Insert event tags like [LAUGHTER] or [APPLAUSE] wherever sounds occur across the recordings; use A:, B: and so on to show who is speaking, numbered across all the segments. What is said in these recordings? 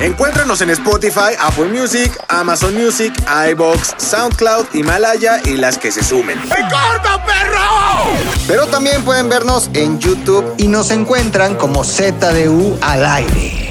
A: Encuéntranos en Spotify, Apple Music, Amazon Music, iBox, SoundCloud, Himalaya y las que se sumen.
B: Pero también pueden vernos en YouTube.
C: y nos encuentran como ZDU al aire.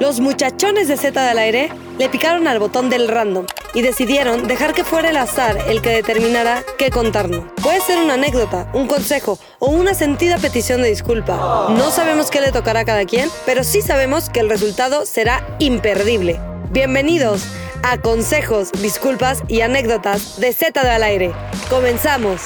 D: Los muchachones de Z del aire le picaron al botón del random y decidieron dejar que fuera el azar el que determinara qué contarnos. Puede ser una anécdota, un consejo o una sentida petición de disculpa. No sabemos qué le tocará a cada quien, pero sí sabemos que el resultado será imperdible. Bienvenidos a Consejos, Disculpas y Anécdotas de Z del aire. Comenzamos.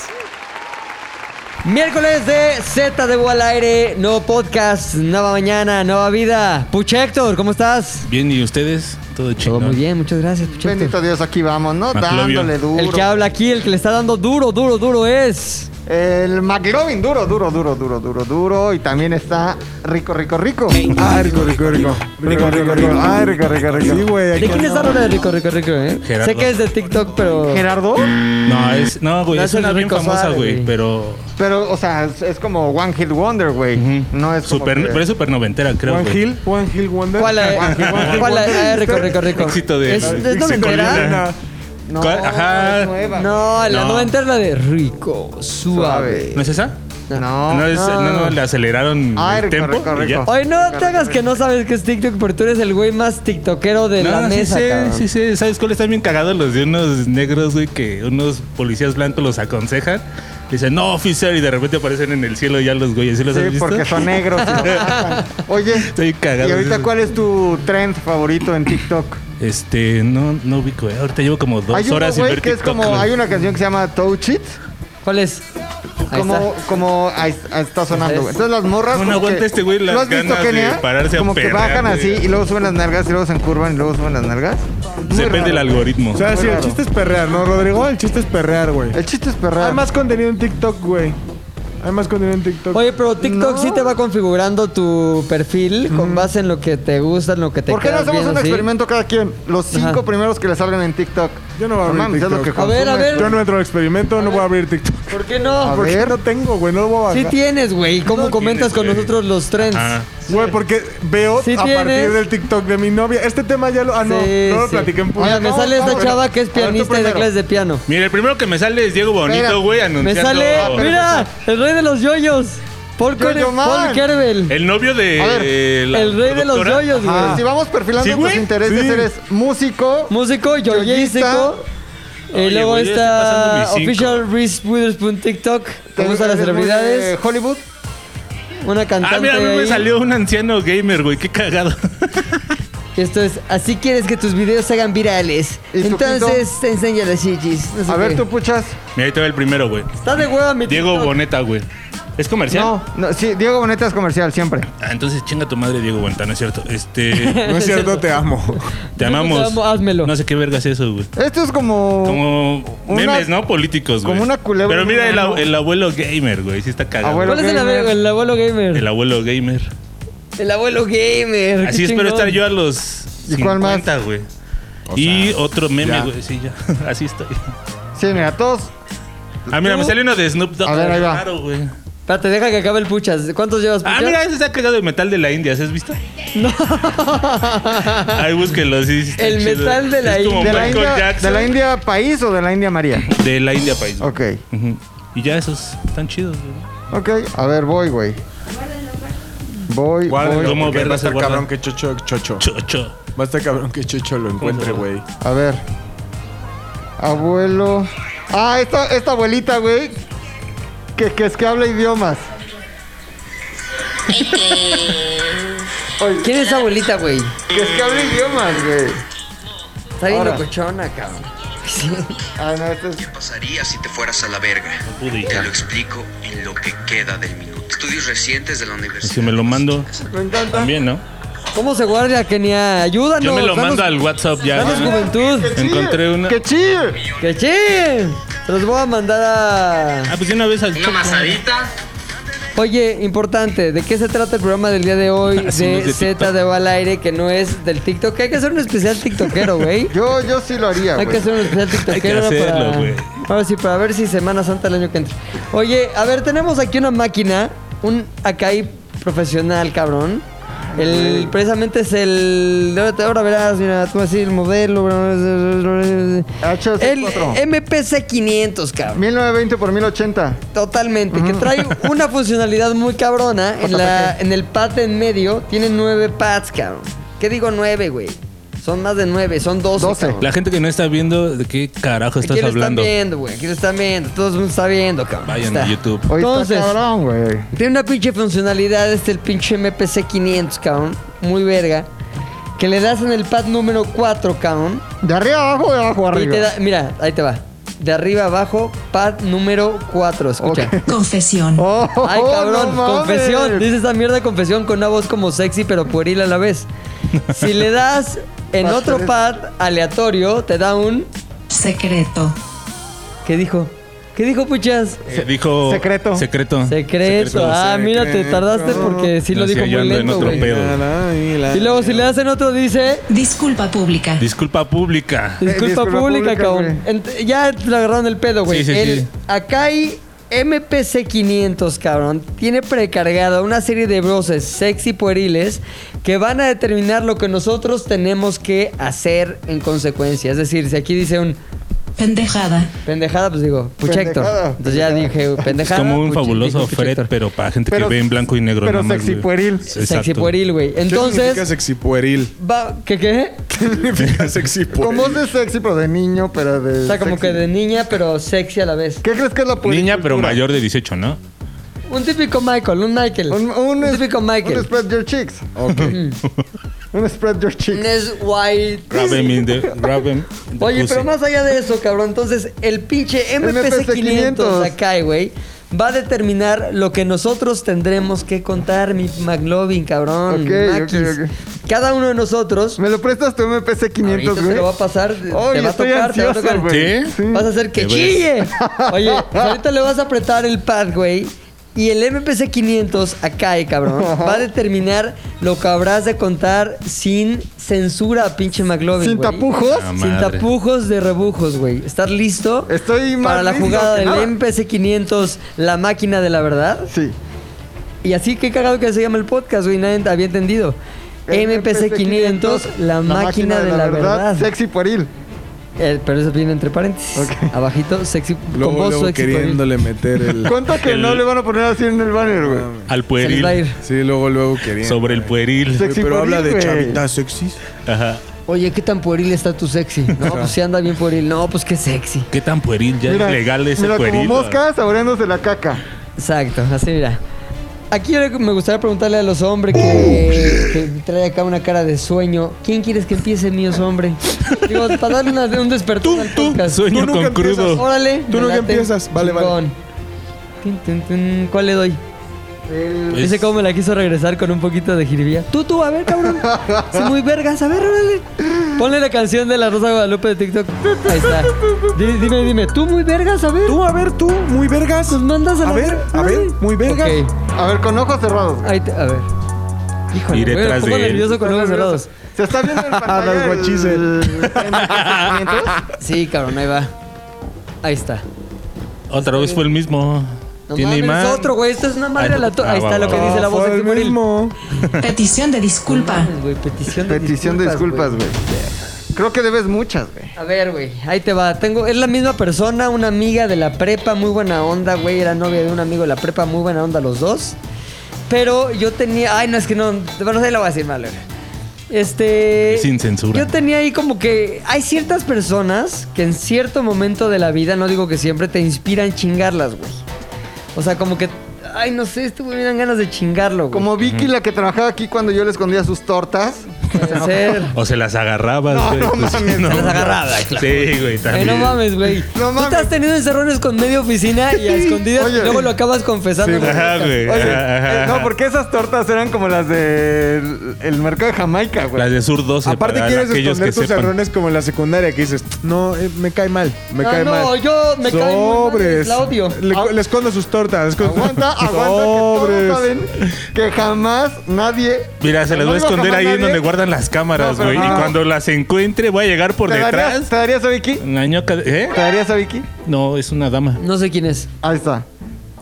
E: Miércoles de Z de al aire, nuevo podcast, nueva mañana, nueva vida. Pucha Héctor, ¿cómo estás?
F: Bien, ¿y ustedes? Todo chido.
E: Todo muy bien, muchas gracias, Pucha
B: Bendito
E: Héctor.
B: Dios, aquí vamos, ¿no?
F: McLovin.
B: Dándole duro.
E: El que habla aquí, el que le está dando duro, duro, duro es.
B: El McLovin, duro, duro, duro, duro, duro, duro. Y también está rico, rico, rico.
G: Ah, rico, rico, rico. Rico, rico, rico. Ah, rico, rico, rico. Sí, güey.
E: ¿De quién es la rola de Rico, Rico, Rico, eh?
F: Gerardo.
E: Sé que es de TikTok, pero.
B: Gerardo,
F: No, es, no, güey,
E: No,
F: es
E: eso es
F: una bien
E: Rico
F: famosa,
E: Suárez,
F: güey,
E: güey.
F: pero
B: pero, o sea, es, es como One Hit Wonder, güey. No es como
F: super,
B: que-
F: pero es super noventera, creo,
G: One
F: güey.
G: Hill, One Hill Wonder.
E: ¿Cuál es?
G: One Hill, One Hill
E: ¿Cuál es?
G: Wonder.
E: Ah, Rico, Rico, Rico.
F: Éxito de-
E: ¿Es, es
F: Éxito
E: noventera?
G: Colina.
B: No,
F: ¿Cuál? Ajá.
B: es nueva.
E: No, la
F: No.
E: noventera es la de Rico, suave.
B: Suave.
F: ¿No es esa?
B: No.
F: No, es, no, no, le aceleraron
B: Ah,
F: el
B: rico,
F: tempo.
B: rico,
F: y ya.
B: rico.
E: Oye, no te hagas que no sabes que es TikTok, pero tú eres el güey más TikTokero de la
F: No, sí
E: mesa,
F: sé,
E: cabrón.
F: sí sé. ¿Sabes cuál están bien cagados? Los de unos negros, güey, que unos policías blancos los aconsejan. Dicen, no, oficial, y de repente aparecen en el cielo ya los güeyes. ¿Sí los has
B: Sí,
F: visto?
B: porque son negros. y lo matan. Oye,
F: Estoy cagado.
B: ¿y ahorita cuál es tu trend favorito en TikTok?
F: Este, no, no ubico, eh. Ahorita llevo como dos
B: hay uno,
F: horas sin
B: güey,
F: ver
B: que es
F: TikTok,
B: como...
F: güey.
B: Hay una canción que se llama Touch It.
E: ¿Cuál es? Ahí
B: Como,
E: está.
B: como ahí, ahí está sonando, güey. Entonces las morras.
F: No, no
B: como
F: aguanta
B: que-
F: este güey las
B: ¿Lo has visto,
F: ganas de
B: Kenia?
F: pararse a
B: Como que
F: perrear,
B: bajan
F: güey.
B: así y luego suben las nalgas y luego se encurvan y luego suben las nalgas. Muy
F: Depende del
B: raro.
F: algoritmo.
G: O sea, sí, el
B: raro.
G: chiste es perrear, ¿no, Rodrigo? El chiste es perrear, güey.
B: El chiste es perrar.
G: Hay más contenido en TikTok, güey. Hay más contenido en TikTok.
E: Oye, pero TikTok sí te va configurando tu perfil con base en lo que te gusta, en lo que te
B: ¿Por qué no
E: quedas
B: hacemos
E: viendo,
B: un
E: sí?
B: experimento cada quien? Los cinco
E: Ajá.
B: primeros que le salgan en TikTok.
G: Yo no voy a
B: No
G: abrir
B: mames, es lo
G: TikTok.
B: que
E: A ver, a
B: consumes,
E: ver.
G: Yo no entro al experimento, no voy a abrir TikTok.
E: ¿Por qué no?
B: A
G: Porque
B: ver.
G: no tengo, güey, no lo voy a
E: Sí
G: bajar.
E: tienes, güey. ¿Cómo comentas
F: tienes,
E: con
F: güey. Ah.
E: nosotros los trends?
F: Ajá.
G: Güey, porque veo
E: Sí
G: a
E: tienes.
G: partir del TikTok de mi novia. Este tema ya lo. Ah, no,
E: Sí,
G: no lo
E: sí.
G: platiqué en
E: Mira, me
G: No,
E: sale
G: no,
E: esta
G: pero-
E: chava que es
B: a ver, tú
E: pianista y da
B: primero.
E: clases de piano.
F: Mira, el primero que me sale es Diego
B: Espera.
F: Bonito, güey,
E: Me
F: anunciando.
E: sale, mira, [LAUGHS] el rey de los yoyos. Paul,
B: Yo-Yo
E: Ker-
B: Man.
E: Paul Kerbel.
F: El novio de.
B: A ver,
F: la
E: El rey de los
F: productora.
E: yoyos, güey.
B: Si vamos perfilando
F: Sí,
B: tus
F: güey.
B: intereses,
G: Sí.
B: eres músico.
E: Músico,
B: Yoyista.
E: yoyístico. Y
F: Oye,
E: luego
F: güey, ya estoy
E: está
F: pasando mis cinco.
E: Official Reese Witherspoon TikTok.
B: te
E: ¿Te gustan las
B: eres muy de
E: celebridades?
B: Hollywood.
E: Una cantante.
F: Ah, mira, a mí me
E: ahí.
F: salió un anciano gamer, güey, qué cagado. [LAUGHS]
E: Esto es, así quieres que tus videos se hagan virales.
B: ¿Y su
E: Entonces te enseña las chichis. no sé
B: A ver,
E: qué.
B: tú puchas.
F: mira, ahí te va el primero, güey.
E: Está de hueva mi
F: Diego
E: TikTok.
F: Boneta, güey. ¿Es comercial?
B: No, no, sí, Diego Boneta es comercial siempre.
F: Ah, entonces chinga tu madre, Diego Boneta, no es cierto. Este.
G: No es cierto, te amo.
F: Te
E: Yo no
F: amamos.
E: te amo, házmelo.
F: No sé qué vergas es eso, güey.
B: Esto es como.
F: Como
B: Una-
F: memes, ¿no? Políticos, güey.
B: como una culebra
F: Pero
B: en
F: mira
B: una
F: el,
B: mano.
F: ab- el abuelo gamer, güey. Sí está cagado.
B: Abuelo.
E: ¿Cuál es el,
B: Gamer.
E: abe- el abuelo gamer?
F: El abuelo gamer.
E: El abuelo gamer.
F: Así
E: qué
F: espero
E: chingón.
F: estar yo a los
B: ¿Y cuál más?
F: 50, güey. y otro meme, güey. Sí, ya. [LAUGHS] Así estoy.
B: Sí, mira, todos.
F: Ah, mira, me sale uno de Snoop Dogg.
B: A ver, ahí va.
F: Claro, güey.
E: Espérate, deja que acabe el puchas. ¿Cuántos llevas, puchas?
F: Ah, mira, ese está cagado de metal de la India. ¿sí ¿Has visto? [LAUGHS] No. Ahí búsquelo, sí. sí está
E: El
F: chido.
E: metal de la
F: Es como
E: India.
B: ¿De la,
F: Michael
B: India,
F: Jackson.
B: ¿De la India país o de la India María?
F: De la India país. güey.
B: Ok,
F: Ujú. Y ya esos están chidos, güey.
B: ok. A ver, voy, güey. Voy,
G: Guárdenlo,
B: voy.
F: ¿Cómo
G: porque va a
F: verga se
G: estar
F: guarda?
G: cabrón que Chocho, Chocho.
F: Chocho.
G: Va a estar cabrón que Chocho lo encuentre,
F: ¿Cómo se
G: güey.
B: A ver. Abuelo. Ah, esta, esta abuelita, güey. Que, que es que habla idiomas.
E: ¿Quién es esa abuelita, güey?
B: Que es que habla idiomas, güey.
E: Está bien
B: Ahora.
E: locochona, cabrón.
B: Ah, no, esto es.
H: pasaría si te fueras a la verga?
F: Pude,
H: Te
F: ya.
H: lo explico en lo que queda del minuto. Estudios recientes de la universidad.
F: Si me lo mando
B: Me encanta.
F: también, ¿no?
E: ¿Cómo se guarda, Kenia? Ayúdanos.
F: Yo me lo
E: danos-
F: mando al WhatsApp ya.
E: Danos
F: güey.
E: juventud.
B: ¡Qué chill!
F: Encontré una-
B: ¡Qué chill!
E: ¡Qué chill! Los voy a mandar a...
F: Ah, pues de una vez al
H: Una
F: Choco.
H: masadita.
E: Oye, importante, ¿de qué se trata el programa del día de hoy
F: [LAUGHS] Ah, sí, no es
E: de
F: de
E: Z de al aire que no es del TikTok? Hay que hacer un especial
F: [LAUGHS]
E: TikTokero, güey.
B: Yo, yo sí lo haría,
E: Hay
B: güey.
E: que hacer un especial tiktokero
F: Hay que hacerlo,
E: para...
F: güey.
E: Ahora sí, para ver si Semana Santa el año que entra. Oye, a ver, tenemos aquí una máquina, un Akai profesional, cabrón. El, precisamente es el... Ahora, ahora verás, mira, tú así el modelo... El
B: HC4.
E: MPC500, cabrón.
B: 1920 por 1080.
E: Totalmente, que trae una funcionalidad muy cabrona. En, la, en el pad en medio tiene nueve pads, cabrón. ¿Qué digo nueve, güey? Son más de nueve, son doce.
B: Doce.
E: cabrón.
F: La gente que no está viendo, ¿de qué carajo estás
E: Aquí lo
F: hablando?
E: están viendo, güey. Aquí lo están viendo. Todo el mundo está viendo, cabrón.
F: Vayan
E: Está.
F: a YouTube.
B: Oye,
E: Entonces-
B: está cabrón, güey.
E: Tiene una pinche funcionalidad este, el pinche MPC 500, cabrón. Muy verga. Que le das en el pad número 4, cabrón.
B: ¿De arriba abajo o de abajo
E: Y te
B: arriba?
E: da, mira, ahí te va. De arriba abajo, pad número 4. Escucha.
I: Confesión.
B: [LAUGHS] Oh,
E: Ay, cabrón,
B: no mames.
E: confesión. Dice esa mierda de confesión con una voz como sexy pero pueril a la
B: [LAUGHS]
E: vez. Si le das en
B: Vas
E: otro
B: tres.
E: pad aleatorio, te da un.
I: Secreto.
E: ¿Qué dijo? ¿Qué dijo, puchas?
F: Eh, dijo.
G: Secreto.
F: Secreto.
E: Secreto. Ah, mira, te
G: secreto.
E: tardaste porque sí
F: No,
E: lo
F: sí,
E: dijo
F: yo
E: muy
F: ando en
E: lento,
F: otro
E: güey.
F: pedo.
E: Y luego si le das en otro dice...
I: Disculpa pública.
F: Disculpa pública.
E: Disculpa,
B: disculpa
E: pública,
B: pública,
E: cabrón. Ent- ya le agarraron el pedo, güey.
F: Sí, sí,
E: el
F: sí.
E: Akai MPC 500, cabrón, tiene precargada una serie de voces sexy pueriles que van a determinar lo que nosotros tenemos que hacer en consecuencia. Es decir, si aquí dice un
I: Pendejada.
E: pendejada, pues digo, puchecto.
B: Pendejada,
E: Entonces ya dije
F: Es
E: pendejada.
F: como un
E: puche-
F: fabuloso
E: dijo
F: Fred,
E: puchector.
F: pero para gente
G: Pero-
F: que ve en blanco y negro.
G: pero
F: nada más,
G: sexy
F: güey.
G: pueril.
E: Sexy
F: Exacto.
E: pueril, güey.
G: ¿Qué significa
E: Entonces,
G: sexy pueril?
E: va, ¿qué qué?
G: ¿Qué
F: Pues,
G: significa sexy
B: Con
G: pueril?
B: voz de sexy, pero de niño, pero de.
E: O sea, como
B: sexy.
E: que de niña, pero sexy a la vez.
B: ¿Qué crees que es la
F: Niña, pero
B: puericultura?
F: mayor de 18, ¿no?
E: Un típico Michael, un Michael.
B: Un, un,
E: Un típico Michael.
B: Un spread your cheeks. Ok. un spread your cheeks.
E: Es white.
F: Grab him in the. Grab him in the
E: Oye,
F: pussy.
E: pero más allá de eso, cabrón, entonces el pinche
B: MPC
E: MPC500
B: 500
E: acá, güey, va a determinar lo que nosotros tendremos que contar, mi McLovin, cabrón.
B: Ok,
E: Maquis.
B: ok, ok.
E: Cada uno de nosotros,
B: ¿Me lo prestas tu MPC 500,
E: ahorita
B: güey?
E: te lo va a pasar, te
B: Ay,
E: va a
B: estoy
E: tocar, te va a
B: ansioso,
E: tocar.
B: güey.
F: ¿Qué?
B: Sí.
E: Vas a hacer
F: Te
E: que
F: ves. [LAUGHS]
E: chille. Oye, ahorita le vas a apretar el pad, güey. Y el MPC 500 acá, eh,
B: [LAUGHS]
E: cabrón, va a determinar lo que habrás de contar sin censura, pinche McLovin.
B: ¿Sin
E: güey.
B: tapujos?
F: Ah,
E: Sin
F: madre.
E: tapujos de rebujos, güey. ¿Estás listo?
B: Estoy más
E: Para la
B: listo
E: jugada
B: que
E: del
B: nada.
E: MPC 500, la máquina de la verdad.
B: Sí.
E: Y así que cagado que se llama el podcast, güey. Nadie había entendido. MPC 500, la, máquina, de, la, verdad.
B: Sexy pueril.
E: Eh, pero eso viene entre paréntesis. Abajito, sexy. con
G: Luego,
E: voz
G: luego
E: sexy.
G: queriéndole meter el...
B: ¿Cuánto que no le van a poner así en el banner, güey?
F: Al
E: Se les va a
F: pueril.
E: ir.
G: Sí, luego, luego queriendo.
F: Sobre el pueril.
G: Güey,
B: Sexy
G: Pero
B: pueril,
G: habla de
B: güey.
G: chavitas sexys.
F: Ajá.
E: Oye, ¿qué tan pueril está tu sexy? No, pues sí anda bien pueril. No, pues qué sexy.
F: ¿Qué tan pueril? Ya
B: Mira,
F: es legal ese
B: mira,
F: pueril.
B: como mosca saboreándose la caca.
E: Exacto, así mira. Aquí ahora me gustaría preguntarle a los hombres que, que trae acá una cara de sueño. ¿Quién quieres que empiece, míos hombre? Digo, para darle una- un despertar al podcast.
F: Sueño
G: Tú nunca
F: con crudo.
E: Órale.
G: Tú
E: me
G: no que
E: late.
G: empiezas. Vale, vale.
E: Chingón. Tin, tin, tin. ¿Cuál le doy?
F: Pues,
E: Dice cómo me la quiso regresar con un poquito de jiribilla. Tú, tú, a ver,
F: [LAUGHS]
E: cabrón. Es muy vergas, a ver, órale. Ponle la canción de la Rosa de Guadalupe de TikTok. Ahí está. Di- Dime, dime, tú muy vergas, a ver.
G: Tú, a ver, tú, muy vergas.
E: Nos mandas a,
G: A
E: la
G: ver,
E: verga,
G: a ver,
E: órale.
G: muy vergas.
E: Ok,
B: A ver, con ojos cerrados, güey.
E: ahí te- a ver. Híjole,
F: Iré
E: güey, me
F: tras
E: pongo
F: de él.
E: nervioso con ojos cerrados.
B: Se está
J: [LAUGHS]
B: viendo en pantalla
G: Los guachises.
B: el- MPC500.
E: Sí, cabrón, ahí va. Ahí está.
F: Otra vez fue el mismo.
E: No
F: Tiene
E: mames,
F: imán.
E: otro, güey. Esto es una madre
F: Ay,
E: aleatoria.
F: ah,
E: Ahí está
F: va,
E: lo
F: va,
E: que
F: va.
E: dice la voz
G: Fue
E: de
G: el
E: Timoril.
G: mismo.
I: Petición de disculpa.
E: Güey, petición de
B: Petición de disculpas,
E: güey.
B: güey. Creo que debes muchas, güey.
E: A ver, güey, ahí te va. Tengo, es la misma persona, una amiga de la prepa, muy buena onda, güey. Era novia de un amigo de la prepa, muy buena onda los dos. Pero yo tenía. Ay, no, es que no. Bueno, ahí la voy a decir mal, güey. Este.
F: Sin censura.
E: Yo tenía ahí como que. Hay ciertas personas que en cierto momento de la vida, no digo que siempre, te inspiran chingarlas, güey. O sea, como que ay, no sé, esto güey, me dan ganas de chingarlo, güey.
B: Como Vicky, la que trabajaba aquí cuando yo le escondía sus tortas.
E: puede
F: [LAUGHS]
E: ser?
F: O se las agarrabas,
B: No,
F: güey.
B: no
F: Pues,
B: mames, se
E: las agarraba,
F: Sí, güey,
E: Eh,
F: también.
E: no mames, güey.
B: No
E: Tú
B: mames.
E: te has tenido encerrones con media oficina y a escondidas
B: Oye.
E: y
B: [LAUGHS]
E: luego lo acabas confesando. güey.
F: Ajá, güey.
J: Oye,
F: ajá,
J: eh,
F: ajá.
J: no, porque esas tortas eran como las del el mercado de Jamaica, güey.
F: Las de Sur 12.
J: Aparte
F: para
J: quieres
F: aquellos
J: esconder
F: que
J: tus
F: sepan.
J: errores como en la secundaria que dices, no, eh, me cae mal, me
E: Ah,
J: cae
E: no,
J: mal.
E: yo me cae muy mal,
J: Sobres.
E: la odio.
J: Le, le escondo sus tortas. le escondo-
F: [LAUGHS]
B: Aguanta, aguanta, que
J: Sobres.
B: todos saben que jamás nadie.
F: Mira, se las
B: No
F: voy a
B: digo
F: esconder
B: jamás
F: ahí en
B: nadie.
F: donde guardan las cámaras,
B: No, pero
F: güey.
B: no.
F: Y cuando las encuentre, voy a llegar por
B: ¿Te
F: detrás.
B: darías, ¿Te darías a Vicky?
F: La ñoca de- ¿Eh?
B: ¿Te darías a Vicky?
F: No, es una dama.
E: No sé quién es.
B: Ahí está.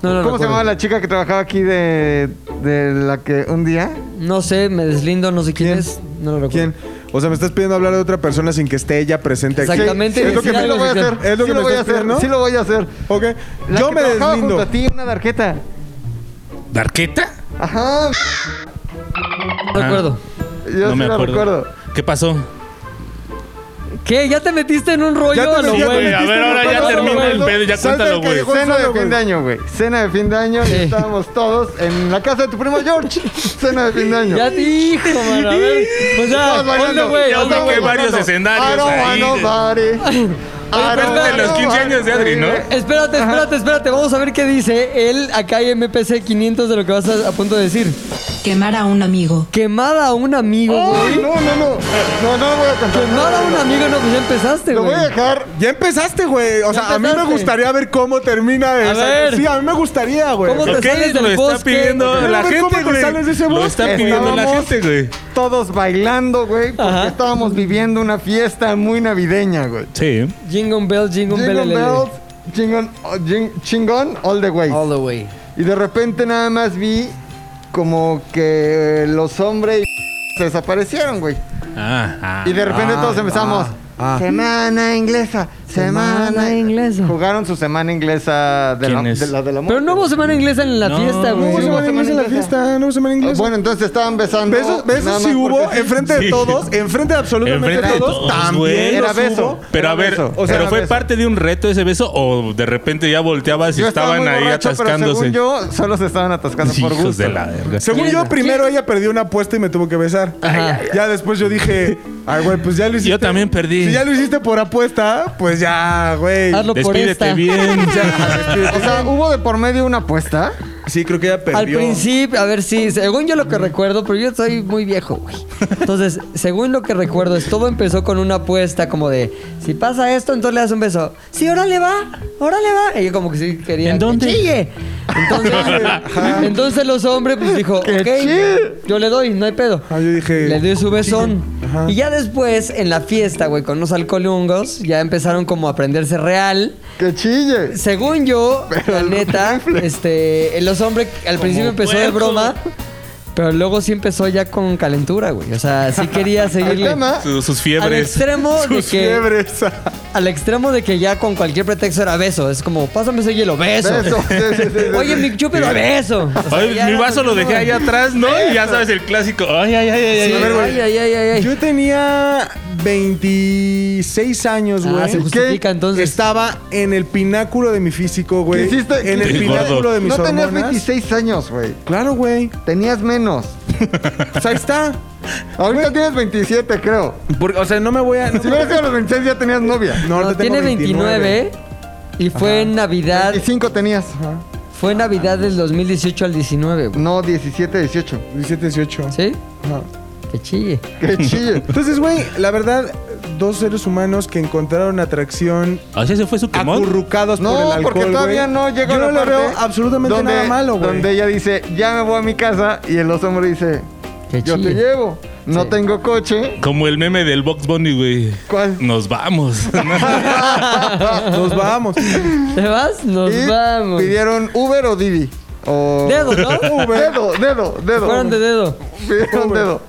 E: No,
B: ¿Cómo se
E: no recuerdo.
B: llamaba la chica que trabajaba aquí de, de la que un día?
E: No sé, me deslindo, no sé quién,
J: ¿Quién?
E: es. No lo recuerdo.
J: ¿Quién? O sea, me estás pidiendo hablar de otra persona sin que esté ella presente aquí.
E: Exactamente,
J: Sí, es lo
E: decir
J: que me-
B: sí lo voy a
E: algo,
B: hacer.
J: Es lo
B: sí
J: que
B: lo
J: me
B: voy a
J: estás
B: hacer,
J: pidiendo.
B: sí lo voy a hacer.
J: Ok.
B: La
J: Yo
B: que
J: me
B: trabajaba junto
J: deslindo.
B: a ti una tarjeta.
F: ¿Darqueta?
B: Ajá.
E: No recuerdo.
J: Ah.
B: Yo sí la recuerdo.
F: ¿Qué pasó?
E: ¿Qué? ¿Ya te metiste en un rollo?
J: Ya te
E: a lo
J: metiste,
E: güey?
J: güey, a ver, ahora ya
F: termina el pedo, ya
J: Salte
F: cuéntalo,
J: del
F: güey.
J: callejón
B: Cena de
J: solo,
B: fin de
J: güey.
B: año, güey. Cena de fin de año y
E: Sí.
B: estábamos todos en la casa de tu primo George. Cena de fin de año.
E: Ya te dijo, mano. A ver. Pues ya,
B: Estabas
E: ponle,
B: bailando.
E: güey.
F: Ya
E: ponle,
F: ubiqué
E: güey.
F: varios escenarios
B: I don't
F: ahí.
B: want nobody. I
E: pero
B: don't
E: es de
B: want
E: los
F: 15
B: nobody.
F: años de Adri, ¿no?
E: Espérate, espérate, espérate. Vamos a ver qué dice él acá en MPC 500 de lo que vas a, a punto de decir.
D: Quemar a un amigo.
E: Quemada a un amigo,
B: Ay,
E: güey.
B: No, no, no. No, no lo voy a contar.
E: Quemada a un amigo, no, pues ya empezaste,
B: Lo
E: güey.
B: voy a dejar.
J: Ya empezaste, güey. O sea, a mí me
E: empezaste.
J: gustaría ver cómo termina
E: A
J: esa-
E: ver.
J: Sí, a mí me gustaría, güey.
E: ¿Cómo te
F: Ok,
E: sales del
F: lo está
E: bosque?
F: pidiendo
J: Pero
F: la
J: a ver, ¿cómo
F: gente,
J: te
F: güey.
J: sales de ese
F: Lo
J: bosque?
F: está pidiendo la
B: Estábamos-
F: gente, güey.
B: Todos bailando, güey, porque
E: Ajá.
B: estábamos viviendo una fiesta muy navideña, güey.
F: Sí.
E: Jingle bell, jingle,
B: Jingle
E: bell, lele.
B: bells, chingón, oh, jing- chingón, all the way.
E: All the way.
B: Y de repente nada más vi como que los hombres y se desaparecieron, güey.
F: Ah, ah.
B: Y de repente todos empezamos.
J: ah.
B: Semana inglesa, semana,
E: Semana inglesa.
B: Jugaron su semana inglesa de, la,
F: ¿Quién es?
B: de la de la
E: Pero no hubo semana inglesa en la
F: No,
E: fiesta,
J: No
E: güey.
J: hubo
B: Sí,
J: semana
B: hubo
J: inglesa en la
B: semana inglesa.
J: fiesta, no hubo semana
B: Ah,
J: inglesa.
B: Bueno, entonces estaban besando.
J: Besos,
B: nada
J: besos
B: más
J: sí hubo, eh,
B: porque sí.
J: enfrente de
F: Sí.
J: todos, enfrente de absolutamente
F: Enfrente de
J: todos,
F: todos, güey.
J: también
B: Era
J: los
B: beso.
J: hubo.
F: Pero
B: Era
F: a ver,
B: beso. Era
F: ¿pero fue
B: beso.
F: parte de un reto ese beso o de repente ya volteabas y
B: Yo estaba
F: estaban
B: muy
F: ahí
B: borracho,
F: atascándose? [LAUGHS]
B: Pero según yo, solo se estaban atascando por
F: Hijos
B: gusto.
F: de la verga.
J: Según
E: ¿Quién?
J: yo, primero ella perdió una apuesta y me tuvo que besar.
E: Ajá.
J: Ya después yo dije, ay, güey, pues ya lo hiciste.
F: Yo también perdí.
J: Si ya lo hiciste por apuesta, pues ya, güey.
E: Hazlo por
F: Despídete
E: esta.
F: bien.
B: O sea, hubo de por medio una apuesta.
J: Sí, creo que ella perdió.
E: Al principio, a ver si, según yo lo que recuerdo, pero yo soy muy viejo, güey. Entonces, según lo que recuerdo, es todo empezó con una apuesta como de, si pasa esto, entonces le das un beso. Sí, órale va, órale va. Y yo como que sí quería.
F: ¿En
E: que
F: dónde?
E: chille.
J: [LAUGHS]
E: Entonces, entonces los hombres pues dijo,
B: chille.
E: ok, yo le doy, no hay pedo.
J: Ah, yo dije,
E: Le doy su besón.
J: Ajá.
E: Y ya después, en la fiesta, güey, con unos alcoholungos, ya empezaron como a aprenderse real.
B: Que chille.
E: Según yo, la neta, este, los hombres al principio empezó de
F: puerco.
E: broma, pero luego sí empezó ya con calentura, güey. O sea,
B: [LAUGHS]
E: sí quería
B: El
E: seguirle.
B: tema,
F: Sus, sus
E: Al
F: fiebres.
E: extremo de
J: Sus
E: que,
J: fiebres.
E: al extremo de que ya con cualquier pretexto era beso, es como pásame ese hielo, beso.
B: beso. Sí, sí, sí, sí.
E: Oye, mi chupe era beso. O sea,
F: Ay,
E: ya
F: mi
E: era
F: vaso lo
E: como-
F: dejé allá atrás, ¿no? Y ya sabes el clásico. Ay, ay, ay, ay,
E: Sí,
F: ay.
E: ay, ay, ay, ay, ay.
J: Yo tenía 26 años,
E: Ah,
J: güey.
E: se justifica,
J: que
E: entonces.
J: Estaba en el pináculo de mi físico, güey.
B: ¿Qué hiciste?
J: En el
F: Sí, gordo.
J: pináculo de mis
B: no tenías
J: hormonas.
B: 26 años, güey.
J: Claro, güey.
B: Tenías menos.
J: Pues ahí está.
B: Ahorita tienes 27, creo.
J: Porque, o sea, no me voy a.
B: Si hubieras sido a los 26 ya tenías novia.
J: No,
E: No,
J: ahorita tengo
E: tiene ¿eh? 29 y fue en Navidad,
B: 25 tenías.
E: fue en Navidad del 2018 al 19, güey.
B: No, 17, 18.
J: 17, 18.
E: ¿Sí?
J: Ajá.
E: Que chille.
J: [LAUGHS]
B: Que chille.
J: Entonces, güey, la verdad, dos seres humanos que encontraron atracción
F: O sea, ese fue su quemón.
J: acurrucados
B: No,
J: por el alcohol,
B: porque todavía
J: güey.
B: no llega
J: Yo no
B: la
J: le veo
B: parte
J: absolutamente
B: donde-
J: nada malo, güey.
B: Donde ella dice, ya me voy a mi casa. Y el oso hombre dice,
E: Que
B: yo te
E: chille.
B: llevo. No
E: Sí.
B: tengo coche.
F: Como el meme del Box Bunny, güey.
B: ¿Cuál?
F: Nos vamos.
J: Nos
B: [LAUGHS]
J: vamos.
E: ¿Te vas? Nos
B: Y
E: vamos.
B: pidieron Uber o Didi. O...
E: Dedo,
B: [LAUGHS]
E: ¿no?
B: Dedo, dedo, dedo.
E: Fueron de dedo.
B: Pidieron dedo.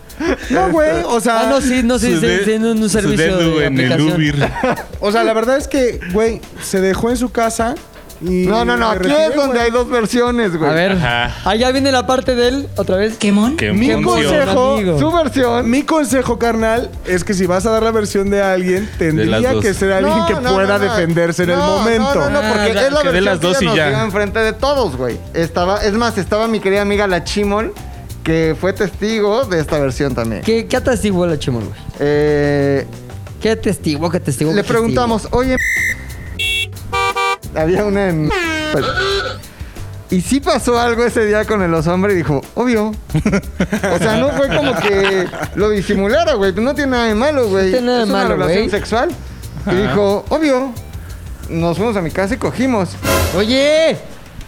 J: No, güey, o sea,
E: Ah, no, sí, no, sí,
F: Su
E: sí,
F: de-
E: sí, en un,
F: su
E: un servicio
F: dedo
E: de
F: en el [LAUGHS]
E: aplicación.
F: Uber.
J: o sea, la verdad es que, güey, se dejó en su casa y
B: No, no, no.
J: me
B: Aquí
J: retiré,
B: es donde
J: güey.
B: hay dos versiones, güey.
E: A ver.
F: Ajá.
E: Allá viene la parte de él, otra vez.
K: ¿Quemón?
F: Que
J: Mi
F: función.
J: consejo,
E: Amigo.
B: Su versión.
J: Mi consejo, carnal, es que si vas a dar la versión de alguien,
F: las
J: tendría
F: dos.
J: que ser alguien
B: No,
J: que
B: no, no,
J: pueda
B: no.
J: defenderse en el
B: No,
J: momento.
B: No, no, no, porque
F: Ah,
B: es la
F: que dé
B: versión
F: las
B: que
F: dos
B: ella
F: y
B: nos
F: ya.
B: dio enfrente de todos, güey. Estaba, es más, estaba mi querida amiga la Chimol, que fue testigo de esta versión también.
E: ¿Qué, qué atestiguó la chimón, güey?
B: Eh,
E: ¿Qué testigo? ¿Qué testigo?
B: le
E: qué
B: preguntamos, oye, había una en... pues, y sí pasó algo ese día con el oso hombre y dijo, obvio. O sea, no fue como que lo disimulara, güey. No tiene nada de malo, güey.
E: tiene nada de
B: es una
E: malo,
B: relación
E: güey.
B: sexual. Y dijo, obvio. Nos fuimos a mi casa y cogimos.
E: testigo? Oye,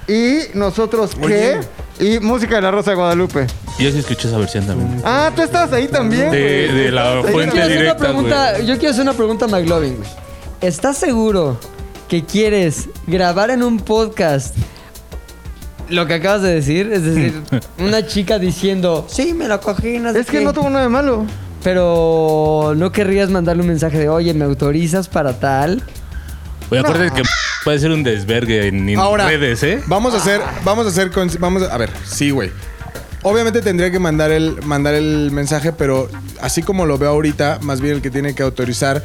B: Y nosotros, ¿qué? Y música de la Rosa de Guadalupe.
F: Yo sí escuché esa versión también.
B: Ah, tú estabas ahí también.
F: De,
B: güey.
F: de la
E: yo quiero,
F: fuente
E: hacer una
F: directa, güey.
E: pregunta, yo quiero hacer una pregunta a McLovin, güey. ¿Estás seguro que quieres grabar en un podcast lo que acabas de decir?
F: [LAUGHS]
E: Es decir, una chica diciendo, sí, me lo cogí, no sé
B: Es que
E: qué".
B: no tuvo nada de malo.
E: Pero no querrías mandarle un mensaje de, oye, ¿me autorizas para tal?
F: Oye, acuérdate que puede ser un desvergue en, en
J: Ahora,
F: redes, ¿eh?
J: vamos a hacer, vamos a hacer, con- vamos a, a ver, sí, güey. Obviamente tendría que mandar el, mandar el mensaje, pero así como lo veo ahorita, más bien el que tiene que autorizar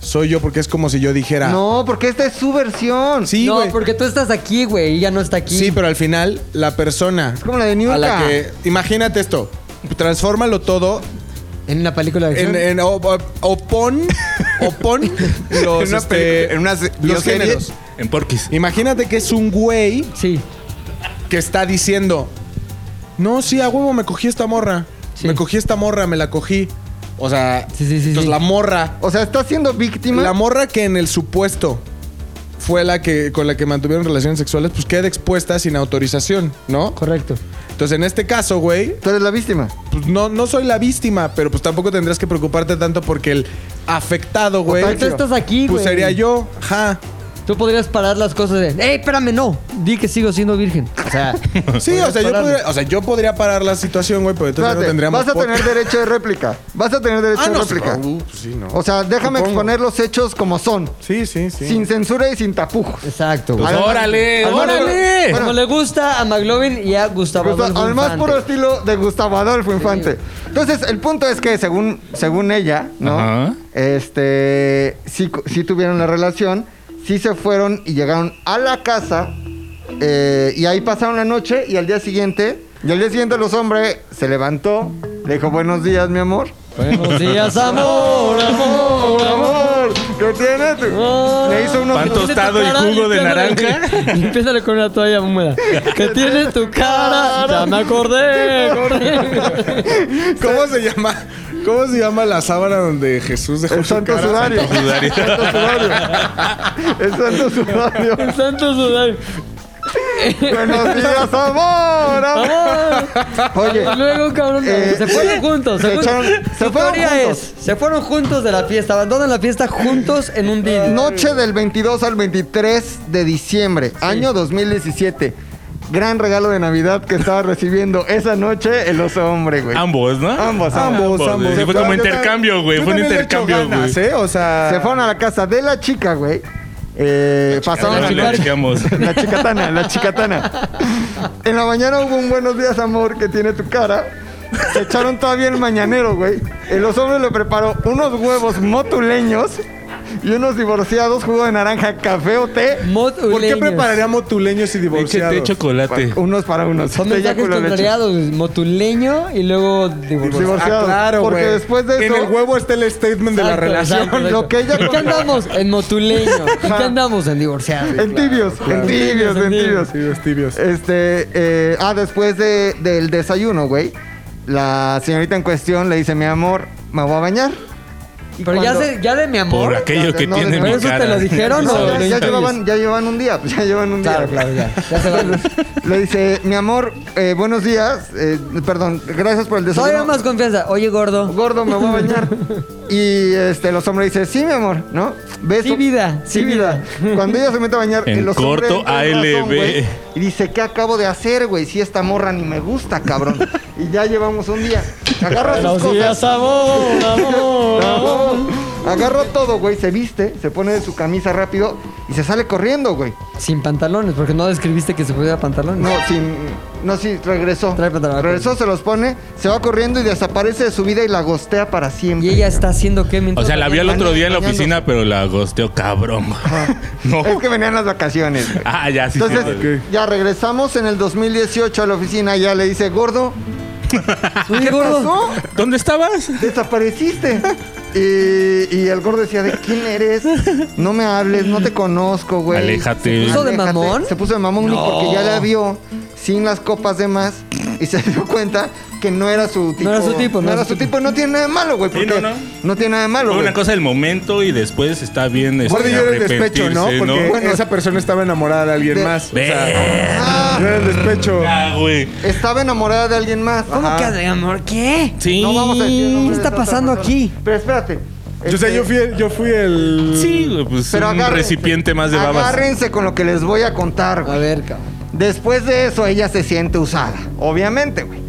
J: soy yo, porque es como si yo dijera.
B: No, porque esta es su versión.
J: sí,
E: no,
J: güey.
E: porque tú estás aquí, güey, y ella no está aquí.
J: Sí, pero al final, la persona.
B: como la de Niurka.
J: A la que. Imagínate esto. Transfórmalo todo
E: En una película de
J: en,
E: acción.
J: en- o, o- o pon, o pon los,
B: En una
J: este,
B: película, en una se-
J: los
B: bioserie.
J: géneros.
F: En Porquis.
J: Imagínate que es un güey
E: Sí.
J: que está diciendo, no, sí, a huevo me cogí esta morra.
E: Sí.
J: Me cogí esta morra, me la cogí. O sea,
E: Sí, sí, sí,
J: entonces
E: sí.
J: la morra,
B: O sea, está siendo víctima.
J: la morra que en el supuesto fue la que con la que mantuvieron relaciones sexuales, pues queda expuesta sin autorización, ¿no?
E: Correcto.
J: Entonces, en este caso, güey,
B: Tú eres la víctima.
J: pues no, no soy la víctima, pero pues tampoco tendrías que preocuparte tanto porque el afectado, güey,
E: Total, tú estás aquí,
J: pues
E: güey.
J: sería yo,
F: [LAUGHS]
J: ja.
E: Tú podrías parar las cosas de, ¡Ey, espérame, no! Di que sigo siendo virgen. O sea,
J: Sí, o sea, yo
E: pararlo.
J: podría, o sea, yo podría parar la situación, güey, pero entonces no
B: Espérate,
J: tendríamos
B: vas a tener
J: podcast.
B: derecho de réplica. Vas a tener derecho
J: Ah,
B: de
J: no,
B: réplica.
J: sí, no, sí, no.
B: O sea, déjame
J: Supongo.
B: exponer los hechos como son.
J: [LAUGHS] Sí, sí, sí.
B: Sin censura y sin tapujos.
E: exacto. güey.
F: Pues
B: Adelante.
F: órale,
B: Adelante.
F: órale.
B: Eh. Bueno,
E: Como le gusta a McLovin y a Gustavo
B: Gusta-
E: Adolfo
B: al más
E: Infante.
B: puro estilo de Gustavo Adolfo Infante. Entonces, el punto es que según, según ella, ¿no?
F: Ajá.
B: Este, sí, cu- sí tuvieron la relación, sí se fueron y llegaron a la casa eh, y ahí pasaron la noche y al día siguiente, y al día siguiente los hombres se levantó, le dijo buenos días, mi amor.
E: Buenos
B: [LAUGHS]
E: días, amor, amor, amor.
B: Amor, ¿qué tienes? Le hizo unos...
F: Pan tostado y jugo de
E: [LAUGHS]
F: naranja.
E: Empieza con una toalla húmeda. Que tiene tu cara. Ya me acordé. acordé.
J: [LAUGHS] ¿Cómo se llama? ¿Cómo se llama la sábana donde Jesús dejó
B: El
J: su
B: santo
J: cara?
B: sudario. [LAUGHS] El
F: sudario.
B: santo sudario. El santo sudario.
E: El santo sudario.
B: [LAUGHS] Buenos días, amor. amor.
E: Ah.
B: Oye,
E: Y [LAUGHS] luego, cabrón,
B: Eh,
E: se fueron juntos.
B: se
E: Se, fueron-
B: echaron- se
E: su
B: fueron
E: teoría
B: juntos.
E: es, se fueron juntos de la fiesta, abandonan la fiesta juntos en un día.
B: Noche del 22 al 23 de diciembre, año 2017. Gran regalo de Navidad que estaba recibiendo esa noche el oso hombre, güey.
F: Ambos, ¿no?
B: Ambos, Ah.
J: Ambos, ambos.
F: Sí, fue como
J: Yo ta-
F: intercambio, güey.
J: yo
F: Fue un
J: también le echo
F: intercambio,
J: ganas,
F: güey.
J: ¿eh? O sea,
B: Se fueron a la casa de la chica, güey. Eh, pasaron
F: Ahora
B: la
F: sí lo
B: noche.
F: chequeamos.
B: [LAUGHS] La chicatana, la chicatana. En la mañana hubo un buenos días, amor, que tiene tu cara. Se echaron todavía el mañanero, güey. El oso hombre le preparó unos huevos motuleños y unos divorciados, jugo de naranja, café o té.
E: Mod
J: ¿Por qué
E: uleños.
J: prepararía motuleños y divorciados?
F: Échate chocolate.
B: Unos para unos.
E: Son
B: Te
E: mensajes
B: eyaculo leche.
E: contrariados, motuleño y luego divorcio.
B: Divorcio. divorciados? Porque
J: Ah, güey.
B: después de
J: En
B: eso-
J: el huevo está el statement de la
E: Exacto,
J: relación.
E: exacto, exacto.
B: lo que ella-
E: ¿En qué andamos? En motuleño. ¿En qué andamos? En divorciado.
B: En tibios, en tibios, en tibios.
J: Tibios, tibios.
B: Este, eh, ah, después de- del desayuno, güey, la señorita en cuestión le dice, mi amor, me voy a bañar. Y
E: Pero ya,
B: cuando-
E: se, ya de mi amor.
F: Por aquello que
B: No,
F: tiene
B: no,
F: mi
E: ¿Pero eso
F: cara.
E: te lo dijeron o
B: No,
E: lo
B: ya, ya
E: intuyes?
B: llevaban, ya llevaban un día, [LAUGHS] pues, ya llevan un día.
E: Claro, claro, ya. Ya se van.
B: Le dice, mi amor, eh, buenos días, eh, perdón, gracias por el desayuno.
E: Todavía más confianza. Oye, gordo.
B: Gordo, me voy a bañar. Y este, los hombres dicen, sí, mi amor, ¿no? Beso.
E: Sí, vida,
B: Sí,
E: sí,
B: vida. Cuando ella se mete a bañar,
F: En
B: los
F: corto,
B: hombres tienen razón,
F: ALB.
B: güey, y dice, ¿qué acabo de hacer, güey? Si esta morra ni me gusta, cabrón. y ya llevamos un día. Agarra sus cosas. [LAUGHS]
E: amor, amor,
B: No. Agarra todo, güey, se viste, se pone su camisa rápido y se sale corriendo, güey.
E: Sin pantalones, porque no describiste que se pudiera pantalones.
B: No, sin. No, sí, regresó.
E: Trae pantalón.
B: Regresó, se los pone, se va corriendo y desaparece de su vida y la gostea para siempre.
E: Y ella está haciendo qué
F: O
E: mientras.
F: sea, la vi el otro día en la
B: bañando.
F: oficina, pero la gosteó cabrón. [LAUGHS] No.
B: Es que venían las vacaciones. güey.
F: Ah, ya, sí.
B: Entonces,
F: sí, sí.
B: ya regresamos en el 2018 a la oficina y ya le dice, gordo,
E: ¿Qué gordo?
B: ¿no?
F: ¿Dónde estabas? [LAUGHS]
B: Desapareciste. Y, y el gordo decía, ¿de quién eres? No me hables, no te conozco, güey.
F: Aléjate.
B: Se
E: ¿Se puso de
B: aléjate.
E: mamón?
B: Se puso de mamón
E: No.
B: porque ya la vio sin las copas de más y se [LAUGHS] dio cuenta que no era su tipo.
E: era su tipo,
B: No, era su tipo. No tiene nada de malo, güey.
F: Sí,
B: porque
F: no, no.
B: no tiene nada de malo,
F: Fue
B: güey.
F: una cosa del momento y después está bien. este,
J: Aparte yo era el despecho, ¿no?
F: arrepentirse,
J: Porque
B: Bueno.
J: esa persona estaba enamorada de alguien
B: De-
J: más. O sea,
F: Verga,
J: yo era el despecho.
F: güey.
B: Ah, Estaba enamorada de alguien más.
E: ¿Cómo que de amor? ¿Qué?
F: Sí.
B: No vamos a decir el nombre
E: ¿Qué
B: de esa
E: está
B: otra
E: pasando
B: persona.
E: aquí?
B: Pero espérate.
J: Yo, o sea,
B: Este,
J: yo fui el, yo fui el
F: Sí, güey, pues
B: pero
F: un
B: agárrense.
F: recipiente más de babas.
B: Agárrense con lo que les voy a contar, güey.
E: A ver, cabrón.
B: Después de eso, ella se siente usada. Obviamente, güey.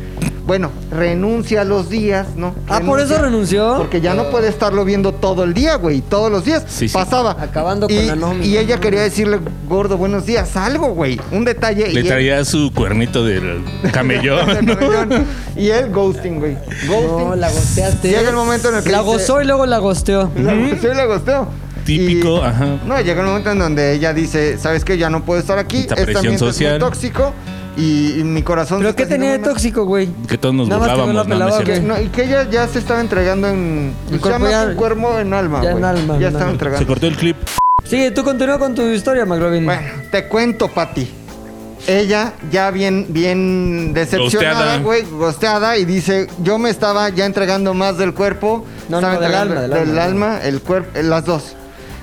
B: Bueno, renuncia a los días, ¿no?
E: Ah, ¿por eso renunció?
B: Porque ya no puede estarlo viendo todo el día, güey. Todos los días.
F: Sí, sí.
B: Pasaba.
E: Acabando con
B: y,
E: la nómina.
B: Y ella quería decirle, gordo, buenos días, algo, güey. Un detalle.
F: Le
B: y él- [LAUGHS]
F: traía su cuernito del camellón. ¿no?
B: Perdón. y él ghosting, güey. Ghosting.
E: No, la gosteaste.
B: Llega el momento en el que
E: La
B: dice-
E: gozó y luego la gosteó.
B: La gustó y la gustó.
F: Típico,
B: Y-
F: ajá.
B: No, llega el momento en donde ella dice, ¿sabes qué? Ya no puedo estar aquí.
F: Esta
B: este
F: presión
B: ambiente
F: social.
B: es muy tóxico y, y mi corazón...
E: ¿Pero
B: se
E: qué
B: está
E: tenía de
B: haciendo muy mal".
E: tóxico, güey?
F: Que todos nos
E: Nada más que no la
F: burlábamos, no, no es
E: pelaba,
F: cierto.
E: ¿o qué?
B: No, y que ella ya se estaba entregando en...
E: El
B: Se
E: cuerpo
B: llama
E: ya-
B: un cuerpo en alma,
E: ya en
B: güey.
E: alma,
B: Ya
E: en
B: estaba
E: alma.
F: Se
B: entregando.
F: cortó el clip.
E: Sigue, tú continúa con tu historia, McLovin.
B: Bueno, te cuento, Pati. Ella ya bien, bien
F: Gosteada.
B: decepcionada, güey, gosteada, y dice, yo me estaba ya entregando más del cuerpo.
E: No,
B: estaba
E: no, del
B: entregando
E: alma, del
B: del
E: alma.
B: alma, el cuerpo, eh, las dos.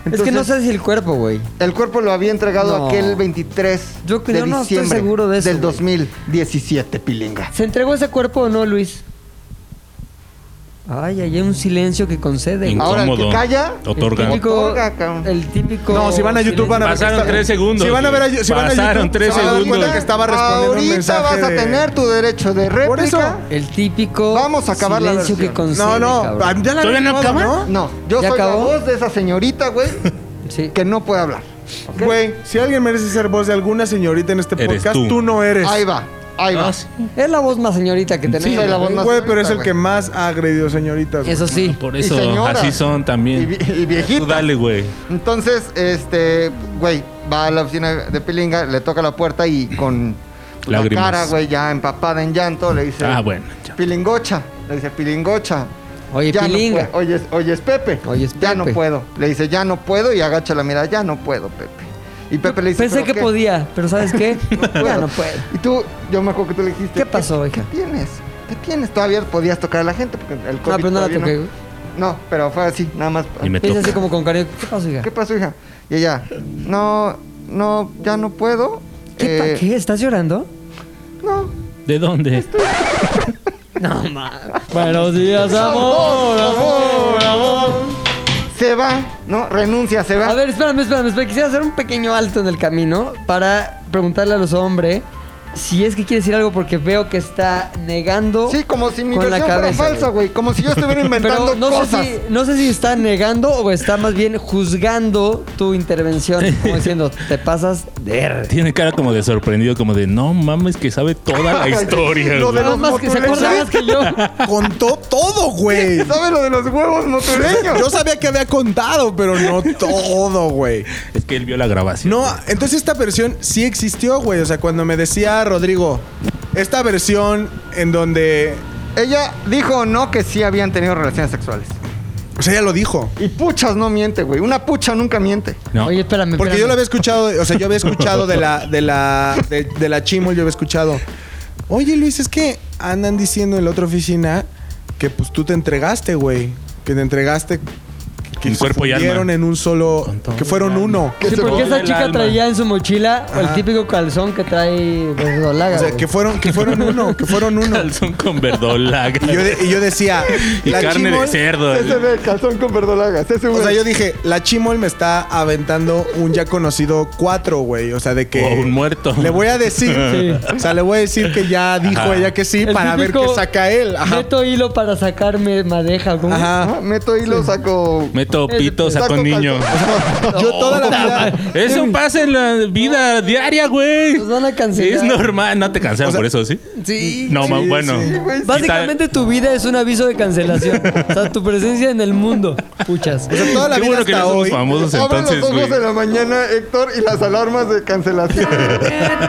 E: es que no
B: Entonces,
E: sé si el cuerpo, güey.
B: El cuerpo lo había entregado
E: No.
B: aquel 23
E: Yo-
B: de
E: yo no estoy
B: diciembre
E: seguro de eso,
B: del
E: güey.
B: 2017, pilinga.
E: ¿Se entregó ese cuerpo o no, Luis? Ay, ahí hay un silencio que concede. güey.
B: Ahora, el que
F: Incómodo.
B: calla,
E: el
F: Otorga. Ah,
E: típico,
B: Otorga, cabrón.
E: el típico.
J: No, si van a YouTube van a ver.
F: Pasaron
J: que está-
F: tres segundos,
J: Si van a ver a,
F: güey.
J: si van a
F: Pasaron
J: YouTube,
F: tres
J: se van a dar
F: segundos.
J: cuenta que estaba respondiendo un
B: Ahorita
J: mensaje
B: vas a
J: de-
B: tener tu derecho de réplica.
J: Por eso.
E: El típico.
B: Vamos a acabar la
E: silencio
B: versión.
E: que concede.
J: No, no,
E: cabrón.
J: ya la
F: ¿Todavía no
J: habían
F: acaba?
J: grabado,
B: No, yo
E: ¿Ya
B: soy
E: acabó?
B: la voz de esa señorita, güey,
E: Sí.
B: que no puede hablar. ¿ok?
J: Güey, si alguien merece ser voz de alguna señorita en este
F: Eres
J: podcast,
F: tú.
J: tú. no eres.
B: Ahí va, ahí
E: Ah,
B: va.
E: Es la voz más señorita que tenemos.
B: soy la voz más
J: Güey, pero es
B: señorita,
J: el que
B: güey.
J: más ha agredido señoritas. güey.
E: Eso sí.
F: Por
B: Y
F: eso,
B: señoras.
F: así son
B: Y,
F: también.
B: vi- y
F: Tú
B: viejita.
F: dale, güey.
B: Entonces, este, güey, va a la oficina de Pilinga, le toca la puerta y con
F: Lágrimas.
B: la cara, güey, ya empapada en llanto, le dice...
F: Ah, bueno, ya.
B: Pilingocha, le dice, Pilingocha.
E: Oye,
B: ya no
E: pilinga.
B: puedo. oye, oye, es Pepe.
E: Oye, es
B: Ya no
E: Pepe.
B: puedo. Le dice, ya no puedo y agacha la mirada, ya no puedo, Pepe. Y Pepe le dice,
E: Pensé
B: "¿Pero
E: que
B: qué? [LAUGHS]
E: podía, pero ¿sabes qué?
B: puedo".
E: ya no puedo.
B: Y tú, yo me acuerdo que tú le dijiste.
E: ¿Qué pasó, hija?
B: ¿Qué tienes? ¿Qué tienes? Todavía podías tocar a la gente porque el COVID
E: No, pero no la
B: todavía
E: toqué, güey.
B: No, pero fue así, nada más.
F: Y me
E: Me Dice así
F: toca.
E: como con cariño. ¿Qué pasó, hija?
B: ¿Qué pasó, hija? Y ella, no, no, ya no puedo.
E: ¿Qué, pa-
B: eh,
E: ¿Qué? ¿Estás llorando?
B: No.
F: ¿De dónde?
E: No, ma. Buenos días, amor,
B: amor, Se va, ¿no? Renuncia, se va.
E: A ver, espérame, espérame, espérame. Quisiera hacer un pequeño alto en el camino para preguntarle a los hombres si es que quiere decir algo porque veo que está negando.
B: Sí, como si mi
E: con la
B: versión fuera
E: cabeza,
B: falsa, güey. Como si yo estuviera
E: [LAUGHS]
B: inventando
E: Pero no
B: cosas.
E: sé, si, no sé si está negando o está más bien juzgando tu intervención, como diciendo, te pasas de...
F: Tiene cara como de sorprendido, como de no mames, que sabe toda
B: [LAUGHS]
F: la historia.
B: Lo de
F: güey.
E: Nada
B: los
E: más que se
B: motuleños.
E: acuerda [LAUGHS] más que yo.
J: Contó todo, [LAUGHS] güey.
B: ¿Sabes lo de los huevos
J: Yo
B: motuleños?
J: sabía que había contado, pero [LAUGHS] no todo, güey.
F: Es que él vio la grabación.
J: No, entonces esta versión sí existió, güey. O sea, cuando me decía Rodrigo, esta versión en donde.
B: Ella dijo no que sí habían tenido relaciones sexuales.
J: O sea, ella lo dijo.
B: Y puchas no miente, güey. Una pucha nunca miente.
F: No.
E: Oye, espérame,
J: Porque yo lo
E: espérame.
J: había escuchado, o sea, yo había escuchado de la, de la, de, de la Chimol, yo había escuchado. Oye, Luis, es que andan diciendo en la otra oficina que pues tú te entregaste, güey. Que te entregaste. Que
F: En
J: se
F: cuerpo y
J: fundieron
F: alma.
J: en un solo. Que fueron uno.
E: Sí, porque esa
F: el
E: chica
F: alma.
E: traía en su mochila el típico calzón que trae pues, Dolaga,
J: O sea,
E: güey.
J: que fueron, que fueron uno, que fueron uno.
F: [LAUGHS] Calzón con verdolaga.
J: Y yo, de- y yo decía.
F: Y
J: la
F: carne de
J: Chimol-
F: cerdo.
B: Ese ve calzón con verdolagas. Ese
J: O
B: güey.
J: sea, yo dije, la Chimol me está aventando un ya conocido cuatro, güey. O sea, de que.
F: O un muerto.
J: Le voy a decir.
E: [LAUGHS] Sí.
J: O sea, le voy a decir que ya dijo
F: Ajá.
J: ella que sí
E: El
J: para ver
E: típico,
J: qué saca él. Ajá.
E: Meto hilo para sacarme madeja, güey.
J: Ajá.
B: Ah, meto hilo, saco.
F: Meto pito, pito, sacó
B: Taco
F: niño.
B: calzón.
J: [LAUGHS]
B: Yo toda la vida.
F: Eso pasa en la vida diaria, güey.
E: Nos van a cancelar.
F: Es normal. No te cancelan por eso, ¿sí?
E: Sí.
F: No, ma-
B: sí,
F: bueno.
B: sí, güey.
F: Quita-
E: Básicamente tu vida es un aviso de cancelación. O sea, tu presencia en el mundo. Puchas.
J: O sea, toda la
F: Qué
J: vida
F: bueno que no
J: hasta
F: somos
J: hoy.
F: famosos ¿eh?
B: Abran
F: entonces,
B: los ojos
F: güey.
B: en la mañana, Héctor, y las alarmas de cancelación.
E: [LAUGHS]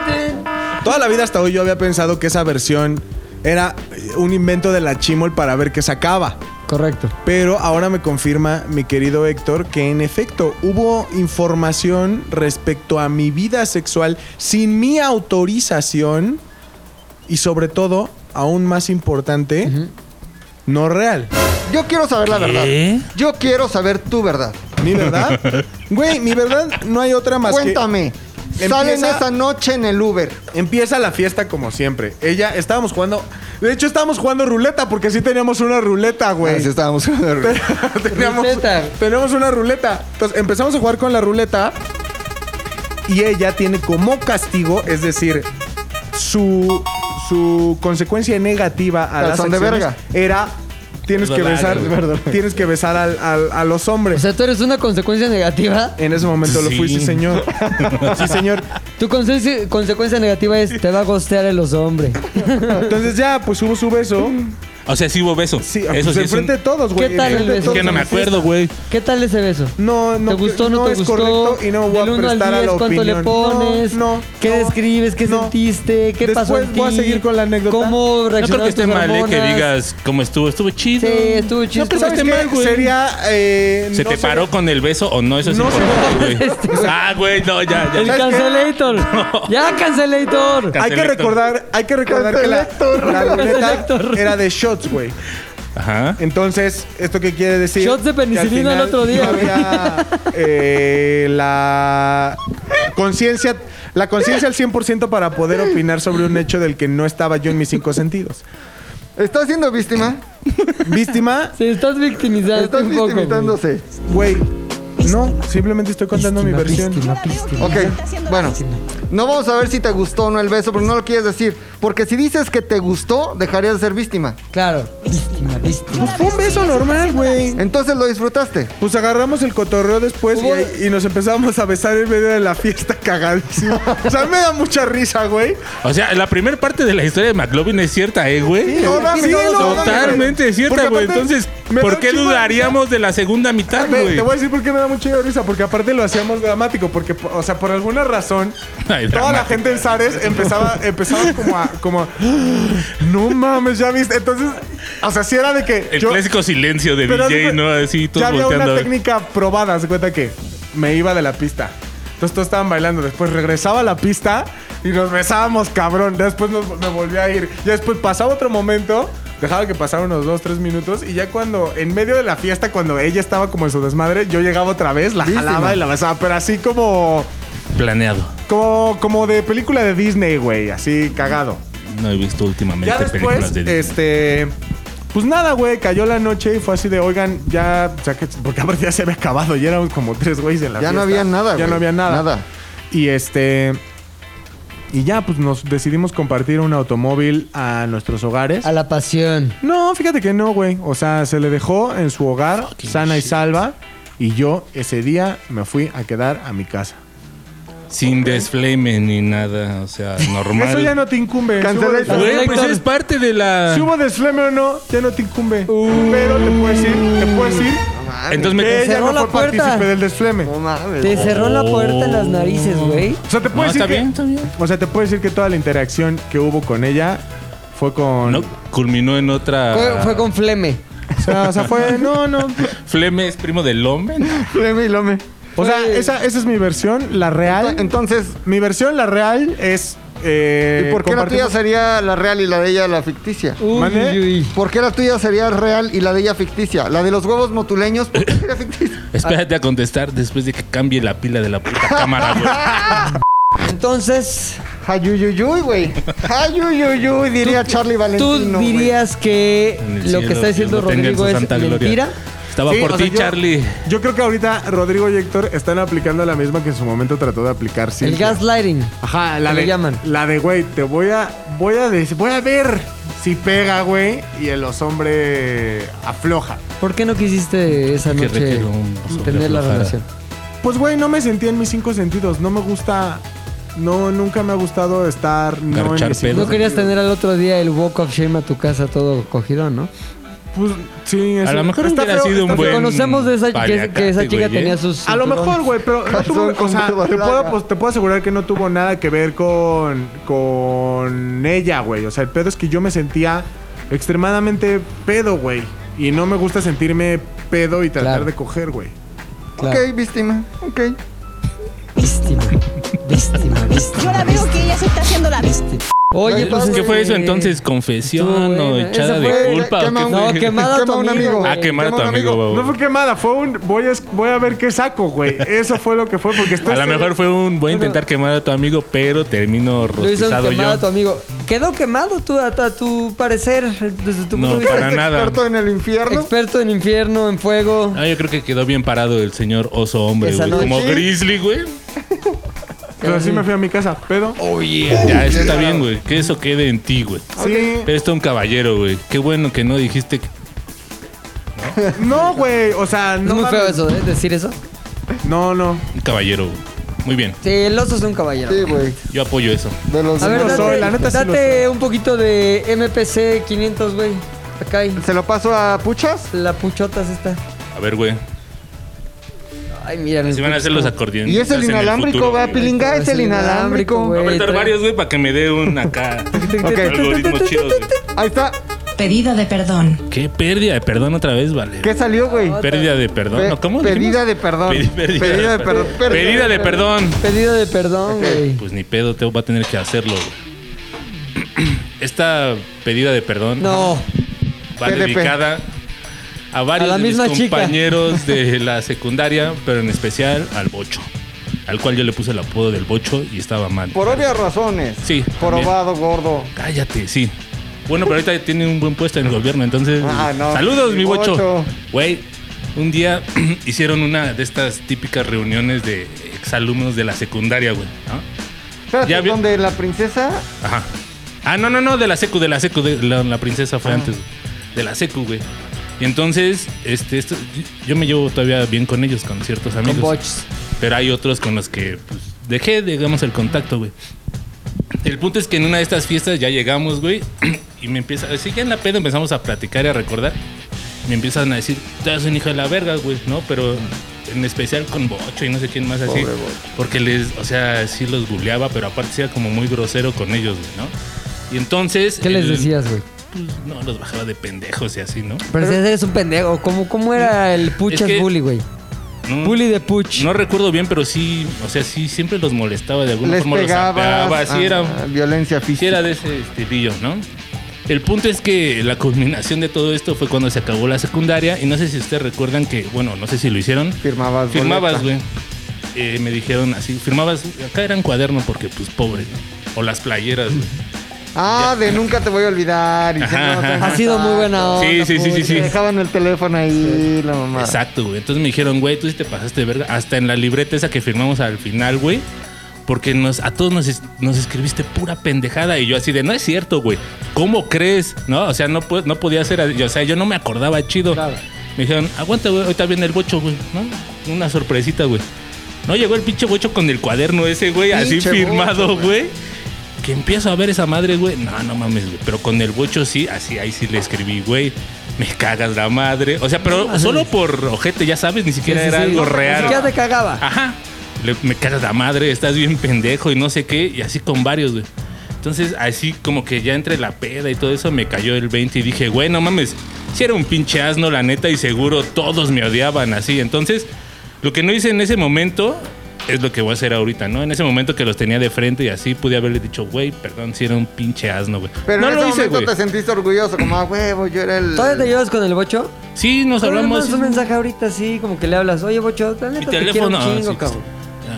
J: Toda la vida hasta hoy yo había pensado que esa versión era un invento de la Chimol para ver qué sacaba.
E: Correcto.
J: Pero ahora me confirma mi querido Héctor que en efecto hubo información respecto a mi vida sexual sin mi autorización y sobre todo, aún más importante, no real.
B: Yo quiero saber la verdad.
F: ¿Qué?
B: Yo quiero saber tu verdad.
J: ¿Mi verdad? Güey, mi verdad no hay otra más que-
B: Cuéntame. Salen
J: Empieza-
B: esa noche en el Uber.
J: Empieza la fiesta como siempre. Ella, estábamos jugando. De hecho, estábamos jugando ruleta porque sí teníamos una ruleta, güey.
B: Así estábamos. en el
E: [LAUGHS]
B: Uber.
J: teníamos,
E: Ruleta.
J: teníamos una ruleta. Entonces empezamos a jugar con la ruleta. Y ella tiene como castigo, es decir, su, su consecuencia negativa a
B: Calzón de
J: las acciones
B: verga.
J: era. Tienes que
F: Perdón,
J: besar.
F: güey.
J: perdón, Tienes que besar al- al- a los
E: O
J: hombres.
E: sea, tú eres una consecuencia negativa.
J: en ese momento lo fui, sí,
F: Sí.
J: señor. sí, señor.
E: Tu conse- consecuencia negativa es te va a gostear el oso hombre. [LAUGHS]
J: Entonces ya, pues hubo su beso.
F: O sea, sí hubo beso.
J: Sí,
F: eso
J: pues
F: sí es un-
J: enfrente de todos, güey.
E: ¿Qué tal el
J: enfrente de
E: beso?
F: Es
J: todos
F: que no
J: en
F: me
J: la fiesta.
F: acuerdo, güey.
E: ¿Qué tal ese beso?
J: No, no.
E: ¿Te gustó, no, te
J: es
E: gustó?
J: correcto y no voy
E: Del
J: a
E: uno al
J: prestar a la
E: diez, ¿Cuánto
J: opinión.
E: le pones?
J: No, no,
E: ¿Qué
J: no.
E: describes? ¿Qué
J: No.
E: sentiste? ¿Qué pasó en
J: Después voy a
E: ti?
J: seguir con la anécdota.
E: ¿Cómo
F: No creo
E: reaccionaste
F: que esté mal eh, que digas cómo estuvo. Estuvo
E: Sí,
F: chido.
E: estuvo chido.
F: No, pero
E: estuvo
J: pues, ¿Sabes
F: Este
J: qué?
F: mal, güey.
J: Sería... eh,
F: ¿Se
J: no
F: te
J: sé,
F: paró con el beso o no? Eso es
J: No,
E: [LAUGHS]
F: importante, güey. Ah, güey, no, ya,
E: Este, El
F: ya.
E: cancelator.
F: [LAUGHS]
E: Ya, cancelator.
J: Hay que recordar, hay que recordar que la,
E: [LAUGHS]
J: la ruleta era de shots, güey.
F: Ajá.
J: Entonces, ¿esto qué quiere decir?
E: Shots de
J: Que al
E: penicilina
J: final
E: al otro día,
J: no
E: güey.
J: había, eh, la conciencia, la conciencia al 100% para poder opinar sobre un hecho del que no estaba yo en mis cinco sentidos.
B: ¿Estás siendo víctima?
J: Víctima,
E: Se estás victimizando.
B: Estás
E: un poco, güey.
B: victimizándose.
J: Güey, no, simplemente estoy contando mi versión.
E: Víctima, víctima.
B: Ok, bueno. No vamos a ver si te gustó o no el beso, pero no lo quieres decir. Porque si dices que te gustó, dejarías de ser víctima.
E: Claro. Víctima, víctima.
J: Pues fue un beso normal, güey.
B: Entonces lo disfrutaste.
J: Pues agarramos el cotorreo después y,
E: Hubo-
J: ahí- y nos empezamos a besar en medio de la fiesta cagadísimo. O sea, me da mucha risa, güey.
F: O sea, la primera parte de la historia de McLovin es cierta, ¿eh, güey?
J: Toda-
B: sí,
J: toda-
B: no,
F: Totalmente cierta,
J: Porque
F: güey.
J: aparte,
F: Entonces,
J: me da
F: ¿por
J: un
F: qué
J: chingo de-
F: dudaríamos de la segunda mitad,
J: Ve,
F: güey?
J: te voy a decir por qué me da mucha risa, porque aparte lo hacíamos dramático, porque, o sea, por alguna razón,
F: Ay,
J: toda la
F: dramático.
J: gente en Sares empezaba, empezaba como a, como, a, [GASPS] no mames, ya viste. Entonces, o sea, sí era de que
F: El clásico silencio de
J: Pero
F: DJ,
J: así fue-
F: ¿no? Así, todos
J: ya había
F: volteando.
J: una
F: a ver.
J: técnica probada, se cuenta que me iba de la pista. Entonces todos estaban bailando, después regresaba a la pista y nos besábamos, cabrón. Después nos- me volví a ir. Ya después pasaba otro momento, dejaba que pasaran unos dos, tres minutos y ya cuando, en medio de la fiesta, cuando ella estaba como en su desmadre, yo llegaba otra vez, la jalaba y la besaba, pero así como,
F: Planeado.
J: como, como de película de Disney, güey, así cagado.
F: No he visto últimamente
J: Ya después,
F: películas de Disney.
J: este. Pues nada, güey, cayó la noche y fue así de, oigan, ya, ya que, porque aparte ya se había acabado, ya éramos como tres güeyes en la
B: Ya no
J: fiesta.
B: había nada,
J: Ya
B: güey.
J: no había nada.
B: Nada.
J: Y este. Y ya, pues nos decidimos compartir un automóvil a nuestros hogares.
E: A la pasión.
J: No, fíjate que no, güey. O sea, se le dejó en su hogar, sana y salva. Y yo ese día me fui a quedar a mi casa.
F: Sin desflame ni nada, o sea, normal.
J: Eso ya no te incumbe.
B: Cancela
J: Subo
B: el
J: de-
B: plan.
F: Güey, pues
E: Héctor.
F: es parte de la... Uh.
J: Si hubo desfleme o no, ya no te incumbe. Pero te puedes ir, te puedes ir.
F: Entonces me...
J: Que ella
E: cerró
J: no
E: la
J: fue
E: puerta.
J: partícipe del desfleme.
B: No
J: O
B: mames.
E: Te cerró la puerta en las narices, güey.
J: sea, te
F: No,
J: puedo decir
F: está
J: que,
F: bien, está bien.
J: O sea, te puedo decir que toda la interacción que hubo con ella fue con.
F: No, culminó en otra...
E: Fue, fue con fleme.
J: O, sea, o sea, fue.
F: [LAUGHS]
J: No, no.
F: Fleme es primo del hombre.
B: Leme y lome.
J: O sea, esa, esa es mi versión, la real.
B: Entonces,
J: mi versión, la real, es. eh,
B: ¿y por qué la tuya
J: compartimos-
B: sería la real y la de ella la ficticia?
E: Uy,
J: ¿Mande?
E: uy, uy.
B: ¿Por qué la tuya sería real y la de ella ficticia? La de los huevos motuleños, ¿por qué sería ficticia?
F: Espérate a contestar después de que cambie la pila de la puta cámara, güey.
E: Entonces,
B: Jayuyuyuy, güey. Jayuyuyuy, diría Charlie
J: Pues
E: ¿tú
B: Valentino. güey.
E: dirías que
F: En el
E: lo
F: cielo,
E: que está diciendo
F: Dios lo tenga en
E: Rodrigo
F: su
E: es
F: santa gloria.
E: mentira?
F: Estaba
J: Sí,
F: por
J: o sea,
F: ti,
J: yo-
F: Charlie.
J: Yo creo que ahorita Rodrigo y Héctor están aplicando la misma que en su momento trató de aplicar.
E: El
J: Cintia.
E: gaslighting.
J: Ajá, la
E: que
J: de.
E: le llaman.
J: La de, güey, te voy a. Voy a. des- voy a ver sí pega, güey, y el osombre afloja.
E: ¿Por qué no quisiste esa
F: Que
E: noche
F: requiere un sobre
E: tener la
F: aflojada.
E: relación?
J: Pues, güey, no me sentí en mis cinco sentidos. No me gusta. No, nunca me ha gustado estar. No, en
F: Garchar
J: mis cinco
F: pedos.
E: No querías
J: sentidos.
E: tener al otro día el walk of shame a tu casa todo cogido, ¿no?
J: Pues, sí,
F: A
J: eso-
F: lo mejor
J: está
F: hubiera
J: feo,
F: sido un
J: está
E: Porque
F: buen.
E: conocemos de esa, que,
F: paliacate,
E: que esa chica
F: güey, ¿eh?
E: tenía sus.
J: A lo
E: cinturones.
J: mejor, güey, pero no
B: Calzón
J: tuvo- o
B: con
J: sea,
B: barba
J: te puedo,
B: larga.
J: apos- te puedo asegurar que no tuvo nada que ver con, con ella, güey. O sea, el pedo es que yo me sentía extremadamente pedo, güey. Y no me gusta sentirme pedo y tratar
E: Claro.
J: de coger, güey.
E: Claro.
B: Ok, víctima. Ok.
E: Víctima. Víctima, víctima.
L: Yo la veo que ella se está haciendo la vista.
E: Oye, pues.
F: ¿Qué fue eso
E: este,
F: entonces? ¿Confesión
E: estuvo
F: o
E: buena.
F: echada
E: Esa
F: de
E: fue-
F: culpa? o
B: quema
F: qué
B: un-
F: fue?
E: No, quemada a tu
B: Quema un
E: amigo.
B: amigo.
E: güey.
F: Ah, quemar a tu
B: Quema un
F: amigo,
B: amigo.
F: babo.
J: No fue quemada, fue un. Voy a, voy a ver qué saco,
E: [LAUGHS]
J: güey. Eso fue lo que fue, porque estoy.
F: A lo mejor fue un voy a intentar quemar a tu amigo, pero termino
E: Lo hizo
F: rostizado
E: quemado a tu
F: yo.
E: amigo. Quedó quemado tú, a, a tu parecer, desde tu punto
F: No,
E: de vista.
F: para nada.
B: Experto en el infierno.
E: Experto en infierno, en fuego.
F: No, yo creo que quedó bien parado el señor oso hombre,
E: Esa
F: güey.
E: noche.
F: Como grizzly, güey.
J: Pero sí me fui a mi casa, pedo.
F: Ya, eso está bien, güey. Que eso quede en ti, güey.
J: Sí.
F: Pero está un caballero, güey. Qué bueno que no dijiste. que-
J: No, güey. O sea,
E: es
J: no.
E: muy feo
J: mames.
E: eso, ¿eh? Decir eso.
J: No, no.
F: Un caballero, güey. Muy bien.
E: Sí, el oso es un caballero.
B: Sí, güey.
F: Yo apoyo eso.
B: De los
E: a ver,
J: lo
E: date,
J: soy, la neta sí lo
E: date un poquito de MPC 500, güey. Acá hay.
B: ¿Se lo paso a Puchas?
E: La puchota es esta.
F: A ver, güey.
E: Ay, mira. mis
F: Si van a hacer los acordeones.
B: Y es el
F: en
B: inalámbrico,
F: futuro,
B: va, Eh,
F: güey.
B: Pilinga, es el inalámbrico.
F: Va a
E: güey.
F: meter varios, güey, para que me dé
B: [LAUGHS]
F: un acá.
B: Ok.
F: Algoritmo chido, güey.
B: Ahí está.
I: Pedida de perdón.
F: Qué pérdida de perdón otra vez, vale.
B: ¿Qué salió, güey?
F: Pérdida de perdón.
B: Pe-
F: ¿no? ¿Cómo
B: Pedida
F: dijimos?
B: de perdón.
F: Pedi-
B: Pedida de perdón.
F: Pedida de perdón.
E: Pedido de perdón, güey.
F: Pues ni pedo, te va a tener que hacerlo, güey. Esta pedida de perdón
E: No.
F: va
B: PDP.
F: dedicada a varios
E: A la
F: de mis
E: misma chica.
F: compañeros de la secundaria, pero en especial al Bocho, al cual yo le puse el apodo del Bocho y estaba mal.
B: Por obvias razones.
F: Sí,
B: Probado, gordo.
F: Cállate, sí. Bueno, pero ahorita tiene un buen puesto en el gobierno, entonces.
B: Ah, no.
F: Saludos, mi
B: Mi
F: bocho.
B: bocho.
F: Güey, un día [CLEARS THROAT] hicieron una de estas típicas reuniones de exalumnos de la secundaria, güey. ¿no?
B: Espérate,
F: Ya vi-
B: donde la princesa
F: Ajá. Ah, no, no, no, de la secu, de la secu, de la, la princesa
E: Ah.
F: fue antes, güey. de la secu, güey. Y entonces, este, esto- yo me llevo todavía bien con ellos, con ciertos amigos.
E: Con bots.
F: Pero hay otros con los que pues, dejé, digamos, el contacto, güey. El punto es que en una de estas fiestas ya llegamos, güey, [CLEARS THROAT] y me empieza, así ya en la peda empezamos a platicar y a recordar. Me empiezan a decir, tú eres un hijo de la verga, güey, ¿no? Pero en especial con Bocho y no sé quién más así. Porque les, o sea, sí los buleaba, pero aparte era como muy grosero con ellos, güey, ¿no? Y entonces...
E: ¿Qué les
F: el-
E: decías, güey?
F: Pues, no, los bajaba de pendejos y así, ¿no?
E: Pero si eres un pendejo. ¿Cómo, cómo era el puchas
F: que-
E: bully, güey?
F: No,
E: Bully de puch.
F: no recuerdo bien, pero sí, o sea, sí, siempre los molestaba de alguna
B: les Ah,
F: forma, los
B: pegaba
F: apeaba, así era...
B: violencia
F: Sí,
B: física.
F: era de ese estilillo, ¿no? El punto es que la culminación de todo esto fue cuando se acabó la secundaria y no sé si ustedes recuerdan que, bueno, no sé si lo hicieron.
B: Firmabas
F: Firmabas,
B: boleta.
F: güey. Eh, me dijeron así, firmabas, acá eran cuaderno porque pues pobre, ¿no? o las playeras, güey.
B: Ah, de nunca te voy a olvidar. Y que
F: Ajá,
B: no
F: ajá.
B: tengo
E: Ha sido muy buena onda.
F: Sí, sí, sí, sí,
E: puch.
F: sí.
B: Te dejaban el teléfono ahí, la mamá.
F: Exacto, güey. Entonces me dijeron, güey, tú sí te pasaste de verga. Hasta en la libreta esa que firmamos al final, güey. Porque nos, a todos nos, es- nos escribiste pura pendejada. Y yo así de, no es cierto, güey. ¿Cmo crees? No, o sea, no, pu- no podía ser. así. O sea, yo no me acordaba chido. Me dijeron, aguanta, güey. Ahorita viene el bocho, güey. ¿No? Una sorpresita, güey. No llegó el pinche bocho con el cuaderno ese, güey. Así
B: Pinche
F: firmado, güey. Que empiezo a ver esa madre, güey. No, no mames, güey. Pero con el bocho sí, así, ahí sí le escribí, güey. Me cagas la madre. O sea, pero solo por ojete, ya sabes, ni siquiera
E: Sí, sí,
F: era
E: sí.
F: algo
E: Ni
F: real.
E: siquiera te cagaba.
F: Ajá. Le- me cagas la madre, estás bien pendejo y no sé qué. Y así con varios, güey. Entonces, así como que ya entre la peda y todo eso, me cayó el 20 y dije, güey, no mames, si era un pinche asno, la neta, y seguro todos me odiaban así. Entonces, lo que no hice en ese momento es lo que voy a hacer ahorita, ¿no? En ese momento que los tenía de frente y así, pude haberle dicho, güey, perdón, si era un pinche asno, güey.
B: Pero
F: no
B: en
F: lo
B: ese
F: hice,
B: momento
F: güey.
B: te sentiste orgulloso, como, ah, huevo, yo era el...
E: ¿Todavía te llevas con el bocho?
F: Sí, nos
E: Pero le
F: hablamos.
E: mandas un mensaje ahorita así, como que le hablas, oye, bocho, la
F: Mi
E: neta te quiero un
F: teléfono. ah,
E: chingo,
F: sí,
E: cabrón.
F: sí.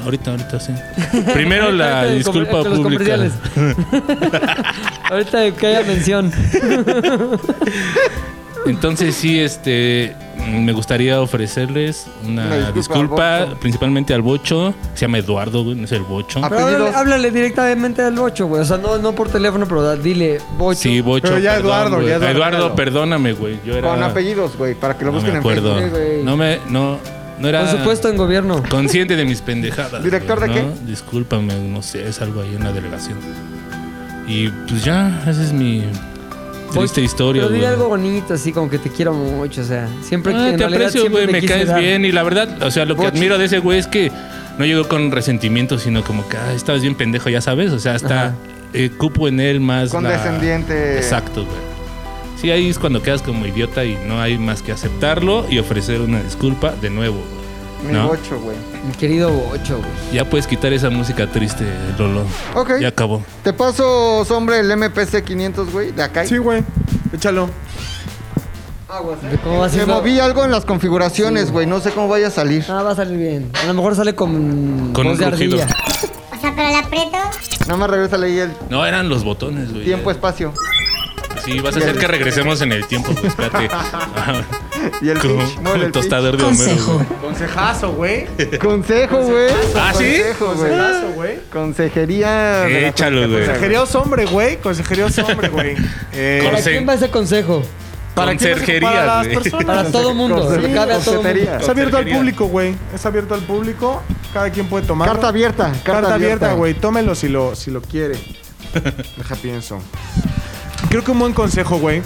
F: Ahorita, ahorita,
E: [LAUGHS]
F: sí. Primero la
E: Ahorita de com-
F: disculpa
E: con los
F: pública.
E: comerciales.
F: [LAUGHS]
E: ahorita que haya mención.
F: Entonces sí, este, me gustaría ofrecerles una,
E: Una disculpa
F: disculpa,
E: al
F: principalmente al Bocho. Se llama Eduardo, güey, no es el Bocho.
E: Ah, Pero háblale, háblale directamente al bocho, güey. O sea, no, no por teléfono, pero da- dile bocho.
F: Sí, Bocho.
E: Pero ya
F: perdón,
E: Eduardo,
F: güey.
E: ya Eduardo.
F: perdóname, güey. Yo era.
B: Con apellidos, güey, para que lo
F: no
B: busquen
F: me
B: en
F: acuerdo.
B: Facebook.
F: No me. No, no era.
E: Por supuesto, en gobierno.
F: Consciente de mis pendejadas.
E: ¿Director
F: güey,
E: de
F: ¿no? Discúlpame, no sé, es algo ahí en la delegación. Y pues ya, esa es mi triste historia,
E: Pues,
F: güey.
E: Pero dile algo bonito, así como que te quiero mucho, o sea. Siempre
F: Ah,
E: que en
F: te
E: realidad
F: aprecio,
E: siempre
F: güey, me
E: quise
F: caes
E: dar.
F: bien. Y la verdad, o sea, lo que
E: Bocho.
F: admiro de ese güey es que no llegó con resentimiento, sino como que "Ay, estabas bien pendejo, ya sabes. O sea, hasta eh, cupo en él más. la-
B: Condescendiente.
F: Exacto, güey. Sí, ahí es cuando quedas como idiota y no hay más que aceptarlo y ofrecer una disculpa de nuevo.
B: Mi
F: ¿no?
B: bocho, güey.
E: Mi querido bocho, güey.
F: Ya puedes quitar esa música triste, Lolo.
B: Ok.
F: Ya acabó.
B: ¿Te paso, hombre, el MPC 500, güey? De acá. Sí,
J: güey. Échalo.
E: ¿Cómo va
B: Me
E: haciendo?
B: moví algo en las configuraciones, güey. No sé cómo vaya a salir.
E: Ah, va a salir bien. A lo mejor sale con.
F: Con un rugido.
B: O sea, pero la aprieto. Nada más regresa ahí el
F: No, eran los botones, güey.
B: tiempo, espacio. [LAUGHS]
F: Sí, vas a hacer que regresemos en el tiempo, güey. Espérate.
B: y el
F: como,
B: pitch,
F: como
B: mueve
F: el
B: el
F: tostador
B: pitch.
F: de Homero.
B: Consejo.
F: güey.
J: Consejazo, güey.
B: Consejo, güey.
J: ¿Ah, sí?
B: Consejo, güey.
J: Consejazo, güey.
B: Consejería. de la
F: Échalo, güey.
J: Consejeríos hombre, güey. Consejeríos hombre, güey. Eh,
E: ¿Para quién va ese consejo?
J: ¿Para quién? Para las personas.
E: Para todo mundo.
J: Conserje-
E: le cabe a todo mundo.
J: Es abierto al público, güey. Es abierto al público. Cada quien puede tomar.
B: Carta abierta, carta abierta.
J: abierta, güey. Tómelo si lo, si lo quiere. Deja pienso. Creo que un buen consejo, güey.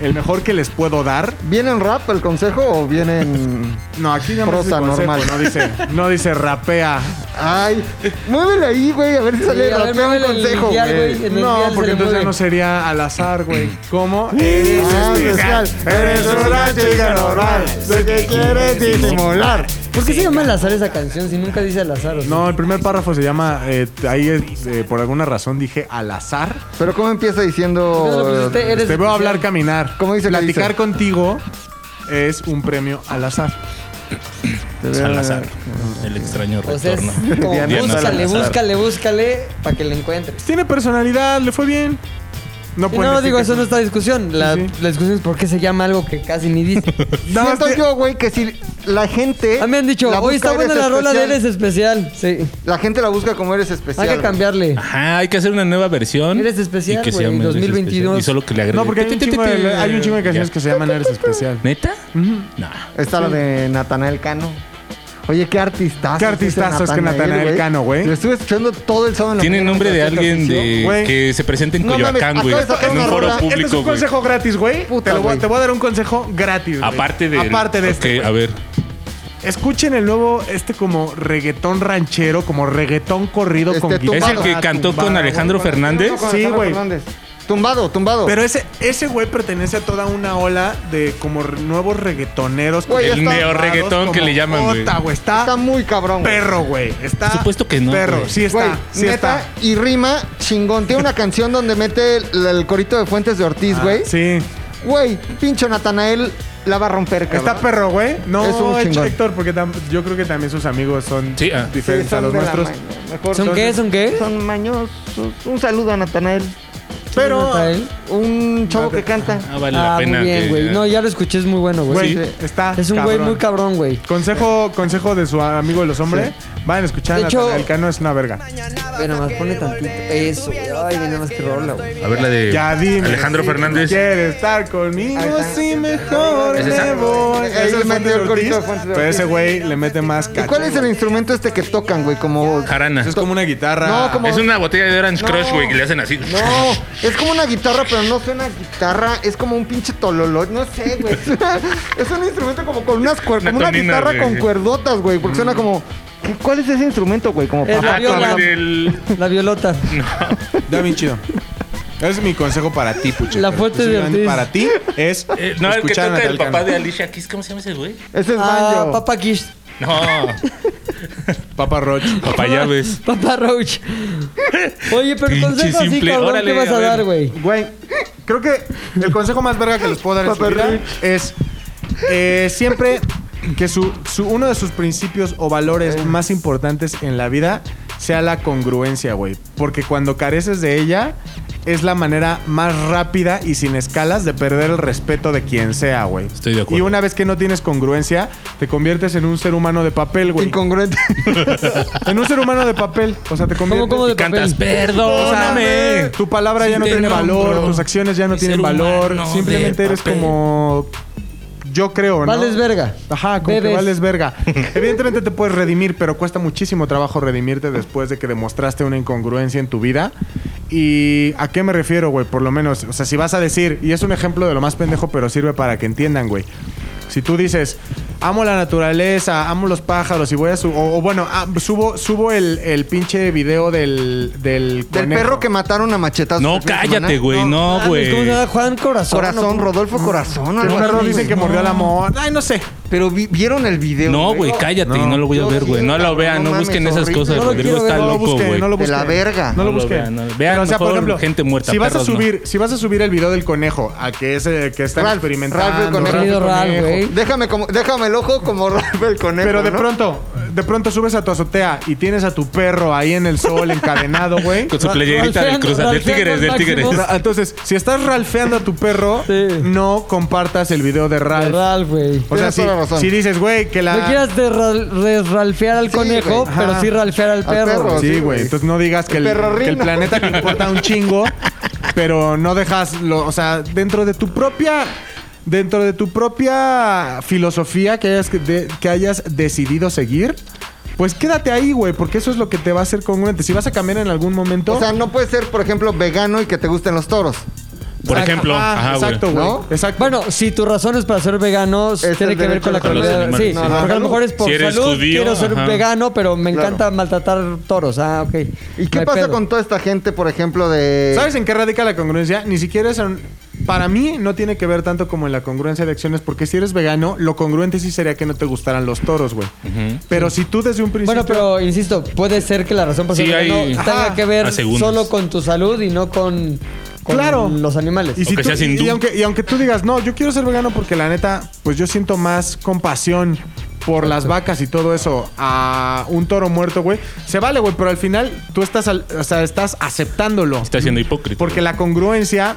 J: El mejor que les puedo dar.
B: ¿Viene en rap el consejo o viene en.?
J: No, aquí ya
B: Prosa normal.
J: normal. No dice, no dice rapea.
B: Ay, muévele ahí, güey, a ver si
J: Sí,
B: sale
J: a ver,
B: rapea un
J: muévele el
B: consejo. Eh,
J: dial, güey,
B: güey.
J: en el No, dial se porque le entonces ya mueve. no sería al azar, güey. ¿Cómo?
B: Eres
J: Ah,
B: especial, eres una chica normal, lo que quieres disimular.
E: ¿Por qué se llama el azar esa canción si nunca dice al azar? o sea?
J: No, el primer párrafo se llama. eh, ahí es, eh, por alguna razón dije al azar.
B: Pero ¿cómo empieza
J: Te
E: pues
B: diciendo? eh,
J: veo hablar, caminar.
B: ¿Cómo dice? ¿Qué
J: Platicar
B: dice?
J: contigo es un premio al azar.
F: Salazar. El extraño
J: Pues
E: O sea, es
F: retorno.
E: como
F: Diana
E: búscale,
F: Salazar.
E: búscale, búscale para que lo encuentres.
J: Tiene personalidad, le fue bien. No,
E: Sí,
J: pueden
E: no
J: decir
E: digo,
J: que
E: eso
J: sí.
E: no está discusión. La, la discusión es por qué se llama algo que casi ni dice.
B: Siento yo, güey, que si la gente.
E: Ah, Me han dicho,
B: la
E: hoy
B: busca
E: está buena
B: Eres
E: la rola
B: Especial",
E: de Eres Especial. Sí.
B: La gente la busca como eres especial.
E: Hay que cambiarle.
F: Ajá, hay que hacer una nueva versión.
E: Eres especial,
F: y que se
E: güey,
F: llame Eres
E: 2022.
F: Especial. Y solo que le agregue.
J: No, porque hay un chingo de, hay un chingo de canciones
F: Ya.
J: que se llaman Eres Especial.
F: ¿Neta? No.
B: Está la de Natanael Cano. Oye, qué artistazo.
J: Qué artistazo es que Natanael Cano, güey.
B: Lo estuve escuchando todo el sábado en la
F: Tiene
B: mañana
F: nombre de
B: mientras
F: alguien
B: hacía ejercicio.
F: de
B: Güey.
F: que se presente en
B: No mames,
F: Coyoacán,
B: acabo
F: güey.
B: de sacar
F: En un
B: una
F: foro
B: rola. Este
J: Este es
F: público,
J: un
F: güey.
J: consejo gratis, güey. Te,
B: Puta,
J: lo voy a-
B: güey.
J: te voy a dar un consejo gratis. güey.
F: Aparte de.
J: Aparte de este.
F: Ok, a ver.
J: Escuchen el nuevo, este como reggaetón ranchero, como reggaetón corrido
B: Este,
J: con
B: tumbado.
J: guitarra.
F: ¿Es el que cantó con
J: tumbada,
F: Alejandro
J: güey.
F: Fernández?
J: Con Alejandro
B: Sí, güey.
J: Fernández.
B: Tumbado, tumbado.
J: Pero ese, ese güey pertenece a toda una ola de como re- nuevos reggaetoneros.
B: Güey,
F: El
B: está-
F: neoreggaetón que le llaman, güey.
J: Jota, güey. Está,
B: Está muy cabrón. güey.
J: perro, güey. Está
F: Supuesto que no.
J: perro.
F: güey.
J: Sí está,
B: Güey,
J: sí
B: neta,
J: está.
B: y rima chingón. Tiene una canción donde mete el, el corito de Fuentes de Ortiz, güey.
J: Ah, Sí.
B: Güey, pincho Natanael la va a romper, cabrón.
J: Está perro, güey. No,
B: Es un
J: es
B: chingón.
J: Héctor, porque tam- yo creo que también sus amigos son
F: Sí, ah.
J: diferentes
B: Sí, son
J: a los
B: de la
J: nuestros.
B: maña- mejor.
E: ¿Son qué? ¿Son qué?
B: Son mañosos. Un saludo a Natanael.
J: Pero
E: Rafael?
B: Un chavo que canta.
F: Ah, vale la
E: Ah,
F: pena.
E: muy bien,
F: que-
E: güey. No, ya lo escuché, es muy bueno,
J: Güey,
E: güey.
B: Sí.
J: está.
E: Es un güey
J: cabrón.
E: muy cabrón, güey.
J: Consejo, consejo de su amigo de los hombres. Vayan a escuchar
E: De
J: a
E: hecho-
J: Natanael Cano, es una verga.
E: Ve nomás, pone tantito. Eso, güey. Ay, ve nomás que rola, güey.
F: A ver la de
J: Ya dime.
F: Eh, Alejandro
J: si
F: Fernández.
J: Quiere estar conmigo, sí, mejor
F: ¿Es esa?
J: me voy.
B: Ahí
J: Ese
B: le
J: es
B: metió el
J: Fuentes Ortiz,
B: corito de Fuentes de
J: Pero
B: Ortiz.
J: ese güey le mete más
B: ¿Y
J: cacho.
B: cuál es el instrumento este que tocan, güey? Como.
F: Jarana.
J: Es como una guitarra.
B: No, como-
F: Es una botella de Orange
B: No.
F: Crush, güey, que le hacen así.
B: No, es como una guitarra, pero no suena a guitarra. Es como un pinche tololo. No sé,
J: [LAUGHS]
B: güey. Es, una- es un instrumento como con unas
F: Una
B: cuerdas. Como una
F: tonina,
B: guitarra
F: güey.
B: con cuerdotas, güey. Porque suena como. ¿qué- ¿Cuál es ese instrumento, güey? Como
E: Es
F: Ah,
E: la
F: como el
E: viola.
F: del.
J: [LAUGHS]
E: La violota.
J: Da bien chido. Ese es mi consejo para ti, Pucho.
E: La fuente de Ortiz.
J: Para ti es
F: eh, no, el que
J: escuchar a
F: toca el
J: Natanael
F: papá
J: Cano.
F: de Alicia Keys. ¿Cómo se llama ese güey?
B: Ese es
E: Ah,
B: banjo.
E: Papa Kish.
F: [LAUGHS] No.
J: Papa Roach.
F: Papá Llaves.
J: [LAUGHS]
E: Papa Roach. Oye, pero
F: Pinche
E: consejo así,
F: simple.
E: cabrón,
F: Órale,
E: ¿qué vas
F: a
E: a
F: ver.
E: dar, güey?
J: Güey, creo que el consejo más verga que les puedo dar en su vida es eh, siempre que su, su- uno de sus principios o valores más importantes en la vida sea la congruencia, güey. Porque cuando careces de ella, es la manera más rápida y sin escalas de perder el respeto de quien sea, güey. Estoy de
F: acuerdo.
J: Y una vez que no tienes congruencia, te conviertes en un ser humano de papel, güey. Incongruente. [LAUGHS] en un ser humano de papel. O sea, te conviertes...
F: cómo de Y cantas, papel? "Perdóname".
J: tu palabra
F: Si
J: ya no
F: te
J: tiene
F: nombro.
J: valor, tus acciones ya no
F: Mi
J: tienen
F: ser
J: valor.
F: humano
J: Simplemente
F: de
J: eres
F: papel.
J: como... Yo creo, ¿no?
E: Vales verga.
J: Ajá, como
E: Bebes.
J: que vales verga. Evidentemente te puedes redimir, pero cuesta muchísimo trabajo redimirte después de que demostraste una incongruencia en tu vida. ¿Y a qué me refiero, güey? Por lo menos, o sea, si vas a decir, y es un ejemplo de lo más pendejo, pero sirve para que entiendan, güey. Si tú dices, amo la naturaleza, amo los pájaros y voy a su o, o bueno, ah, subo, subo el, el pinche video del del,
B: [LAUGHS] Del perro que mataron a machetazos.
F: No,
B: el fin de semana.
F: cállate, güey. No,
E: mames,
F: güey.
E: ¿Cómo se llama? Juan Corazón.
B: Corazón,
E: ¿no?
B: Rodolfo Corazón.
J: El
B: algo
J: perro
B: así,
J: dicen
B: güey.
J: que mordió al amor. Ay, no sé.
B: Pero vi- vieron el video.
F: No, güey, cállate y no lo voy a
B: yo
F: ver,
B: sí,
F: güey. No lo
B: cabrón,
F: vean, no
B: mames,
F: busquen esas
B: horrible.
F: cosas.
B: No lo
F: Rodrigo
B: quiero
F: está
B: ver, no lo
F: loco,
J: busquen,
F: güey.
J: no lo
B: De la
J: busquen.
B: verga.
J: No lo
F: No lo
J: busquen.
F: vean, no. Vean
J: Pero,
F: mejor gente muerta,
J: Si vas a
F: perros,
J: subir, si vas a subir el video del conejo, a que es el que está
B: Ralph,
J: experimentando.
B: Ralph el conejo.
J: el
E: Querido Ralph, güey.
B: Déjame, como, déjame el ojo como [LAUGHS] Ralph el conejo.
J: Pero de
B: ¿no?
J: pronto, de pronto subes a tu azotea y tienes a tu perro ahí en el sol encadenado,
F: [LAUGHS]
J: güey.
F: Con su playerita del
E: Ralfeando,
F: Cruz del
E: ralfeando
F: Tigres, del
E: al
F: Tigres.
E: máximo.
J: Ra- Entonces, si estás ralfeando a tu perro,
E: Sí.
J: no compartas el video de Ralph.
E: Ralph, güey.
J: O sea,
B: Tienes
J: si,
B: toda la razón.
J: si dices, güey, que la.
E: No quieras derral- resralfear al
B: Sí,
E: conejo,
B: güey.
E: pero
J: Ajá.
E: sí ralfear al
B: Al
E: perro.
B: perro.
E: güey.
J: Sí,
B: Sí, güey.
J: güey. Entonces no digas que el,
B: perro
J: que el
B: rino.
J: planeta te importa un chingo, pero no dejas, lo- o sea, dentro de tu propia, dentro de tu propia filosofía que hayas, que de- que hayas decidido seguir, pues quédate ahí, güey, porque eso es lo que te va a hacer congruente. Si vas a cambiar en algún momento, pues
B: O sea, no puedes ser, por ejemplo, vegano y que te gusten los toros.
F: Por ejemplo,
J: Ajá,
F: ajá, güey.
J: ah, exacto, güey,
B: ¿No?
J: exacto.
E: Bueno, si tu razón es para ser vegano,
B: Es
E: tiene
B: el
E: que ver con la
B: derecho de los
E: comida.
F: animales.
E: Sí,
F: No,
E: porque
B: ajá.
E: a lo mejor es por
F: Si eres
E: salud,
F: judío,
E: quiero ser
F: ajá.
E: vegano, pero me
B: Claro.
E: encanta maltratar toros. Ah, ok.
B: ¿Y
E: No
B: qué
E: hay
B: pasa
E: pedo.
B: con toda esta gente, por ejemplo,
E: Eh,
B: de.
J: ¿Sabes en qué radica la congruencia? Ni siquiera es... en- Para mí no tiene que ver tanto como en la congruencia de acciones, porque si eres vegano, lo congruente sí sería que no te gustaran los toros, güey. Pero si tú desde un principio...
E: Bueno, pero insisto, puede ser que la razón para
F: Sí,
E: ser vegano
F: hay-
E: tenga
J: Ajá.
E: que ver
F: A segundos.
E: solo con tu salud y no con, con
J: Claro.
E: los animales.
J: Y, si
F: que
J: tú-
F: seas hindú.
J: y aunque, y aunque tú digas, no, yo quiero ser vegano porque la neta, pues yo siento más compasión por las vacas y todo eso a un toro muerto, güey. Se vale, güey, pero al final tú estás, al- o sea, estás aceptándolo.
F: Está siendo hipócrita.
J: Porque la congruencia,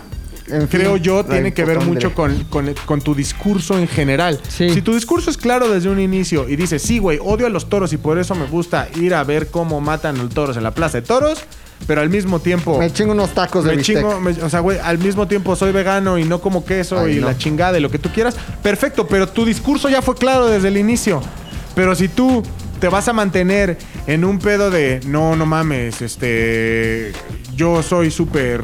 B: En fin,
J: creo yo,
B: la
J: tiene que ver
B: hipocondria.
J: mucho con, con- con tu discurso en general.
E: Sí.
J: Si tu discurso es claro desde un inicio y dices, sí, güey, odio a los toros y por eso me gusta ir a ver cómo matan los toros en la plaza de toros, pero al mismo tiempo
B: Me chingo unos tacos de
J: me
B: bistec.
J: chingo, me- o sea, güey, al mismo tiempo soy vegano y no como queso
B: Ay,
J: y
B: no.
J: la chingada y lo que tú quieras. Perfecto, pero tu discurso ya fue claro desde el inicio. Pero si tú te vas a mantener en un pedo de no, no mames, este. Yo soy súper.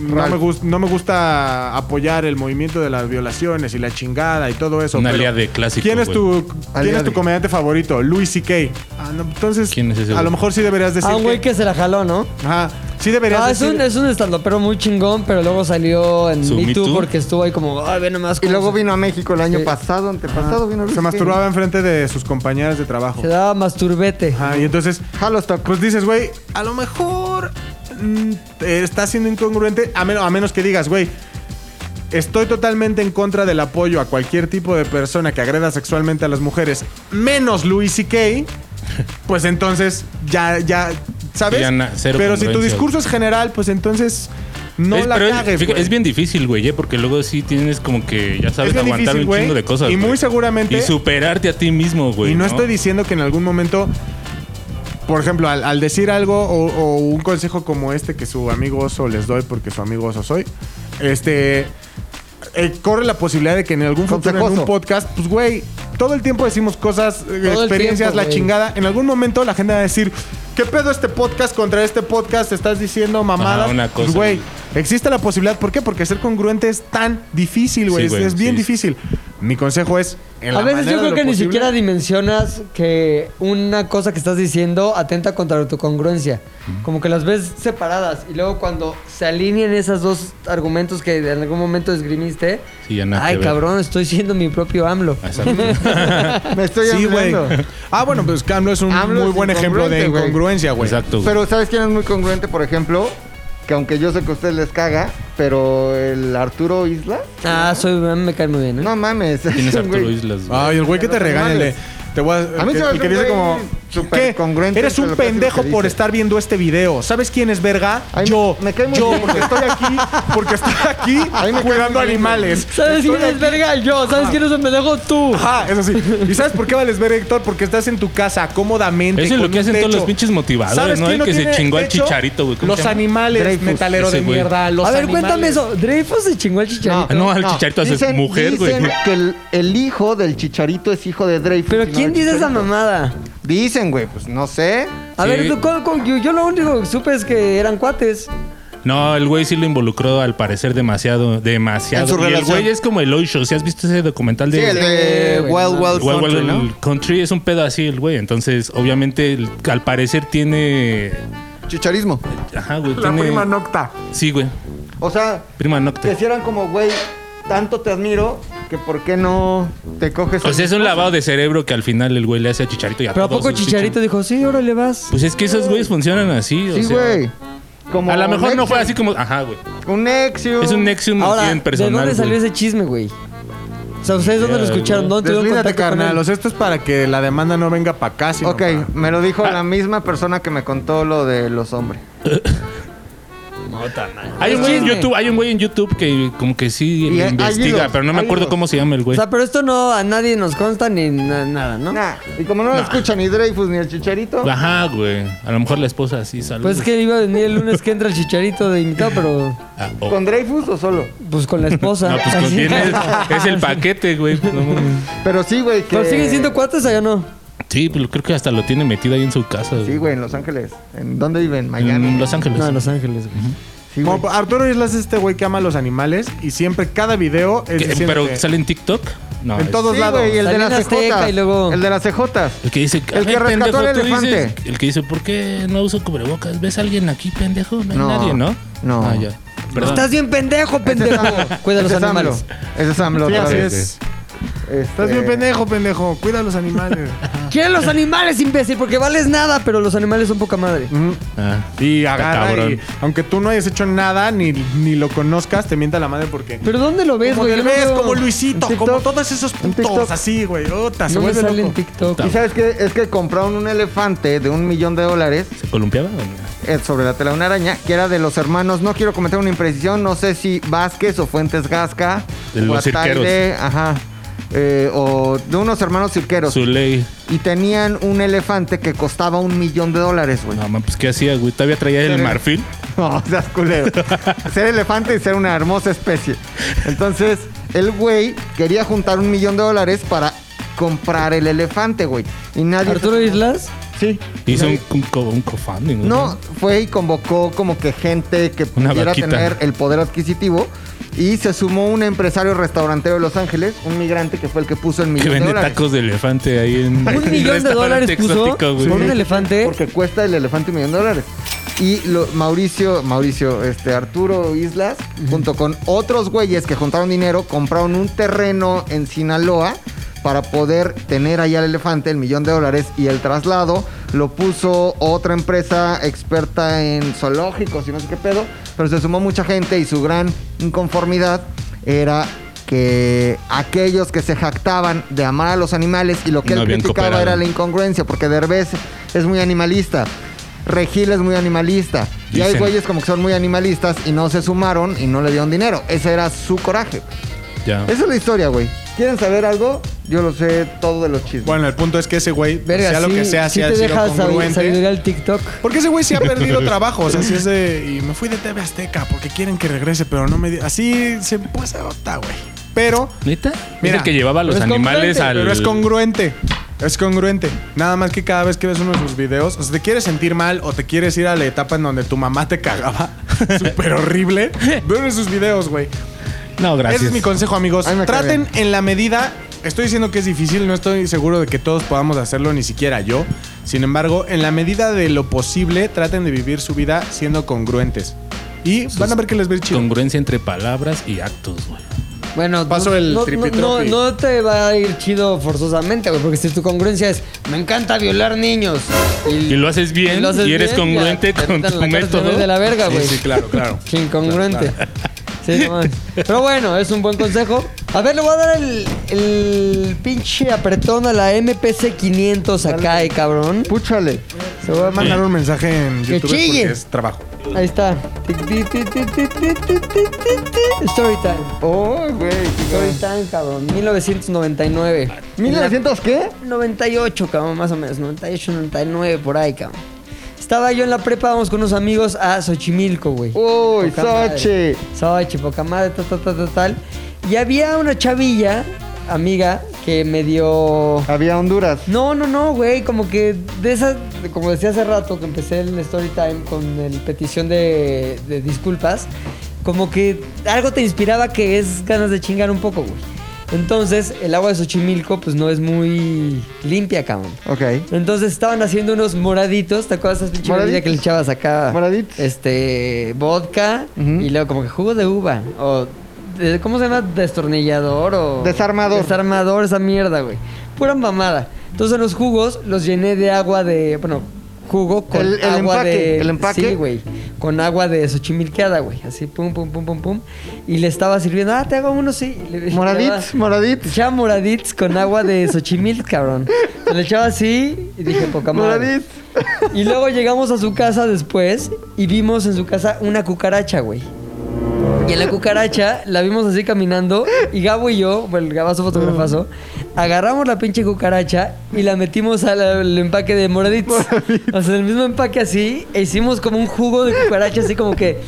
J: No
B: Ralph.
J: me, gus- no me gusta apoyar el movimiento de las violaciones y la chingada y todo eso.
F: Una
J: pero
F: aliada de clásico,
J: ¿Quién es,
F: güey.
J: tu, ¿quién
B: Aliada.
J: es tu comediante favorito? Luis C.K. Ah, no, entonces,
F: ¿Quién es ese
J: a
F: güey?
J: lo mejor sí deberías decir.
E: Ah, un güey que se la jaló, ¿no?
J: Ajá. Sí deberías
E: Ah, es
J: decir.
E: un, es un estandopero muy chingón, pero luego salió en
F: Su
E: Me
F: Me
E: Too
F: Too.
E: porque estuvo ahí como, ay, ve nomás.
B: Y
E: cómo
B: luego
E: se-
B: vino a México el año
E: Sí.
B: pasado, antepasado vino Luis
J: Se
B: Gil.
J: masturbaba enfrente de sus compañeras de trabajo.
E: Se daba masturbete.
J: Ajá, y entonces,
B: Halostock.
J: pues dices, güey, a lo mejor mm, eh, está siendo incongruente, a, menos a menos que digas, güey, estoy totalmente en contra del apoyo a cualquier tipo de persona que agreda sexualmente a las mujeres, menos Louis C.K., pues entonces ya, ya, ¿sabes?
F: Ya na- cero
J: Pero si tu
F: congruencia.
J: discurso es general, pues entonces no
F: es,
J: la
F: pero es-
J: cagues,
F: fíjate,
J: güey.
F: es bien difícil, güey, ¿eh? porque luego sí tienes como que, ya sabes,
J: Es bien
F: aguantar
J: difícil,
F: un
J: güey,
F: chingo de cosas.
J: y muy
F: güey.
J: seguramente-
F: Y superarte a ti mismo, güey.
J: y no,
F: ¿no?
J: estoy diciendo que en algún momento, por ejemplo, al, al decir algo o, o un consejo como este que su amigo oso les doy porque su amigo oso soy, este, eh, corre la posibilidad de que en algún futuro, en
B: Consejoso.
J: un podcast, pues güey, todo el tiempo decimos cosas, eh,
E: el
J: experiencias,
E: tiempo,
J: la
E: güey.
J: chingada. En algún momento la gente va a decir, ¿qué pedo este podcast contra este podcast? Estás diciendo mamadas.
F: Ajá, una
J: Pues,
F: cosa,
J: güey,
F: güey.
J: Existe la posibilidad, ¿por qué? Porque ser congruente es tan difícil, güey.
F: Sí,
J: es-
F: güey,
J: es, bien
F: sí.
J: difícil. Mi consejo es... en la
E: A veces
J: manera
E: yo
J: de
E: creo
J: lo
E: que ni
J: posible,
E: siquiera dimensionas que una cosa que estás diciendo atenta contra tu congruencia. Como que las ves separadas y luego cuando se alinean esos dos argumentos que en algún momento esgrimiste,
F: Sí, ya nada que
E: ay
F: ver.
E: cabrón, estoy siendo mi propio AMLO.
F: Exacto.
B: [LAUGHS] Me estoy
J: sí, güey.
B: hablando.
J: [LAUGHS] Ah, bueno, pues AMLO es un
B: AMLO
J: muy
B: es
J: buen ejemplo de
B: incongruente, güey.
J: incongruencia, güey.
F: Exacto. güey.
B: Pero ¿sabes quién es muy congruente, por ejemplo? Que aunque yo sé que a ustedes les caga, pero el Arturo Isla.
E: Ah, soy a mí me cae muy bien, ¿eh?
B: No mames.
F: Tienes
B: es un
F: Arturo
B: [LAUGHS] güey.
J: Ah,
F: Islas, güey.
J: Ay, el güey que te
B: No te
J: regaña,
B: mames.
J: le- te voy a,
B: A mí
J: que,
B: se me
J: el que dice
B: ocurre-
J: como ¿Qué? Eres un pendejo por estar viendo este video. ¿Sabes quién es verga? yo. yo, porque estoy aquí, porque estoy aquí cuidando animales.
E: [LAUGHS] ¿Sabes quién es verga? Yo. ¿Sabes quién es un pendejo? Tú.
J: Ajá, eso sí. ¿Y sabes por qué vales verga, Héctor? Porque estás en tu casa cómodamente.
F: Eso es lo
J: con
F: que
J: un
F: hacen todos
J: techo.
F: los pinches motivadores,
J: ¿Sabes
F: ¿no?
J: quién
F: El que se
J: tiene
F: chingó al
J: techo?
F: Chicharito, güey. ¿Cómo
J: Los
F: se llama?
J: animales,
F: Dreyfus,
J: metalero de
F: ese güey.
J: mierda. Los
E: a ver,
J: animales.
E: cuéntame eso. ¿Dreyfus se chingó al chicharito?
F: Ah, No, al Chicharito es
B: Dicen-
F: mujer, güey.
B: Dicen que el, el hijo del Chicharito es hijo de Dreyfus.
E: ¿Pero
B: y no
E: quién
B: del
E: dice esa
B: Chicharito.
E: mamada?
B: Dicen, güey, pues no sé.
E: A
F: Sí.
E: ver, tú, ¿cómo- cómo- yo, yo lo único que supe es que eran cuates.
F: No, el güey sí lo involucró al parecer demasiado, demasiado.
B: En su
F: Y el
B: relación.
F: güey es como el Oisho, si has visto ese documental de
B: Sí, el de
E: güey,
B: Eh, Wild
E: no.
B: Wild
F: Wild
B: Country,
F: Wild
B: ¿no?
F: Country es un pedo así el güey, entonces obviamente el- al parecer tiene
B: Chicharismo.
F: ajá, güey, tiene
J: nocta.
F: Sí, güey.
B: O sea,
F: Prima
B: que
F: nocta.
B: si eran como, güey, tanto te admiro que por qué no te coges...
F: O sea, Pues es un lavado de cerebro que al final el güey le hace a Chicharito y a
E: Pero ¿a
F: todos
E: poco
F: sus
E: Chicharito dijo, sí, ahora le vas?
F: Pues es que esos güeyes funcionan así, o
B: Sí,
F: sea,
B: güey. Como
F: A lo mejor no
B: Nexium.
F: fue así como, ajá, güey.
B: Un Nexium.
F: Es un Nexium
E: Ahora,
F: bien personal.
E: ¿de dónde salió
F: güey.
E: ese chisme, güey? O sea, ¿ustedes dónde lo
F: Idea,
E: escucharon? ¿Dónde tuvieron
J: Deslídate,
E: contacto con él?
J: carnal. O sea, esto es para que la demanda no venga para acá, sino
B: Ok,
J: pa'-
B: me lo dijo la misma persona que me contó lo de los hombres.
F: Hay un, güey en
E: Chisme.
F: YouTube, hay un güey en YouTube que como que sí
B: Y hay- hay
F: investiga,
B: hilos,
F: pero no me
B: hay
F: acuerdo
B: hilos.
F: cómo se llama el
E: O
F: güey.
E: sea, pero esto no a nadie nos consta ni na- nada, ¿no?
B: Nah, y como no lo escucha ni Dreyfus ni el Chicharito,
F: Ajá, güey. A lo mejor la esposa sí sale.
E: Pues es que iba a venir el lunes que entra el chicharito de invitado, pero
B: ¿con Dreyfus o solo?
E: pues con la esposa.
F: Ah, oh. No, pues
E: Así. [LAUGHS]
F: conviene. es el paquete, güey. No mames.
B: Pero sí, güey, que...
E: Pero siguen siendo cuates, ¿o no?
F: sí, pues creo que hasta lo tiene metido ahí en su casa.
B: Sí, güey, en Los Ángeles. ¿En dónde viven? Miami.
F: En Los Ángeles.
E: Mm, No, en Los Ángeles, güey.
B: Sí, güey.
J: Como Arturo Islas es este güey que ama a los animales y siempre cada video es
F: Que-
J: diciendo
F: pero
J: que-
F: sale en TikTok. No.
J: En
F: es-
J: todos
B: Sí,
J: lados.
B: güey, el de
E: Salinas
B: las
E: Azteca
B: cejotas.
E: y luego-
B: El de las cejotas.
F: El que dice.
B: El que
F: "Ay,
B: rescató al
F: tú dices-
B: elefante.
F: el que dice, ¿por qué no uso cubrebocas? ¿Ves a alguien aquí, pendejo? No hay
B: No,
F: nadie, ¿no?
B: no.
F: Ah, ya. Perdón.
E: Estás bien pendejo, [LAUGHS]
B: [LAUGHS]
E: pendejo. Cuida los
B: Ese es AMLO.
E: animales.
B: Ese es AMLO.
J: Sí,
B: otra
J: así
B: vez.
J: es.
B: Este-
J: Estás bien pendejo, pendejo. Cuida a los
E: [LAUGHS]
J: animales.
E: Quieren los animales, imbécil, porque vales nada, pero los animales son poca madre.
F: Ah.
J: y
F: Está
J: agarra
F: cabrón.
J: y, aunque tú no hayas hecho nada ni, ni lo conozcas, te mienta la madre porque...
E: ¿Pero dónde lo ves,
J: Como
E: güey? Yo no
J: Derbez,
E: veo-
J: como Luisito,
B: en
J: como
B: TikTok,
J: todos esos
B: en
J: putos
B: TikTok.
J: así, güey. Ota, se
E: No me
J: vuelve
E: sale en
J: loco.
E: TikTok.
B: ¿Y sabes qué? Es que compraron un elefante de un millón de dólares
F: ¿Se columpiaba? o no?
B: eh, sobre la tela de una araña, que era de los hermanos. No quiero cometer una imprecisión, no sé si Vázquez o Fuentes Gasca.
F: De los
B: Guataire, Ajá. eh, o de unos hermanos cirqueros.
F: Su ley.
B: Y tenían un elefante que costaba un millón de dólares, güey.
F: No, man, pues ¿qué hacía, güey? Todavía traía el
B: Pero-
F: marfil.
B: [LAUGHS] No, seas culero. ser elefante y ser una hermosa especie. Entonces, el güey quería juntar un millón de dólares para comprar el elefante, güey. Y nadie.
E: ¿Arturo Islas?
B: Sí.
F: Hizo un, un, co- un cofunding, güey.
B: No, fue y convocó como que gente que
F: Una
B: pudiera
F: vaquita.
B: tener el poder adquisitivo. Y se sumó un empresario restaurantero de Los Ángeles, un migrante que fue el que puso el millón
F: Que
B: de
F: vende
B: dólares.
F: tacos de elefante ahí en.
E: Un millón de dólares puso por un elefante.
B: Porque cuesta el elefante un millón de dólares. Y lo- Mauricio, Mauricio, este Arturo Islas, junto con otros güeyes que juntaron dinero, compraron un terreno en Sinaloa para poder tener allá al elefante, el millón de dólares, y el traslado lo puso otra empresa experta en zoológicos y no sé qué pedo, pero se sumó mucha gente y su gran inconformidad era que aquellos que se jactaban de amar a los animales y lo que
F: No
B: él
F: habían
B: criticaba
F: cooperado.
B: era la incongruencia, porque Derbez es muy animalista. Regil es muy animalista. Y hay
F: Dicen.
B: güeyes como que son muy animalistas y no se sumaron y no le dieron dinero. Ese era su coraje.
F: Ya.
B: Esa es la historia, güey. ¿Quieren saber algo? Yo lo sé todo de los chismes.
J: Bueno, el punto es que ese güey,
E: Verga,
J: sea
E: sí,
J: lo que sea,
E: sí
J: sea
E: te
J: sido
E: deja sab-
J: congruente.
E: sabiduría el TikTok.
J: Porque ese güey sí ha perdido trabajo. O sea, sí es de. Y me fui de TV Azteca porque quieren que regrese, pero no me. di- Así se pasa otra, güey. Pero.
F: ¿Neta?
J: Mira,
F: es el que llevaba a los
J: pero es
F: animales
J: congruente,
F: al.
J: Pero es congruente. Es congruente. Nada más que cada vez que ves uno de sus videos, o sea, te quieres sentir mal o te quieres ir a la etapa en donde tu mamá te cagaba. [LAUGHS] Súper horrible. Ve uno de sus videos, güey.
F: No, gracias.
J: Ese es mi consejo, amigos.
B: Ay, me cae
J: Traten en la medida. Estoy diciendo que es difícil, no estoy seguro de que todos podamos hacerlo, ni siquiera yo. Sin embargo, en la medida de lo posible, traten de vivir su vida siendo congruentes. Y van a ver que les ve chido.
F: Congruencia entre palabras y actos, güey.
E: Bueno,
J: Paso
E: no,
J: el
E: no,
J: tripi
E: no, no,
J: tropi.
E: no te va a ir chido forzosamente, güey, porque si tu congruencia es me encanta violar niños y,
F: Y lo haces bien,
E: lo haces
F: y eres
E: bien,
F: congruente
E: ya, te
F: con
E: metan
F: tu
E: en la cárcel
F: método.
E: de la verga, güey. [LAUGHS]
J: Sí, sí, claro, claro.
E: Qué incongruente. Sí, no mames. Pero bueno, es un buen consejo. A ver, le voy a dar el, el pinche apretón a la MPC 500 acá, eh, cabrón. Púchale.
J: Se va a mandar un mensaje en
E: Que
J: YouTube porque
E: chille.
J: es trabajo.
E: Ahí está. Tic, tic, tic, tic, tic, tic, tic, tic, tic. Storytime.
B: Oh, güey.
E: Storytime, cabrón. 1999.
B: ¿1900
E: qué? 98, cabrón, más o menos. 98, 99, por ahí, cabrón. Estaba yo en la prepa, vamos con unos amigos a Xochimilco, güey.
B: Uy,
E: Poca madre.
B: Sochi.
E: Sochi, poca madre, tal, tal, tal, tal, tal. Y había una chavilla, amiga, que me dio...
B: Había Honduras.
E: No, no, no, güey, como que de esas, como decía hace rato que empecé el story time con el petición de, de disculpas, como que algo te inspiraba que es ganas de chingar un poco, güey. Entonces, el agua de Xochimilco, pues no es muy limpia, cabrón.
B: Ok.
E: Entonces estaban haciendo unos moraditos, ¿te acuerdas de esa pinche bebida
B: Moraditos.
E: que le echabas
B: Ah.
E: acá? Moraditos. Este, vodka y luego como que jugo de uva Ah, o de- ¿cómo se llama? destornillador o
B: Desarmador.
E: Desarmador esa mierda, güey. Pura mamada. Entonces los jugos los llené de agua de, bueno, jugo con
B: El- el
E: agua
B: empaque,
E: de
B: el empaque.
E: Sí, güey. Con agua de xochimilqueada, güey. Así pum pum pum pum pum y le estaba sirviendo, "Ah, te hago uno sí." Y le- "Ah,
B: Moradits, moradits.
E: Ya moradits con agua de Xochimil, cabrón. Se le echaba así y dije, poca madre.
B: Moradits.
E: Y luego llegamos a su casa después y vimos en su casa una cucaracha, güey. Y en la cucaracha la vimos así caminando y Gabo y yo, bueno, el gabazo fotografazo, agarramos la pinche cucaracha y la metimos al, al empaque de moradits. O sea, en el mismo empaque así, e hicimos como un jugo de cucaracha, así como que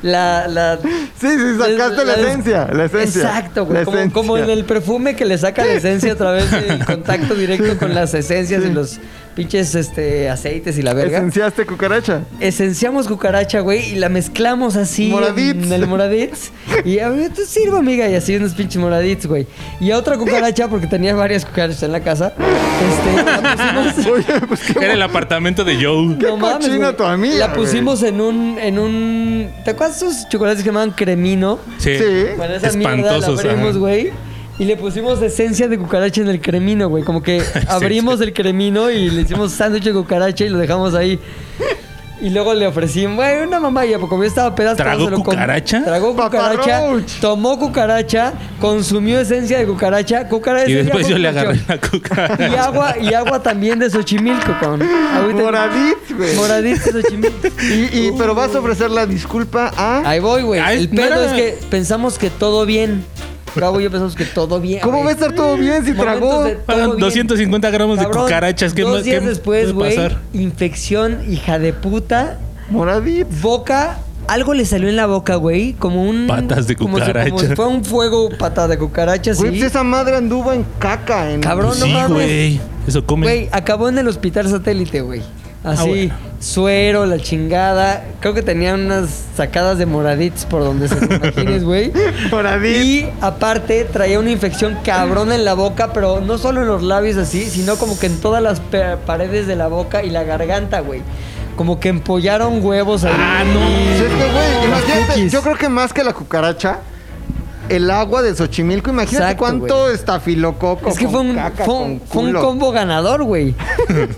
E: la... la
B: Sí, sí, sacaste la,
E: la-
B: esencia. La esencia.
E: Exacto, güey.
B: La
E: Como,
B: esencia.
E: como en el perfume que le saca la esencia a través del contacto directo con las esencias y los pinches este, aceites y la verga.
B: Esenciaste cucaracha.
E: Esenciamos cucaracha, güey, y la mezclamos así
B: Moradits.
E: en el moradits. Y a ver, te sirvo, amiga, y así unos pinches moradits, güey. Y a otra cucaracha, porque tenía varias cucarachas en la casa. Este, la pusimos- Pues,
F: Era el apartamento de Joe.
E: no mames,
B: pues cochina
E: güey.
B: tu amiga,
E: La pusimos en un, en un. ¿Te acuerdas de esos chocolates que se llamaban cremino?
F: Sí.
B: Sí.
E: Bueno, esa
F: Espantosos,
E: mierda la abrimos,
F: ajá.
E: güey. Y le pusimos esencia de cucaracha en el cremino, güey.
F: [LAUGHS]
E: Como que abrimos el cremino y le hicimos sándwich de cucaracha y lo dejamos ahí. Y luego le ofrecimos, güey, una mamá ya, porque como yo estaba pedazo.
F: ¿Tragó
E: se lo com-
F: cucaracha?
E: Tragó cucaracha,
B: Paparruch.
E: tomó cucaracha, consumió esencia de cucaracha, cucaracha.
F: Y después yo le agarré la
E: Y
F: cucaracha.
E: agua, y agua también de Xochimilco, cabrón. Ahorita-
B: Moradits, güey.
E: Moradito de Xochimilco.
B: Y, y- pero vas a ofrecer la disculpa a.
E: Ahí voy, güey.
F: Ay,
E: El pedo
F: nada.
E: es que pensamos que todo bien. Gabo y yo pensamos que todo bien.
B: ¿Cómo va a
E: güey.
B: estar todo bien si
E: Momentos
B: tragó?
E: de todo
F: Pagan
E: bien.
F: 250 gramos de
E: Cabrón,
F: cucarachas. ¿Qué
E: dos
F: más- qué
E: días
F: puede
E: después, güey,
F: pasar?
E: infección, hija de puta,
B: Moradits.
E: boca, algo le salió en la boca, güey, como un...
F: Patas de
E: como si- Como si,
F: cucaracha.
E: fue un fuego, patas de cucaracha,
B: Güey, pues
E: sí.
B: esa madre anduvo en caca. En...
E: Cabrón,
F: Pues
E: no
F: sí,
E: mames.
F: güey. Eso come.
E: Güey, acabó en el hospital satélite, güey. Así,
F: Ah, bueno.
E: suero, la chingada. Creo que tenía unas sacadas de moradits por donde se te imagines, güey.
B: Moradits.
E: Y aparte traía una infección cabrón en la boca, pero no solo en los labios así, sino como que en todas las pe- paredes de la boca y la garganta, güey. Como que empollaron huevos ahí. Ah,
B: Si
E: no.
B: es que, güey, imagínate,
E: cookies.
B: yo creo que más que la cucaracha, el agua de Xochimilco, imagínate
E: Exacto,
B: cuánto estafilococo.
E: Es que fue
B: con
E: un,
B: caca,
E: fue un-
B: con
E: fue un
B: culo.
E: combo ganador,
B: [LAUGHS]
E: güey.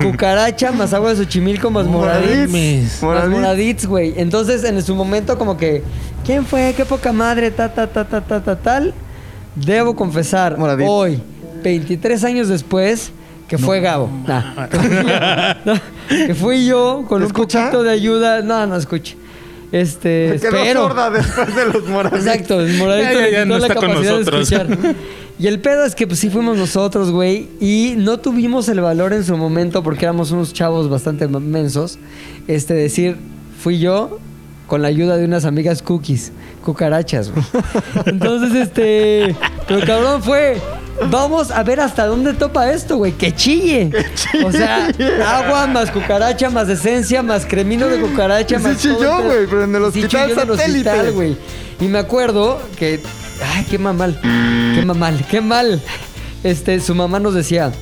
E: Cucaracha más agua de Xochimilco más moradits.
F: Mames.
E: Las
B: Moradits.
E: moradits, güey. Entonces, en su momento, como que, ¿quién fue? Qué poca madre, ta, ta, ta, ta, ta, ta, tal. Debo confesar,
B: Moradits.
E: hoy, 23 años después, que fue Gabo.
B: [LAUGHS]
E: Nah. que fui yo. No, que fui yo con un
B: ¿Escucha?
E: poquito de ayuda. No, no escuche. Este,
B: Se quedó
E: espero.
B: sorda después de los moraditos.
E: Exacto, el moradito
F: Ya, ya, ya
E: le quitó
F: no
E: la
F: está con
E: capacidad de
F: nosotros. [LAUGHS]
E: escuchar. Y el pedo es que pues sí fuimos nosotros, güey, y no tuvimos el valor en su momento porque éramos unos chavos bastante ma- mensos, este decir, fui yo con la ayuda de unas amigas cookies,
J: [LAUGHS]
E: cucarachas. güey. Entonces, este, lo cabrón fue Vamos a ver hasta dónde topa esto, güey. Que chille. O sea, agua más cucaracha, más esencia, más cremino de cucaracha.
B: Sí
E: más
B: chilló,
E: todo el pedo.
B: güey, pero en el
E: Sí
B: hospital
E: chilló en el
B: satélite.
E: hospital, güey güey. Y me acuerdo que. Ay, qué mamal. Qué mamal, qué mal. Este, su mamá nos decía.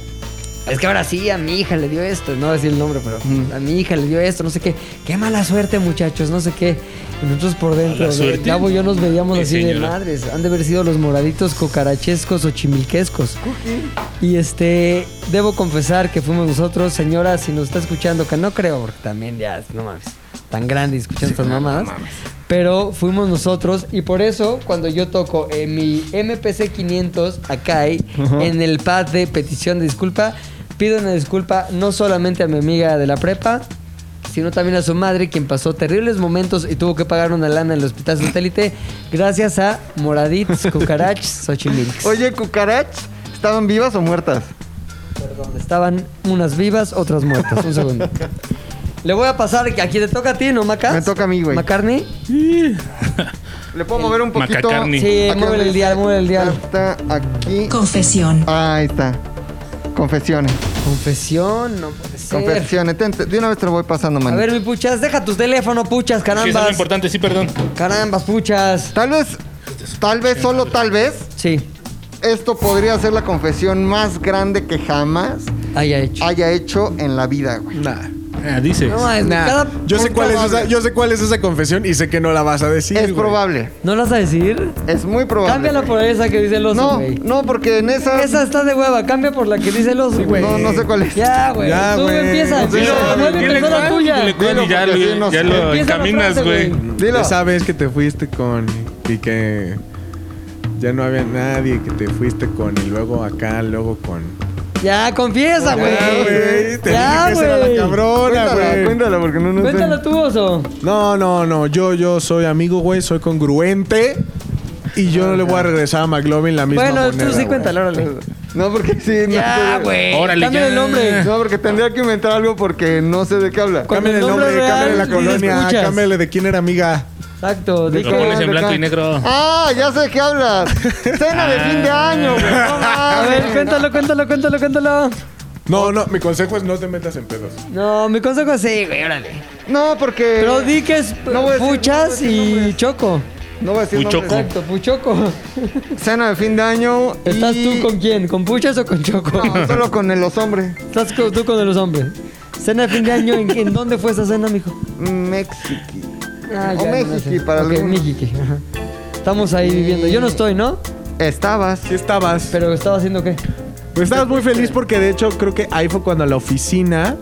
E: Es que ahora sí, a mi hija le dio esto. No voy a decir el nombre, pero a mi hija le dio esto, no sé qué. Qué mala suerte, muchachos, no sé qué. Y nosotros por dentro,
F: ¿Mala
E: de
F: suerte?
E: Gabo y yo nos veíamos
F: Sí,
E: así de
F: señora.
E: madres. Han de haber sido los moraditos cocarachescos o chimilquescos. Y este, debo confesar que fuimos nosotros, señora, si nos está escuchando, que no creo, porque también ya, no mames, tan grande y escuchando estas mamadas. Pero fuimos nosotros y por eso cuando yo toco en mi MPC 500 acá ahí,
B: Ajá.
E: en el pad de petición de disculpa, pido una disculpa no solamente a mi amiga de la prepa, sino también a su madre, quien pasó terribles momentos y tuvo que pagar una lana en el hospital satélite, gracias a
B: [LAUGHS]
E: Moraditz, Cucarach, Xochimilx.
B: Oye, cucarach, ¿estaban vivas o muertas?
E: Perdón, estaban unas vivas, otras muertas. Un segundo. Le voy a pasar, que aquí te toca a ti, ¿no, Macas? Me toca
B: a mí, güey.
E: ¿Macarney?
B: ¿Le puedo mover un poquito?
E: Macacarni. Sí,
B: Aquí
E: mueve
B: donde
E: el dial,
B: dice,
E: mueve el dial.
B: Está aquí.
D: Confesión.
B: Ahí está. Confesiones.
E: Confesión, no puede ser.
B: Confesiones. Ten- De una vez te lo voy pasando, man.
E: A ver, mi puchas, deja tu teléfono, puchas,
F: Sí, eso es
E: carambas.
F: lo importante, sí, perdón.
E: Carambas, puchas.
B: Tal vez, tal vez, solo tal vez,
E: Sí.
B: esto podría ser la confesión más grande que jamás
E: haya
B: Ah,
E: hecho,
B: en la vida, güey.
F: Ah, dices.
E: No, es
J: Nah,
E: cada-
J: yo, sé
B: es
J: cuál es
B: probable.
J: esa, yo sé cuál es esa confesión y sé que no la vas a decir.
B: es
J: güey.
B: probable.
E: ¿No lo vas a decir?
B: Es muy probable.
E: Cámbiala
B: güey.
E: por esa que dice el oso,
B: No,
E: güey.
B: no, porque en esa.
E: Esa está de hueva, cambia por la que dice el oso, güey.
B: No, no sé cuál es.
E: Ya, güey.
J: Ya,
E: Tú
J: güey. Dilo,
E: empieza. empieza,
J: dilo,
E: vuelve a
F: Dile
E: empezar la
F: cuál,
E: tuya.
F: dile cuál
B: Dilo,
F: y ya,
B: porque
F: lo-
B: así nos-
F: ya lo
E: Empieza la
F: encaminas,
E: frase,
F: güey.
E: güey.
B: Dilo.
J: Esa vez que te fuiste con. Y que. Ya no había nadie, que te fuiste con. Y luego acá, luego con.
E: Ya, confiesa, güey.
J: Ya, güey. Te
E: Ya,
J: dije que esa era
E: güey.
J: la cabrona,
B: Cuéntala,
J: güey.
B: cuéntala, porque no nos.
E: Cuéntala tú, oso.
J: No, no, no. Yo, yo soy amigo, güey. Soy congruente. Y yo no le voy a regresar a McLovin la misma
E: Bueno,
J: moneda,
E: tú sí
J: güey.
E: cuéntala, órale.
B: No, porque sí. no
E: Ya,
B: sé.
E: güey.
F: Órale,
E: Cambia
F: ya.
E: el nombre.
B: No, porque tendría que inventar algo porque no sé de qué habla.
E: Con
J: Cámbiale
E: el
J: el
E: nombre
J: nombre,
E: real,
J: cámbiale la
E: dices,
J: colonia,
E: escuchas.
J: Ah, cámbiale de quién era amiga.
E: Exacto.
B: ¿De
E: di-
F: Lo
B: qué
F: pones en
B: habla?
F: blanco y negro.
B: Ah, ya sé de qué hablas. Cena de fin de año,
E: [LAUGHS]
B: güey. No
E: A
B: mames.
E: ver, cuéntalo, cuéntalo, cuéntalo, cuéntalo.
J: No, no, mi consejo es no te metas en pedos.
E: No, mi consejo es sí, güey, órale.
B: No, porque.
E: Pero di que es
B: no voy a decir- no
E: Puchas
B: voy a decir
E: y
B: nombres.
E: Choco.
B: No voy a decir
F: Puchoco.
B: nombres.
E: Exacto, Puchoco.
B: Cena de fin de año. y-
E: ¿Estás tú con quién? ¿Con Puchas o con Choco?
B: No, solo con el- los hombres.
E: Estás co- tú con los hombres. Cena de fin de año, ¿en, en dónde fue esa cena, mijo?
B: Mexiqui.
E: Ah,
B: O
E: ya,
B: México,
E: sé.
B: para
E: Ok,
B: algunos.
E: México, ajá. Estamos ahí viviendo. Yo no estoy, ¿no?
B: Estabas.
J: ¿Qué estabas?
E: Pero estaba haciendo qué.
J: Pues estabas muy feliz porque de hecho creo que ahí fue cuando la oficina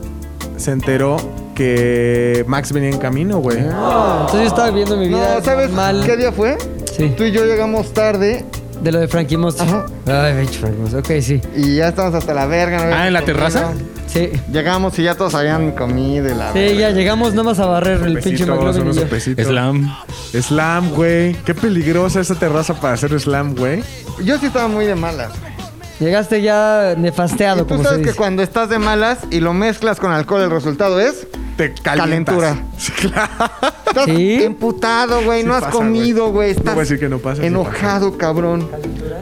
J: se enteró que Max venía en camino, güey.
E: Entonces yo estaba viviendo mi vida.
B: No, ¿sabes
E: normal.
B: qué día fue?
E: Sí.
B: Tú y yo llegamos tarde
E: De lo de Frankie Monster.
B: Ajá.
E: Ay, bicho, Frankie Monster. Ok, sí.
B: y ya estábamos hasta la verga. ¿no?
F: Ah, ¿en la terraza?
E: Sí.
B: Llegamos y ya todos habían comido y la
E: Sí,
B: verga.
E: ya llegamos nomás a barrer el pinche
J: Sopecitos,
E: McLovin.
J: unos
E: y yo.
J: sopecitos.
F: Slam.
J: Slam, güey. Qué peligrosa esa terraza para hacer slam, güey.
B: Yo sí estaba muy de malas.
E: Llegaste ya
B: Y
E: nefasteado,
B: tú
E: como se
B: sabes que
E: dice.
B: cuando estás de malas y lo mezclas con alcohol, el resultado es.
J: Te calientas.
B: Calentura.
J: [LAUGHS] Sí, claro.
B: Estás
E: ¿Sí?
B: emputado, güey.
J: Sí
B: no has
J: pasa,
B: comido, güey.
J: güey. No
B: Estás
J: voy a decir que no pasa, sí
B: enojado, cabrón.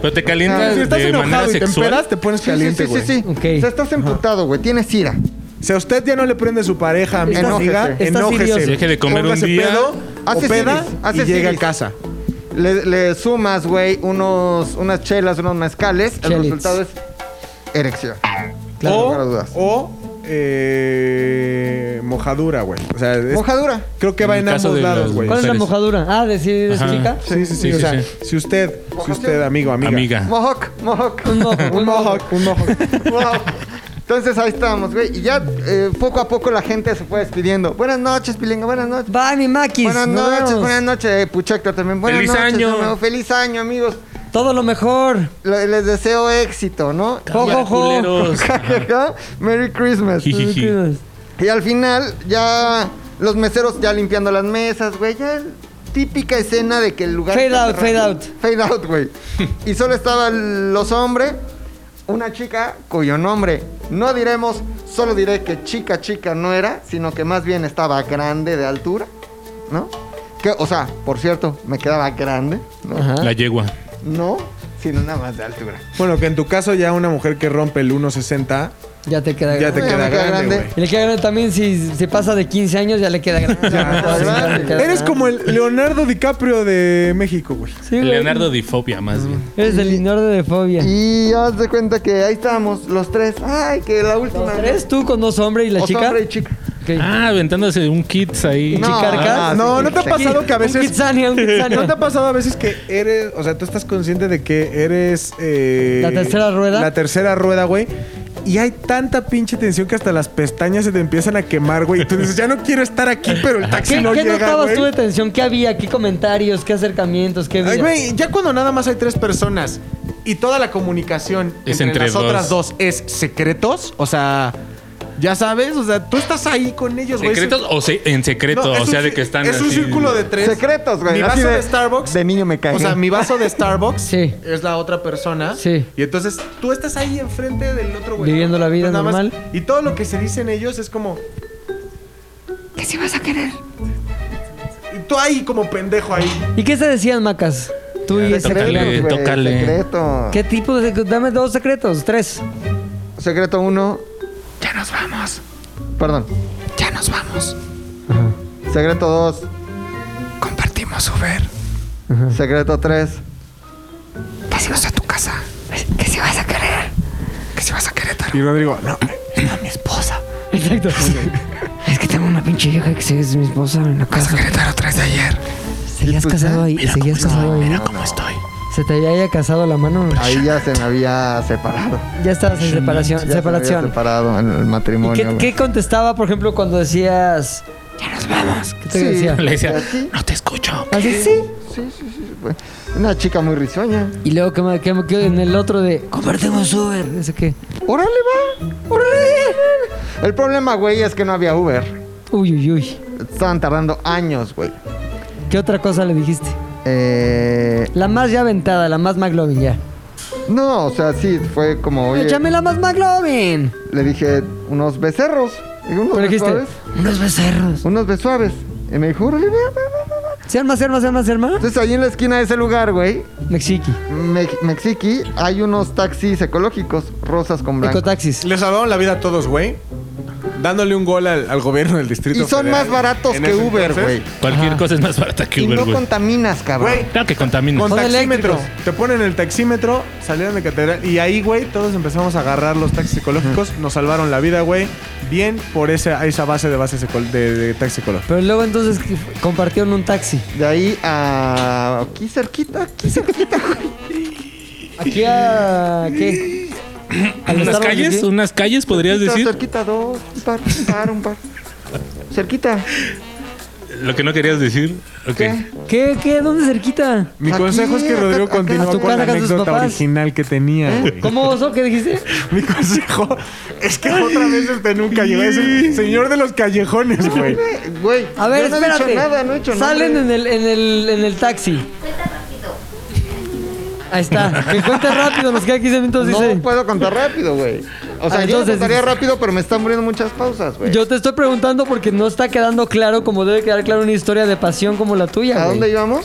F: Pero te
E: Ah,
F: calientas
J: Si estás
F: de manera
J: enojado y te
F: sexual.
J: emperas, te pones
B: Sí,
J: caliente,
B: sí, sí,
J: güey.
B: sí, sí.
E: Ok.
B: O sea, estás emputado, güey. Tienes ira.
J: Si a usted ya no le prende su pareja, amigo,
B: Estás-
J: amiga,
E: estás
J: enójese.
E: furioso.
F: Deje de comer un
J: Póngase
F: día.
J: pedo, o
B: Hace
J: peda
B: series,
J: y
B: hace
J: llega a
B: series.
J: casa.
B: Le, le sumas, güey, unos, unas chelas, unos mezcales. El
E: Chelits.
B: resultado es erección. Claro,
J: o
B: lugar a dudas.
J: o, eh, mojadura, güey. O sea, es-
B: Mojadura.
J: creo que va
F: En
J: en
F: el caso
J: ambos
F: de
J: lados,
F: las
J: güey.
E: ¿Cuál es la
F: Mujeres.
E: mojadura? Ah, ¿de sí, de
F: Ajá.
E: chica?
J: Sí, sí, sí.
F: Sí,
J: o
F: sí,
J: sea,
F: sí.
J: si usted, si usted, amigo, amiga.
F: Amiga.
B: Mohawk, mohawk.
E: Un mojo, un
B: un
E: mojo.
B: mohawk, un mohawk. Mohawk. Entonces ahí estábamos, güey. Y ya eh, poco a poco la gente se fue despidiendo. Buenas noches, Pilinga, buenas noches.
E: Bye, mi maquis.
B: Buenas
E: Nos
B: noches,
E: vemos.
B: buenas noches, eh, Puchecta también. Buenas
F: Feliz
B: noches,
F: año.
B: amigo. Feliz año, amigos.
E: Todo lo mejor.
B: Le- Les deseo éxito, ¿no?
E: Ojo, ojo.
B: [LAUGHS]
F: Culeros.
B: Merry Christmas.
F: Jijiji.
B: Y al final, ya los meseros ya limpiando las mesas, güey. Ya típica escena de que el lugar.
E: Fade
B: está
E: out,
B: cerrado.
E: fade out.
B: Fade out,
E: [LAUGHS]
B: güey. y solo estaban los hombres, una chica cuyo nombre no diremos, solo diré que chica, chica no era, sino que más bien estaba grande de altura, ¿no? Que, o sea, por cierto, me quedaba grande, ¿no?
E: Ajá.
F: La yegua.
B: No, sino nada más de altura.
J: Bueno, que en tu caso ya una mujer que rompe el 1.60
E: Ya te queda
J: ya te
B: Ya me queda
J: queda grande,
B: grande.
J: güey.
E: Y le queda grande también si se pasa de 15 años, ya le queda [LAUGHS] grande.
B: grande.
E: Ya le queda
J: Eres
E: grande.
J: como el Leonardo DiCaprio de México, güey.
E: Sí, güey.
F: Leonardo Difobia, más bien.
E: Eres el Leonardo de fobia.
B: Y haz de cuenta que ahí estábamos, los tres. Ay, que la última.
E: ¿Los
B: ¿no?
E: tres? ¿Tú con dos hombres y la
B: Os
E: chica?
B: hombre y chica.
E: Ok.
F: Ah, aventándose un kits ahí.
E: No.
J: Ah,
E: Chicarcas.
J: no, no te ha
B: sí.
J: pasado que a
E: Un
J: veces.
E: Kitsania, un Kitsania.
J: ¿No te ha pasado a veces que eres, o sea, tú estás consciente de que eres... eh,
E: ¿La tercera rueda?
J: La tercera rueda, güey. Y hay tanta pinche tensión que hasta las pestañas se te empiezan a quemar, güey. Y tú dices, ya no quiero estar aquí, pero el taxi
E: ¿Qué,
J: no
E: qué
J: llega,
E: notabas
J: güey.
E: tú de tensión? ¿Qué había? ¿Qué comentarios? ¿Qué acercamientos? ¿Qué vida?
J: Ay, güey, ya cuando nada más hay tres personas y toda la comunicación
F: Es
J: entre,
F: entre
J: las
F: dos.
J: otras dos es secretos, o sea, ya sabes, o sea, tú estás ahí con ellos, güey.
F: ¿Secretos o se- en secreto?
J: No, es
F: o
J: un
F: sea, de
J: ci-
F: que están.
J: Es un
F: así-
J: círculo de tres.
B: Secretos, güey.
J: Mi
B: Así
J: vaso
B: de-
J: de Starbucks.
B: De niño me caí.
J: O sea, mi vaso
F: [LAUGHS]
J: de Starbucks
E: Sí.
J: es la otra persona.
E: Sí.
J: Y entonces tú estás ahí enfrente del otro güey. Pues
E: Viviendo la vida
J: Nada más-
E: normal.
J: y todo lo que se dicen ellos es como.
I: ¿Qué si vas a querer?
J: y tú ahí como pendejo ahí.
E: ¿Y qué se decían, Macas? Tú y ese
F: eh, tócale.
E: cabrón.
B: güey,
F: tócale.
B: Secreto.
E: ¿Qué tipo de secretos? Dame dos secretos, tres.
B: Secreto uno.
I: Ya nos vamos.
B: Perdón.
I: Ya nos vamos.
B: Secreto dos.
I: Compartimos Uber.
B: Secreto tres.
I: ¿Qué si vas a tu casa? ¿Qué si vas a querer? ¿Qué si vas a Querétaro?
J: Y Rodrigo, no,
I: Está mi esposa.
E: Exacto.
I: Es que tengo una pinche vieja que es mi esposa en la casa. Querétaro traes de ayer.
E: ¿Seguías casado ahí? ¿Seguías casado ahí? Mira cómo estoy. Se te había casado la mano.
B: Ahí ya se me había separado.
E: Ya estabas en separación.
B: Ah, Ya se me había
E: separación.
B: separado en el
E: ¿Y
B: matrimonio.
E: qué,
B: güey.
E: qué contestaba, por ejemplo, cuando decías... Ya nos vamos. ¿Qué te
B: Sí.
E: decía?
F: Le decía,
B: Así,
F: no te escucho.
E: Así, sí.
B: sí, sí, sí, güey. Una chica muy risueña.
E: Y luego que me quedo en el otro de... Compartimos Uber. No sé qué.
B: ¡Órale, va! ¡Órale! El problema, güey, es que no había Uber.
E: Uy, uy, uy.
B: Estaban tardando años, güey.
E: ¿Qué otra cosa le dijiste?
B: Eh,
E: La más ya aventada, la más McLovin ya.
B: no, o sea, sí, fue como, oye,
E: Échame la más McLovin.
B: le dije unos becerros. Y unos
E: Pero dijiste,
B: besuaves.
E: unos becerros.
B: Unos besuaves. Y me dijo, órale, va, va, va, va, va".
E: Sean más, sean más, sean más, sean más.
B: Entonces ahí en la esquina de ese lugar, güey,
E: Mexiqui.
B: Me- Mexiqui, hay unos taxis ecológicos, rosas con blanco.
E: Ecotaxis.
J: le salvaron la vida a todos, güey. Dándole un gol al, al gobierno del distrito.
B: Y son
J: Federal.
B: más baratos
J: En
B: que
J: ese
B: Uber,
J: entonces,
B: güey.
F: Cualquier cosa es más barata que
B: Y
F: Uber,
B: no
F: güey.
B: contaminas, cabrón.
J: Güey,
F: Claro que contaminas.
J: Con
E: Son
J: taxímetro.
E: eléctricos.
J: Te ponen el taxímetro, salieron de catedral y ahí, güey, todos empezamos a agarrar los taxis ecológicos. Nos salvaron la vida, güey. Bien por esa, esa base de bases eco- de, de taxis ecológicos.
E: Pero luego entonces ¿qué fue? compartieron un taxi.
B: De ahí a. Aquí cerquita, aquí cerquita, güey.
E: Aquí a... ¿Qué? ¿A los
F: Unas
E: Starbucks
F: calles,
E: aquí?
F: unas calles, podrías
B: Cerquita,
F: decir.
B: Cerquita, dos, un par, un par, un par. Cerquita.
F: Lo que no querías decir. Ok.
B: ¿Qué?
E: ¿Qué? ¿Qué? ¿Dónde cerquita?
J: Mi
B: Aquí,
J: consejo es que
B: acá-
J: Rodrigo
B: acá,
J: continúe
B: a tu
J: con la
E: casa, con sus
J: anécdota
E: papás.
J: original que tenía, güey.
E: ¿Cómo oso? ¿Qué dijiste?
J: Mi consejo es que otra vez este nunca llegó. Es el señor de los callejones, güey.
B: Güey,
E: A ver,
B: yo no
E: espérate.
B: he hecho nada, no he hecho nada.
E: Salen en el, en el, en el taxi. Ahí está. Que cuente rápido, nos queda 15 minutos,
B: No
E: dice.
B: puedo contar rápido, güey. O sea, yo lo
E: Ah, entonces-
B: contaría rápido, pero me están muriendo muchas pausas, güey.
E: Yo te estoy preguntando porque no está quedando claro como debe quedar claro una historia de pasión como la tuya,
B: ¿A
E: güey.
B: dónde íbamos?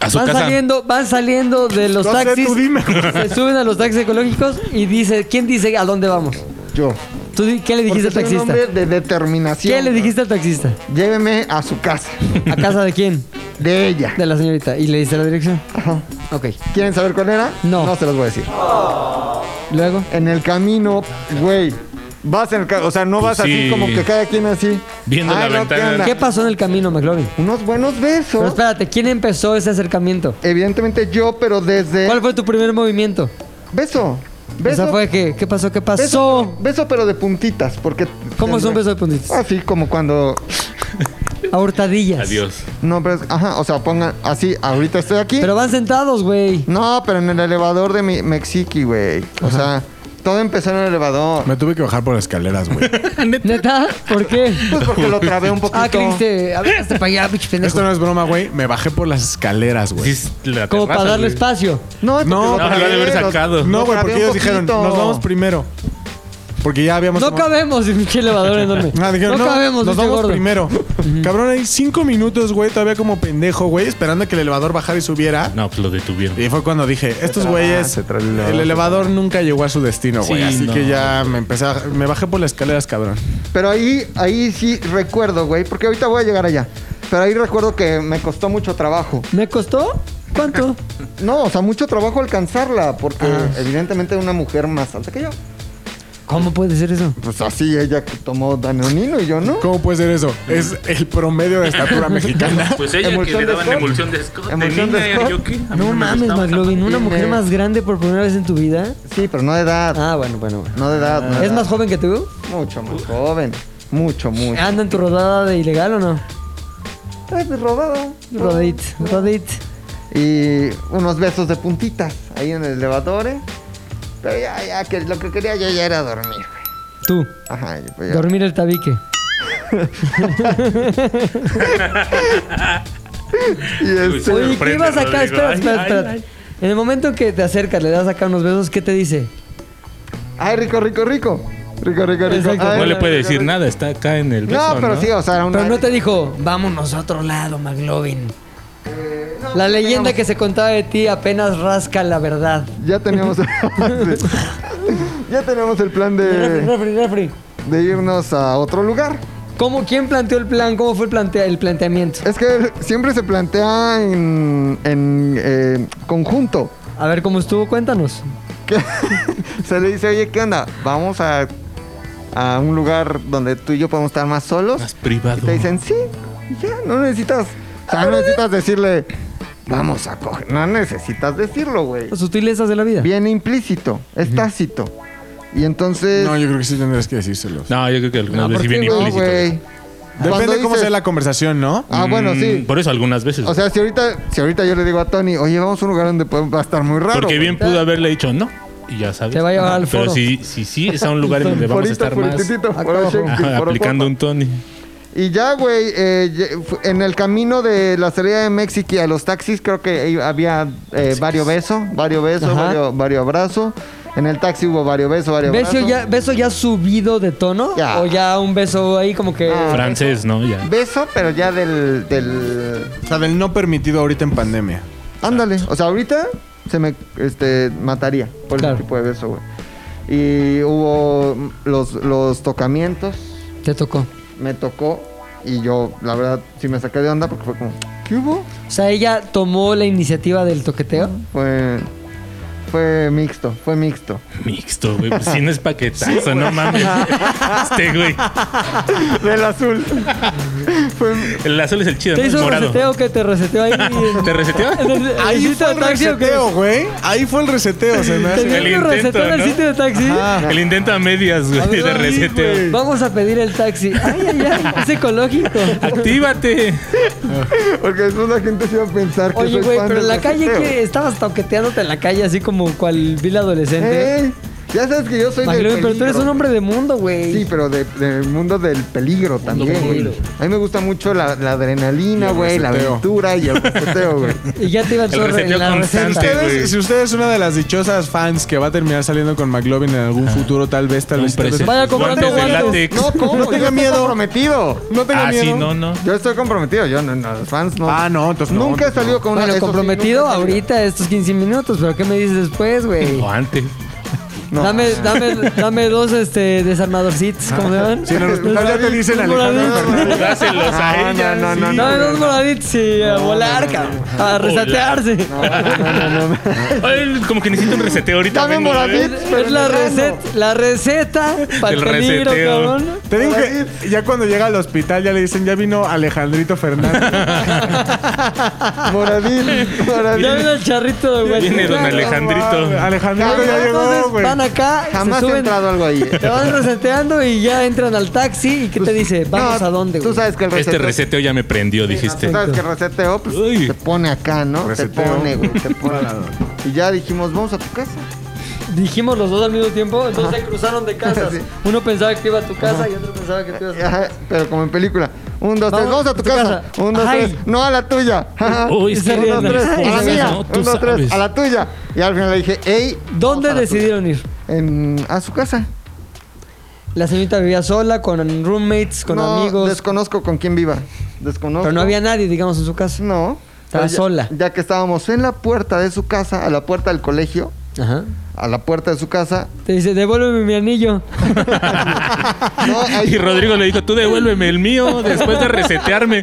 F: A su
E: Van
F: casa.
E: saliendo, van saliendo de los
J: No sé,
E: taxis.
J: tú dime.
E: Se suben a los taxis ecológicos y dice, ¿quién dice a dónde vamos?
B: Yo.
E: ¿Tú di- qué le dijiste
B: Porque
E: al
B: soy un
E: taxista?
B: hombre de determinación.
E: ¿Qué le dijiste al taxista?
B: Lléveme a su casa.
E: ¿A casa de quién?
B: De
E: [LAUGHS]
B: ella.
E: De la señorita. ¿Y le diste la dirección?
B: Ajá.
E: Ok.
B: ¿Quieren saber cuál era?
E: No.
B: No se los voy a decir.
E: Luego.
B: En el camino, güey. Vas en el ca- o sea, no
F: Pues
B: vas así
F: sí.
B: como que cada quien así.
F: Viendo la
B: no,
F: ventana.
B: ¿qué onda?
E: ¿Qué pasó en el camino, McLovin?
B: Unos buenos
E: Pero
B: besos.
E: espérate, ¿quién empezó ese acercamiento?
B: Evidentemente yo, pero desde.
E: ¿Cuál fue tu primer movimiento?
B: Beso. Beso.
E: Esa fue que, ¿qué pasó? ¿Qué
B: Beso,
E: pasó?
B: beso, pero de puntitas, porque...
E: ¿Cómo es un beso de puntitas?
B: Así como cuando...
E: A hurtadillas.
F: Adiós.
B: No, pero... es- Ajá, o sea, pongan así, ahorita estoy aquí.
E: Pero van sentados, güey.
B: No, pero en el elevador de mi Mexiqui, güey. O sea, todo empezó en el elevador.
G: Me tuve que bajar por escaleras,
J: [LAUGHS]
G: güey.
E: ¿Neta? ¿Por qué?
B: Pues porque lo trabé un poquito.
E: Ah, creíste. A ver, hasta para allá, pinche pendejo.
G: Esto no es broma, güey. Me bajé por las escaleras,
F: Sí,
G: güey.
J: Pues,
F: es la
E: Como
F: terraza,
E: para darle
F: güey.
E: espacio.
B: No, porque
J: No,
B: lo
J: no,
F: lo ha de haber
B: los-
F: sacado.
J: No, güey,
B: lo
J: porque
B: trabé
J: ellos
B: un
J: dijeron,
B: poquito.
J: nos vamos primero. Porque ya habíamos...
E: No
J: tomado-
E: cabemos, pinche elevador enorme.
J: [LAUGHS] Ah, dijeron,
E: no,
J: no,
E: cabemos,
J: nos
E: pinche
J: vamos
E: gordo.
J: primero. Cabrón, hay cinco minutos, güey, todavía como pendejo, güey, esperando a que el elevador bajara y subiera.
F: No, pues lo detuvieron.
J: Y fue cuando dije, estos güeyes,
B: se tra- no,
J: el elevador nunca llegó a su destino, güey.
F: Sí,
J: así
F: no.
J: que ya me empecé a, me bajé por las escaleras, cabrón.
B: Pero ahí, ahí sí recuerdo, güey, porque ahorita voy a llegar allá. Pero ahí recuerdo que me costó mucho trabajo.
E: ¿Me costó? ¿Cuánto? Ah,
B: No, o sea, mucho trabajo alcanzarla, porque evidentemente era una mujer más alta que yo.
E: ¿Cómo puede ser eso?
B: Pues así ella que tomó Danonino y yo
E: [LAUGHS]
B: no.
G: ¿Cómo puede ser eso? Es el promedio de estatura mexicana.
F: Pues ella que le daban emulsión de Scott. de
B: Emulsión de
F: niña,
B: Scott.
F: yo qué, a mí
E: No
F: me
E: mames,
F: gustaba.
E: McLovin, una
B: Y
E: mujer
B: me-
E: más grande por primera vez en tu vida.
B: Sí, pero no de edad.
E: Ah, bueno, bueno, bueno.
B: No de edad. no de
E: ¿Es
B: edad.
E: más joven que tú?
B: Mucho más joven. Mucho, mucho.
E: ¿Anda en tu rodada de ilegal o no?
B: Ay, pues, rodada.
E: Rodit, rodit.
B: Y unos besos de puntitas ahí en el elevador. ¿eh? Pero ya, ya, que lo que quería yo ya era dormir, güey.
E: Tú,
B: Ajá, y pues ya.
E: dormir el tabique.
B: Y este-
F: Te
E: Oye, ¿qué
F: sorprende,
E: ibas acá?
F: Rodrigo.
E: Espera,
F: Ay,
E: espera,
F: ay,
E: espera.
F: ay.
E: En el momento que te acercas, le das acá unos besos, ¿qué te dice?
B: Ay, rico, rico, rico. Rico, rico, rico.
E: Exacto.
B: Ay,
F: No le
B: rico,
F: puede
B: rico,
F: decir
B: rico.
F: nada, está acá en el beso,
B: No, pero sí, o sea, era una.
E: Pero no te dijo, vámonos a otro lado, McLovin.
B: no,
E: La leyenda
B: teníamos-
E: que se contaba de ti apenas rasca la verdad.
B: Ya teníamos. [LAUGHS] Sí. ya teníamos el plan
E: Refri,
B: de,
E: refri, refri.
B: de irnos a otro lugar.
E: ¿Cómo, ¿Quién planteó el plan? ¿Cómo fue el, plantea- el planteamiento?
B: Es que siempre se plantea en, en eh, conjunto.
E: A ver, ¿cómo estuvo? Cuéntanos.
B: que [LAUGHS] se le dice, oye, ¿qué onda? Vamos a, a un lugar donde tú y yo podemos estar más solos.
F: Más
B: Y
F: privado.
B: te dicen, sí, y ya, no necesitas, o sea, no necesitas decirle, vamos a coger, no necesitas decirlo, güey.
E: Las sutilezas de la vida.
B: Viene implícito, es tácito. Y entonces...
G: No, yo creo que sí tendrías que decírselos.
F: No, yo creo que algunas
B: ¿por
F: veces sí
B: qué
F: bien
B: no,
F: implícito.
B: güey?
G: Depende
B: Cuando
G: cómo
B: dices-
G: sea la conversación, ¿no?
B: Ah, bueno, sí.
F: Mm, Por eso algunas veces.
B: O sea, si ahorita, si ahorita yo le digo a Tony, oye, vamos a un lugar donde podemos- va a estar muy raro.
F: porque
B: güey".
F: bien pudo haberle dicho no. Y ya sabes.
E: Te va a llevar
F: Ajá,
E: al foro.
F: Pero si, si sí, es a un
B: [LAUGHS]
F: lugar en donde vamos a
B: Forito,
F: estar más.
B: forititito,
G: Ah,
E: acá
B: foro
E: abajo.
B: Shakespeare,
F: Ajá,
B: foro
F: aplicando
B: Papa.
F: un Tony.
B: Y ya, güey, eh, ye- fu- en el camino de la salida de México a los taxis, creo que ahí había eh, varios besos, varios besos,
E: Ajá.
B: varios, varios abrazos. En el taxi hubo varios besos, varios
E: ¿Beso
B: abrazos.
E: ya, ¿Beso ya subido de tono?
B: Ya.
E: ¿O ya un beso ahí como que...
B: Ah.
F: Francés, ¿no? Ya.
B: Beso, pero ya del, del...
G: O sea, del no permitido ahorita en pandemia.
B: Ándale. O sea, ahorita se me este, mataría por
E: Claro.
B: ese tipo de beso, güey. Y hubo mm, los, los tocamientos,
E: Te tocó.
B: me tocó y yo, la verdad, sí me saqué de onda porque fue como, ¿qué hubo?
E: O sea, ella tomó la iniciativa del toqueteo.
B: Fue, fue mixto, fue mixto.
F: Mixto, güey. Pues sí, no es paquetazo, no mames. Este, güey.
B: [LAUGHS] Del [LAUGHS] azul. Fue-
F: El azul es el chido, ¿no?
E: ¿Te
F: El
E: hizo un
F: morado. [LAUGHS]
E: reseteo que te reseteó ahí?
F: ¿Te reseteó?
E: ¿En el- en el
G: Ahí
E: sitio
G: fue
E: de
G: el
E: taxi o qué?
G: reseteo, güey. Ahí fue el reseteo,
B: [LAUGHS]
G: se me
E: ¿Te
G: hace.
F: El
E: dio un
F: intento,
E: reseteo en el
F: ¿no?
E: sitio de taxi?
F: El intento a medias,
E: A
F: güey,
E: ver,
F: de
E: ahí,
F: reseteo.
E: Vamos a pedir el taxi. Ay, ay, ay, es ecológico.
F: ¡Actívate!
B: Porque después la gente se iba a pensar que
E: Oye,
B: soy
E: güey,
B: fan
E: pero en
B: del
E: la calle
B: reseteo.
E: que estabas toqueteándote en la calle así como cual vil adolescente.
B: Ey, Ya sabes que yo soy del
E: Magloven,
B: Eh, peligro.
E: pero tú eres un hombre de mundo, güey.
B: Sí, pero de- del mundo del peligro también, güey.
E: peligro.
B: A mí me gusta mucho la, la adrenalina, güey, la
G: reseteo.
B: aventura y el reseteo, güey.
E: Y ya te iba el
F: El
E: zorro en
F: reseteo
E: la
F: constante.
E: receta.
G: Ustedes,
F: güey.
G: si usted es una de las dichosas fans que va a terminar saliendo con McLovin en algún futuro, tal vez, tal
F: Un
G: vez. tal vez-
F: presente.
E: Vaya comprando
F: Guantes de
E: guantes.
F: látex.
B: No, ¿cómo?
G: No
B: Yo
G: tenga
B: estoy
G: miedo.
B: comprometido.
G: No tenga
F: Ah,
G: miedo.
F: sí, no, no.
B: Yo estoy comprometido. Yo, no, no, los fans no. Pues
G: Ah, no, entonces no,
B: Nunca he
G: entonces no.
B: salido con una...
E: Bueno,
B: eso sí,
E: comprometido
B: nunca he salido.
E: ahorita estos 15 minutos, pero ¿qué me dices después, güey?
F: O antes.
B: No.
E: Dame, dame, dame dos este, desarmadorcitos, ¿cómo se llaman?
G: Sí, no, no, no, ya te dicen
E: Dos
G: Alejandro
E: moraditos.
G: Fernández.
F: Dáselos a
B: Ah,
F: ella.
B: no, no,
F: sí.
E: Dame dos moraditos y a volar, cabrón. A resetearse.
B: Ah,
F: [LAUGHS] Ay, como que necesito un reseteo ahorita.
B: Dame
F: vengo,
B: moradito.
F: ¿eh?
E: Es, es la, receta, la receta para el
F: Del
E: peligro,
F: reseteo.
E: cabrón.
G: Te digo que ya cuando llega al hospital ya le dicen, ya vino Alejandrito Fernández.
F: [LAUGHS]
B: Moradín,
E: [LAUGHS] Ya
B: moradín.
E: viene el charrito de güey.
F: Viene don Alejandrito.
G: Alejandrito ya llegó,
E: Entonces
G: güey.
E: van acá,
B: Jamás
E: se
B: he
E: suben,
B: entrado algo ahí.
E: te van reseteando y ya entran al taxi. ¿Y qué te dice? [LAUGHS] ¿Vamos
B: Pues, No,
E: a dónde,
B: Tú
E: güey?
B: sabes que el
F: Este
B: reseteo...
F: reseteo ya me prendió, dijiste.
B: Tú sabes que el reseteo pues,
F: Uy.
B: te pone acá, ¿no? Te
G: Reseteo.
B: pone, güey, te pone. y ya dijimos, vamos a tu casa.
E: Dijimos los dos al mismo tiempo, entonces se cruzaron de casas.
B: [LAUGHS] Sí.
E: Uno pensaba que iba a tu casa y otro pensaba que tú ibas a
B: Ajá, pero como en película. Un, dos,
E: Vamos
B: tres, vamos a tu, casa. Un, dos,
E: Ay.
B: tres. No a la tuya.
F: [LAUGHS]
B: Ajá.
F: Uy,
E: Y
F: es que
E: se
B: un, dos, tres.
E: ríen.
B: A la
E: Esas
B: mía.
F: no, tú
B: un, dos, tres.
F: sabes.
B: A la tuya. Y al final le dije, hey.
E: ¿Dónde decidieron ir?
B: En, a su casa.
E: La señorita vivía sola, con roommates, con
B: No,
E: amigos.
B: Desconozco con quién viva. Desconozco.
E: Pero no había nadie, digamos, en su casa.
B: No.
E: Estaba
B: Pero ya-
E: sola.
B: Ya que estábamos en la puerta de su casa, a la puerta del colegio,
E: Ajá.
B: a la puerta de su casa. [LAUGHS]
E: Te dice, devuélveme mi anillo. [LAUGHS]
B: No,
F: Y
B: ahí-
F: Rodrigo le dijo, tú devuélveme el mío después de resetearme.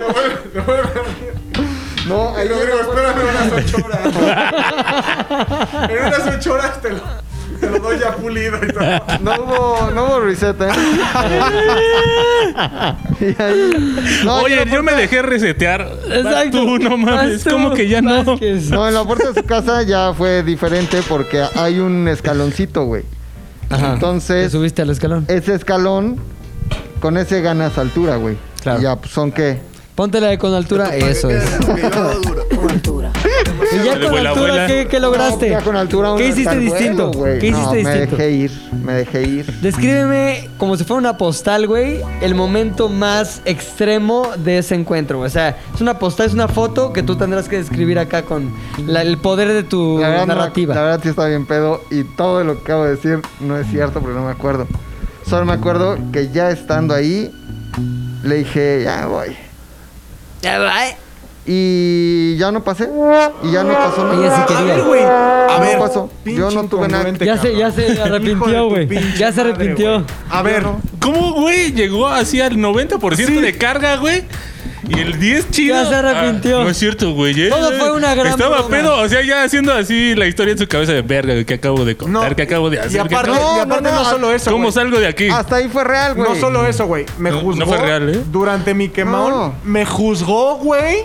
B: no, ahí- [LAUGHS]
G: espérame unas ocho horas. en unas ocho horas te lo...
J: lo doy ya pulido y todo.
B: No hubo, no hubo
E: [LAUGHS]
B: reset, ¿eh? [LAUGHS] Y ahí- No,
F: Oye,
B: aquí en la
F: yo me
B: puerta-
F: dejé resetear. Vas Tú, no
B: Vas
F: mames.
B: tú,
F: como que ya no?
E: Vázquez.
B: No, en la puerta de su casa ya fue diferente porque hay un escaloncito, güey.
E: Ajá. Te
B: Entonces,
E: subiste al escalón.
B: ese escalón, con ese ganas altura, güey.
E: Claro.
B: Y ya, pues, son qué.
E: Póntela de con altura. Eso es. [LAUGHS] ¿Y ya
F: Dale,
E: con
F: abuela,
E: altura
F: abuela.
E: qué, qué lograste?
B: No, ya con altura uno
E: ¿Qué hiciste
B: está al vuelo,
E: distinto?
B: güey.
E: ¿Qué hiciste
B: No,
E: distinto?
B: Me dejé ir, me dejé ir.
E: Descríbeme como si fuera una postal, güey, el momento más extremo de ese encuentro. güey. O sea, es una postal, es una foto que tú tendrás que describir acá con la- el poder de tu
B: La verdad, no-
E: narrativa.
B: la verdad sí está bien pedo y todo lo que acabo de decir no es cierto porque no me acuerdo. Solo me acuerdo que ya estando ahí, le dije, ya voy. Y ya no pasé. Y ya no pasó nada.
E: Ella sí
B: A
E: quería.
B: ver, güey. A ver, pasó. Yo no tuve nada.
J: incongruente,
E: ya, se, ya se
J: Hijo de
E: arrepintió,
J: tu
E: güey.
J: pinche
E: Ya se
J: madre,
E: arrepintió.
J: güey. A ver,
F: ¿Cómo, güey? Llegó así al 90% de carga, güey. Y el 10 chido.
E: Ya se arrepintió.
F: Ah, no es cierto, güey. eh.
E: Todo fue una gran
F: Estaba
E: broma.
F: pedo, o sea, ya haciendo así la historia en su cabeza de verga, güey, que acabo de contar,
J: No.
F: que acabo de hacer.
J: y
F: que
J: aparte,
F: acabo-
B: No,
J: y
B: no,
J: aparte no,
B: no,
J: solo eso.
F: ¿Cómo
J: güey. Ah,
F: salgo de aquí?
B: Hasta ahí fue real, güey.
J: No solo eso, güey. Me
F: No- no
J: juzgó.
F: fue real, ¿eh?
J: Durante mi quemón,
B: No.
J: me juzgó, güey,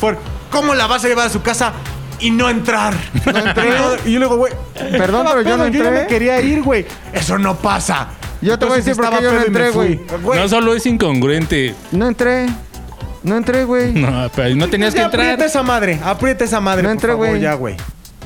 J: por cómo la vas a llevar a su casa y no
B: [LAUGHS]
J: entrar. No entré. y yo le digo, güey,
B: Perdón,
J: estaba
B: pero yo no
J: pedo, Yo ya
B: entré.
J: me quería ir, güey. Eso no pasa.
B: Yo te voy a decir por qué
J: estaba
B: yo no
J: pedo y me
B: entré,
J: fui.
F: No solo es incongruente.
B: No entré. No entré, güey.
F: No, pero no tenías que
J: Ya
F: entrar.
J: Aprieta esa madre, aprieta esa madre.
B: No
J: por
B: entré,
J: favor,
B: güey.
J: Ya, güey.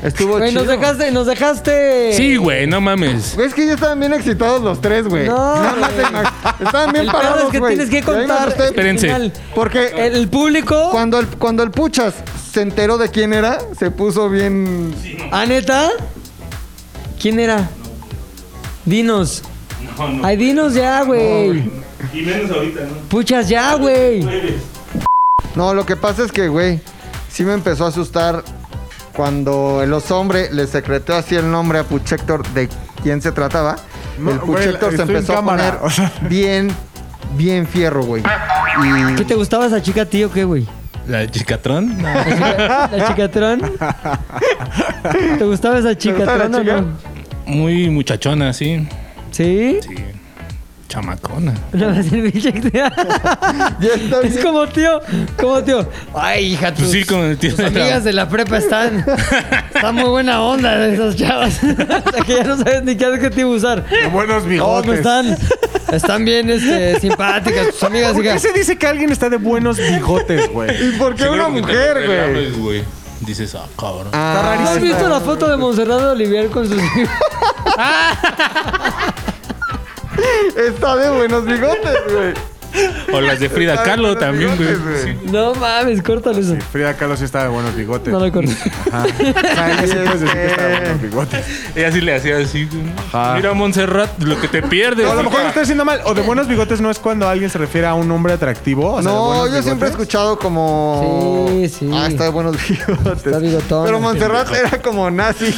B: Estuvo
E: Güey, nos
B: chido.
E: dejaste, nos dejaste.
F: Sí, güey, no mames.
B: Güey, Es que ya estaban bien excitados los tres, güey.
E: No,
B: más
E: güey.
B: te imag- Estaban bien
E: El pedo
B: parados,
E: es que
B: güey.
E: tienes que
B: Y ahí me
E: contar.
B: asusté
F: Espérense.
E: el final.
B: Porque
E: El, el público.
B: cuando el, cuando el Puchas se enteró de quién era, se puso bien...
E: ¿Ah, neta? ¿Quién era? Dinos. Ay, dinos ya, güey.
F: Y menos ahorita, ¿no?
E: Puchas ya, güey.
B: No, lo que pasa es que, güey, sí me empezó a asustar cuando el oso hombre le secretó así el nombre a Puchector de quién se trataba.
J: No,
B: el
J: güey,
B: Puchector se
J: estoy en
B: empezó a poner
J: cámara, o sea.
B: bien, bien fierro,
E: [LAUGHS]
B: güey. Y-
E: ¿Qué te gustaba esa chica, tío, qué, güey?
F: ¿La chicatrón? No.
E: ¿La chicatrón? ¿Te gustaba esa
B: gustaba
E: chicatrón
B: la
E: o
B: chica?
E: no?
F: Muy muchachona, sí.
E: ¿Sí?
F: Sí. Chamacona.
E: No, va a ser mi chica.
B: [LAUGHS] Ya está
E: Es
B: bien.
E: como tío, como tío. Ay, hija, tus,
F: Pues sí, con el tío
E: tus
F: de la-
J: [LAUGHS]
E: amigas de la prepa están... Están muy buena onda de esas chavas. [LAUGHS] Hasta que ya no sabes ni qué adjetivo usar.
J: Qué buenos
E: Oh, me
J: bigotes.
E: están, están bien este, simpáticas tus amigas.
J: ¿Por
E: hija.
J: qué se dice que alguien está de buenos bigotes, güey?
B: [LAUGHS] ¿Y por qué una mujer, güey?
F: Dices, ah, cabrón.
E: ¿Has visto la foto de Monserrat de Olivier con sus hijos?
B: Está de buenos bigotes, güey.
F: O las de Frida
B: Está de
F: Kahlo
B: buenos
F: también, güey.
B: bigotes,
F: Sí.
E: [LAUGHS] No mames, córtalo eso.
J: Frida Kahlo sí Ah, está de buenos bigotes.
E: No
J: [LAUGHS]
E: lo cortes.
J: Ajá. O sea, ella sí puedes decir que está de buenos bigotes.
F: Ella sí le hacía así, güey. Mira, Montserrat, lo que te pierdes.
J: No, a lo mejor
F: hija.
J: lo estoy haciendo mal. O de buenos bigotes no es cuando alguien se refiere a un hombre atractivo. [LAUGHS] o sea, de
B: no, yo
J: buenos
B: siempre he
J: bigotes.
B: escuchado como.
E: Sí, sí.
B: Ah, está de buenos [LAUGHS] bigotes.
E: Está bigotón.
B: Pero Montserrat era como nazi.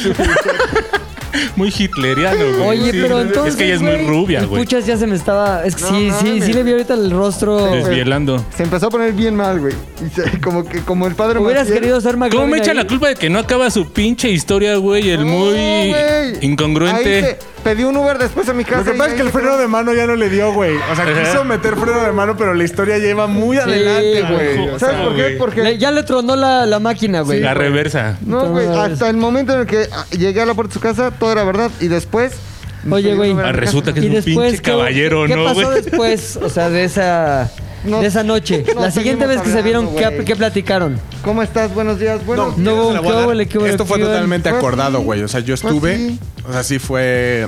F: Muy hitleriano, güey.
E: Oye,
F: Sí,
E: pero
F: sí.
E: entonces.
F: Es que ella es muy
E: güey,
F: rubia,
E: el
F: güey.
E: Puchas ya se me estaba. Es que
B: No
E: sí, sí,
B: mames.
E: sí le vi ahorita el rostro.
F: Desvielando.
B: Se empezó a poner bien mal, güey. Y se- [LAUGHS] como que como el padre
E: Hubieras
B: Maciel.
E: querido ser McLovin.
F: ¿Cómo me echa
E: ahí?
F: la culpa de que no acaba su pinche historia, güey? El
B: No,
F: muy
B: güey. Ahí
F: incongruente.
B: se- pedí un Uber después a mi casa.
J: Lo que
B: y
J: pasa es
B: ahí
J: que el
B: se
J: freno
B: quedó.
J: de mano ya no le dio, güey. O sea, quiso meter freno de mano, pero la historia ya iba muy adelante, güey. O sea,
B: ¿Sabes por qué?
F: güey.
B: Porque.
E: Le- ya le tronó la, la máquina, güey.
F: La reversa.
B: No, güey.
E: Entonces-
B: Hasta el momento en el que ah, llegué a la puerta de su casa, todo era verdad. Y después. me
E: Oye,
B: pedí un
E: güey.
B: Uber a
F: Ah,
B: mi casa.
F: resulta que es
E: y
F: un
E: después.
F: pinche
E: ¿qué-
F: caballero,
E: ¿Qué
F: ¿no,
E: pasó
F: güey?
E: después? O sea, de esa.
B: No-
E: de esa noche.
B: no
E: la siguiente vez
B: seguimos
E: que se vieron,
B: hablando,
E: ¿qué,
B: güey.
E: ¿qué platicaron?
B: ¿Cómo estás? Buenos días. Buenos
E: No hubo
J: Se la
E: un
J: voy a dar.
E: qué huele, qué huele,
J: Esto fue
E: qué huele.
J: totalmente
B: Pues
J: acordado,
B: sí.
J: güey. O sea, yo
B: Pues
J: estuve.
B: sí.
J: O sea, sí fue.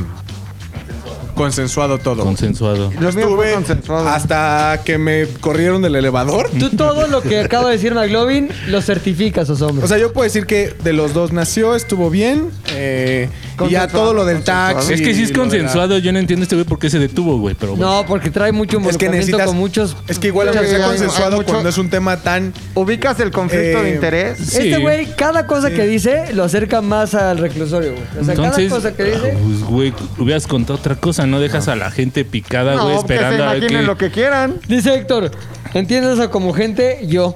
J: Consensuado todo.
F: Consensuado.
B: Lo mío fue
J: Estuve
B: consensuado.
J: hasta que me corrieron del elevador.
E: Tú todo lo que acaba de decir McLovin lo certificas, os hombres.
G: O sea, yo puedo decir que de los dos nació, estuvo bien. eh, y ya
B: Consensuado,
G: todo lo del
B: consensuado.
G: taxi.
F: es que si es
G: lo de la-
F: consensuado, yo no entiendo este güey por qué se detuvo, güey. Pero bueno.
E: no, porque trae
G: Es que
E: mucho involucramiento
G: necesitas.
E: con muchos.
G: Es que igual aunque
B: Sí,
G: sea
B: hay- hay
G: consensuado
B: mucho-
G: cuando es un tema tan.
B: ¿Ubicas el conflicto de
G: Eh,
B: interés?
F: sí.
E: Este güey, cada cosa que dice lo acerca más al reclusorio, güey. O sea,
F: Entonces,
E: cada cosa que dice.
F: ah, pues, güey, hubieras contado otra cosa. No dejas a la gente picada, güey,
B: No, que se
F: esperando a ver
B: imaginen
F: qué.
B: lo que quieran.
E: Dice Héctor, Entiendo eso como gente,
B: [LAUGHS]
E: yo.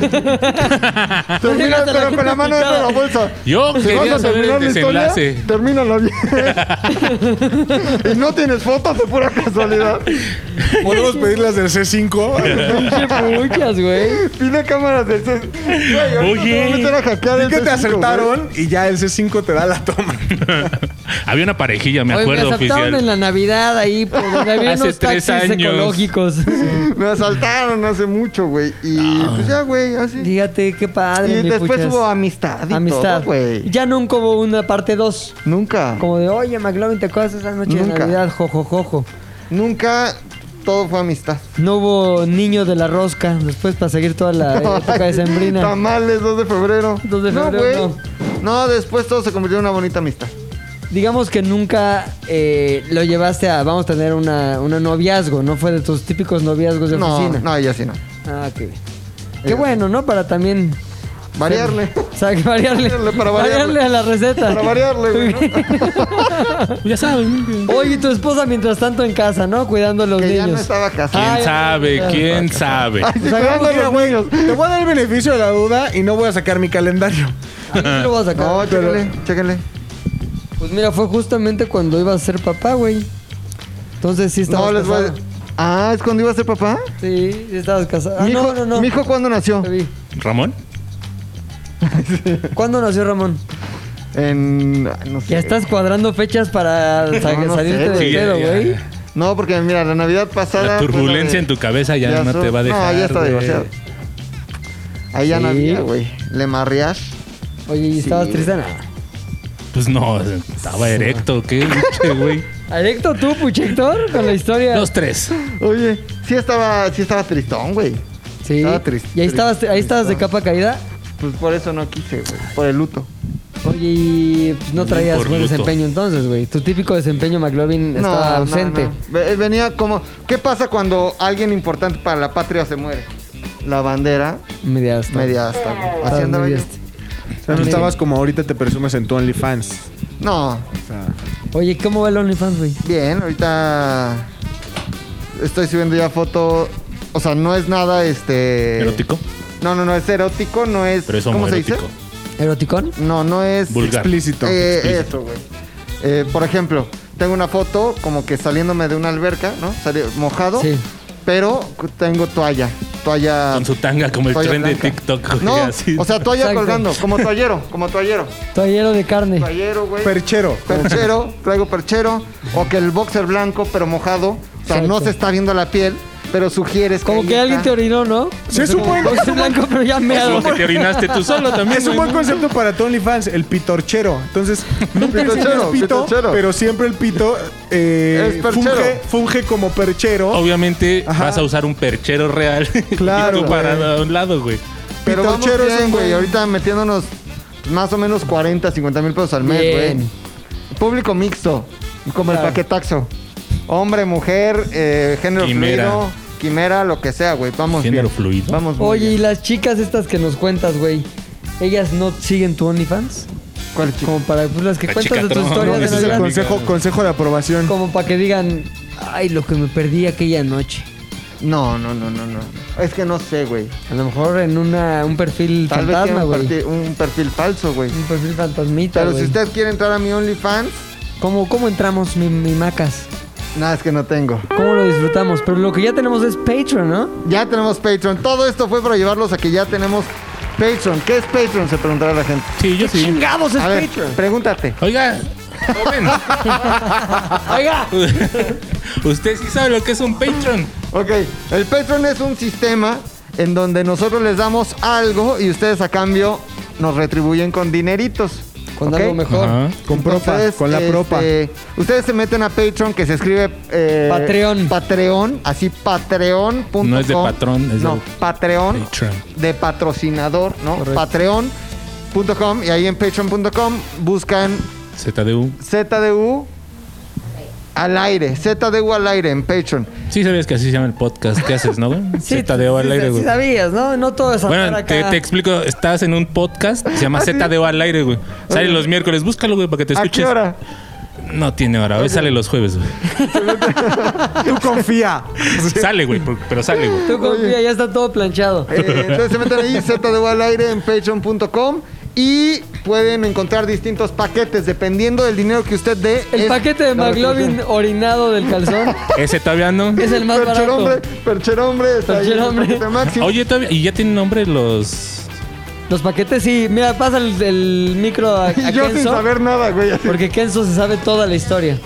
B: Termina
E: Déjate la
B: con, con la
E: gente
B: mano dentro de la
E: picada.
B: bolsa.
F: Yo
B: Si
F: quería
B: vas a
F: saber
B: terminar
F: el
B: la historia,
F: desenlace. [LAUGHS]
B: Termínalo bien. y
E: [LAUGHS]
B: no tienes fotos de pura casualidad.
G: ¿Podemos pedir las del C5?
E: [LAUGHS] Muchas, güey.
B: Tiene cámaras de ese. Güey, ahorita
F: Oye.
B: te voy a meter a hackear
G: ¿Y
B: el
G: que te
B: C5, güey.
G: acertaron y ya el C5 te da la toma.
F: Había una parejilla, me
E: Oye,
F: acuerdo
E: me asaltaron
F: oficial.
E: en la Navidad ahí por donde había
F: Hace
E: unos
F: tres
E: taxis
F: años. [LAUGHS]
E: ecológicos.
B: Me asaltaron hace mucho, güey. Y pues ya, güey, así.
E: Dígate, qué
B: Y
E: padre. mi
B: después
E: puchas.
B: hubo amistad y
E: Amistad.
B: todo, güey.
E: ya nunca hubo una parte 2.
B: Nunca.
E: Como de, oye, McLovin, ¿te acuerdas esa noche de
B: Nunca.
E: Navidad? Jojo, jojo.
B: Nunca todo fue amistad.
E: No hubo niño de la rosca después para seguir
B: [LAUGHS]
E: toda la época de Sembrina.
B: Tamales, 2 de febrero.
E: 2 de
B: No,
E: febrero,
B: güey. No, después todo se convirtió en una bonita amistad.
E: Digamos que nunca eh, lo llevaste a, vamos a tener una, una noviazgo, ¿no? Fue de tus típicos noviazgos de
B: No, Eh.
E: oficina.
B: no, ella sí no.
E: Ah, qué bien. Qué bueno, ¿no? Para también...
B: Variarle.
E: O sea, [LAUGHS] que variarle,
B: Variarle, para
E: variarle
B: variarle.
E: a la receta.
B: Para variarle, güey.
E: [LAUGHS]
B: ¿no?
F: Ya sabes, ¿no?
E: Oye, y tu esposa mientras tanto en casa, ¿no? Cuidando a los
B: Que ya no
E: niños.
B: estaba
F: ¿Quién
B: casada.
E: Ay,
F: sabe?
E: ay,
F: ¿Quién sabe?
B: Sí, cuidando a los niños.
G: Te voy a dar el beneficio de la duda y no voy a sacar mi calendario.
E: A mí sí lo vas a sacar.
B: [LAUGHS] No, chéquenle, chéquenle.
E: Pues mira, fue justamente cuando iba a ser papá, güey. Entonces sí estabas
B: No les voy
E: casada.
B: a. Ah, ¿es cuando iba a ser papá?
E: Sí, sí estabas casada. Ah,
B: mi, hijo,
E: no, no, no.
B: ¿Mi hijo cuándo nació?
E: Te vi.
F: ¿Ramón?
E: ¿Cuándo nació Ramón?
B: En. ay, No sé.
E: Ya estás cuadrando fechas para sa-
B: No, no
E: salirte
B: sé,
E: del
B: güey.
F: Sí,
E: pedo,
F: ya,
E: güey.
F: ya.
B: No, porque mira, la Navidad pasada.
F: La
B: fue
F: turbulencia
B: de-
F: en tu cabeza ya, no
B: so-
F: te va a dejar.
B: No, Ah, pues, ya está
F: güey.
B: demasiado. Ahí ya no
E: Sí.
B: había, güey. Le marreas.
E: Oye, ¿y estabas
B: Sí.
E: triste?
F: Pues no, estaba erecto, ¿qué? Che,
E: [LAUGHS]
F: güey.
E: ¿Erecto tú, Puchector? Con la historia.
F: Los tres.
B: Oye, sí estaba, sí estaba tristón, güey.
E: sí.
B: estaba triste,
E: ¿Y ahí estabas,
B: triste,
E: ahí estabas de
B: tristón.
E: capa caída?
B: Pues por eso no quise, güey. Por el luto.
E: Oye, y pues, no traías
F: Por
E: buen
F: luto.
E: desempeño entonces, güey. Tu típico desempeño, McLovin, estaba ausente.
B: no. Ve- eh, Venía como. ¿Qué pasa cuando alguien importante para la patria se muere? La bandera
E: Media hasta.
B: media hasta. güey.
E: Estabas
B: Así andaba
E: media
B: yo.
E: hasta.
G: no estabas como ahorita te presumes en tu OnlyFans.
B: No,
E: Oye, ¿cómo va el OnlyFans, güey?
B: bien, ahorita. Estoy subiendo ya foto. O sea, no es nada este.
F: Erótico,
B: No, no, no es erótico, no es.
F: pero es
B: ¿Cómo se
F: homoerótico.
B: dice?
E: ¿Eroticón?
B: No, no es.
F: Vulgar.
G: Explícito.
B: Eh,
F: explícito.
B: eso, güey. Eh, por ejemplo, tengo una foto como que saliéndome de una alberca, ¿no? Salí- mojado.
E: Sí.
B: Pero tengo toalla. Toalla.
F: Con su tanga como el
B: toalla
F: tren de
B: blanca.
F: TikTok. güey,
B: No,
F: así.
B: o sea, toalla
E: Exacto.
B: colgando, como toallero, como
E: [LAUGHS]
B: toallero.
E: Toallero de carne.
B: Toallero, güey.
G: Perchero.
E: [LAUGHS]
B: perchero, traigo perchero. O que el boxer blanco, pero mojado. O sea, no
E: Exacto.
B: se está viendo la piel, pero sugieres
E: Como
B: ahí
E: que alguien te
B: está.
E: orinó, ¿no?
G: Sí, es un buen-
E: Como que es blanco, pero ya me
F: Como que te orinaste tú solo también.
G: Es un
F: güey,
G: buen
F: ¿no?
G: concepto para tu OnlyFans, el pitorchero. Entonces, nunca enseñas
B: Pitorchero,
G: pito,
B: pitorchero.
G: pero siempre el pito eh,
B: Es perchero.
G: funge, funge como perchero.
F: Obviamente
G: Ajá.
F: vas a usar un perchero real. [LAUGHS]
G: Claro,
F: Y tú
G: güey.
F: parado a un lado, güey.
B: Pero vamos
G: Pitochero es
B: bien,
G: un
B: güey.
G: buen-
B: Ahorita metiéndonos más o menos 40, 50 mil pesos al mes,
E: Bien.
B: güey. Público mixto, como el
E: Claro.
B: paquetaxo. Hombre, mujer, eh, género
F: Quimera.
B: fluido, quimera, lo que sea, güey. Vamos
F: Género
B: bien.
F: fluido.
B: Vamos muy
E: Oye, ¿y
B: bien.
E: las chicas estas que nos cuentas, güey? ¿Ellas no siguen tu OnlyFans?
B: ¿Cuál chico?
E: Como para pues, las que
F: La
E: cuentas de tus
F: chicatrón,
E: historias
F: ¿no?
E: de
G: Ese es el
E: Navidad.
G: consejo, consejo de aprobación.
E: [LAUGHS] Como para que digan, ay, lo que me perdí aquella noche.
B: No, no, no, no, no. Es que no sé, güey.
E: A lo mejor en una, un perfil
B: Tal vez
E: fantasma,
B: tiene un,
E: güey.
B: parti- un perfil falso, güey.
E: Un perfil fantasmita,
B: Pero
E: güey.
B: si usted quiere entrar a mi OnlyFans,
E: ¿Cómo, ¿Cómo entramos, mi, mi macas?
B: nada, es que no tengo.
E: ¿Cómo lo disfrutamos? Pero lo que ya tenemos es Patreon, ¿no?
B: Ya tenemos Patreon. Todo esto fue para llevarlos a que ya tenemos Patreon. ¿Qué es Patreon? Se preguntará la gente.
F: Sí, yo sí.
E: ¡Chingamos es
B: A ver,
E: Patreon!
B: pregúntate.
F: Oiga, joven.
E: ¡Oiga!
F: [LAUGHS] Usted sí sabe lo que es un Patreon.
B: Ok, el Patreon es un sistema en donde nosotros les damos algo y ustedes a cambio nos retribuyen con dineritos.
E: Con
B: ¿ok?
E: algo mejor.
F: Ajá.
G: Con propa,
B: Entonces,
G: con la
B: este,
G: propa.
B: Ustedes se meten a Patreon que se escribe eh,
E: Patreon.
B: Patreon, así patreon.com.
F: No es de patrón, es
B: no,
F: de
B: Patreon.
F: Patreon.
B: De patrocinador, ¿no?
E: Correcto.
B: Patreon.com y ahí en patreon.com buscan
F: ZDU.
B: ZDU al aire, ZDU al aire en Patreon.
F: Sí sabías que así se llama el podcast. ¿Qué haces, no, güey?
E: Sí,
F: ZDU al
E: sí,
F: aire,
E: sí,
F: güey.
E: Sí sabías, ¿no? No todo es andar
F: Bueno, te,
E: acá.
F: te explico. Estás en un podcast. Se llama ZDU al aire, güey. Sale los miércoles. Búscalo, güey, para que te
B: ¿A
F: escuches.
B: qué hora?
F: No tiene hora, hoy sale los jueves, güey.
B: Tú confía.
F: Sale, güey, por- pero sale, güey.
E: Tú confía, ya está todo planchado.
F: [LAUGHS]
B: Eh, entonces se meten ahí, ZDU al aire en patreon.com y pueden encontrar distintos paquetes dependiendo del dinero que usted dé.
E: El
B: es
E: paquete de
B: la
E: McLovin
B: retribución.
E: orinado del
B: [LAUGHS]
E: calzón
F: Ese todavía no.
E: es el más
B: Percherombre,
E: barato.
B: percherombre, está ahí en el
E: Percherombre.
B: paquete máximo.
F: Oye, todavía. ¿Y ya tienen nombre los.
E: Los paquetes, sí. Mira, pasa el, el micro
B: [LAUGHS]
E: a, a
B: Y yo sin
E: Kenzo,
B: saber nada, güey. así.
E: Porque Kenzo se sabe toda la historia.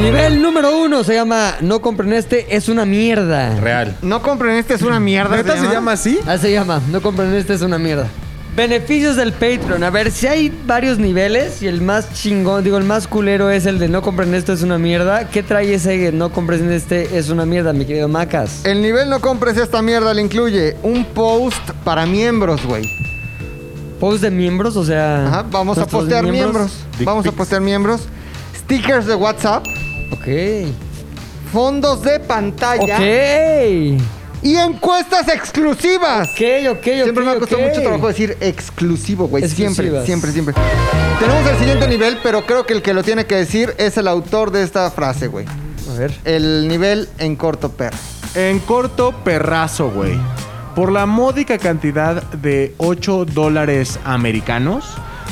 E: Nivel número uno se llama No compren este, es una mierda.
F: Real.
B: No compren este, es una mierda.
G: ¿Neta se llama así?
E: Así se llama, No compren este, es una mierda. Beneficios del Patreon. A ver, si hay varios niveles y el más chingón, digo, el más culero es el de No compren esto, es una mierda. ¿Qué trae ese de No compren este, es una mierda, mi querido Macas?
B: El nivel no compres esta mierda le incluye un post para miembros, güey.
E: Post de miembros, o sea...
B: Ajá, vamos a
E: nuestros
B: postear miembros.
F: Dick
B: Vamos a
F: pics.
B: postear miembros. Stickers de WhatsApp,
E: Ok.
B: fondos de pantalla
E: Ok.
B: y encuestas exclusivas.
E: Ok, ok, ok.
B: Siempre me ha costado
E: ok.
B: mucho trabajo decir exclusivo, güey. Siempre,
E: Exclusivas.
B: siempre, siempre. Tenemos el siguiente nivel, pero creo que el que lo tiene que decir es el autor de esta frase, güey.
E: A ver.
B: El nivel en corto perro.
J: En corto perrazo, güey. Por la módica cantidad de 8 dólares americanos,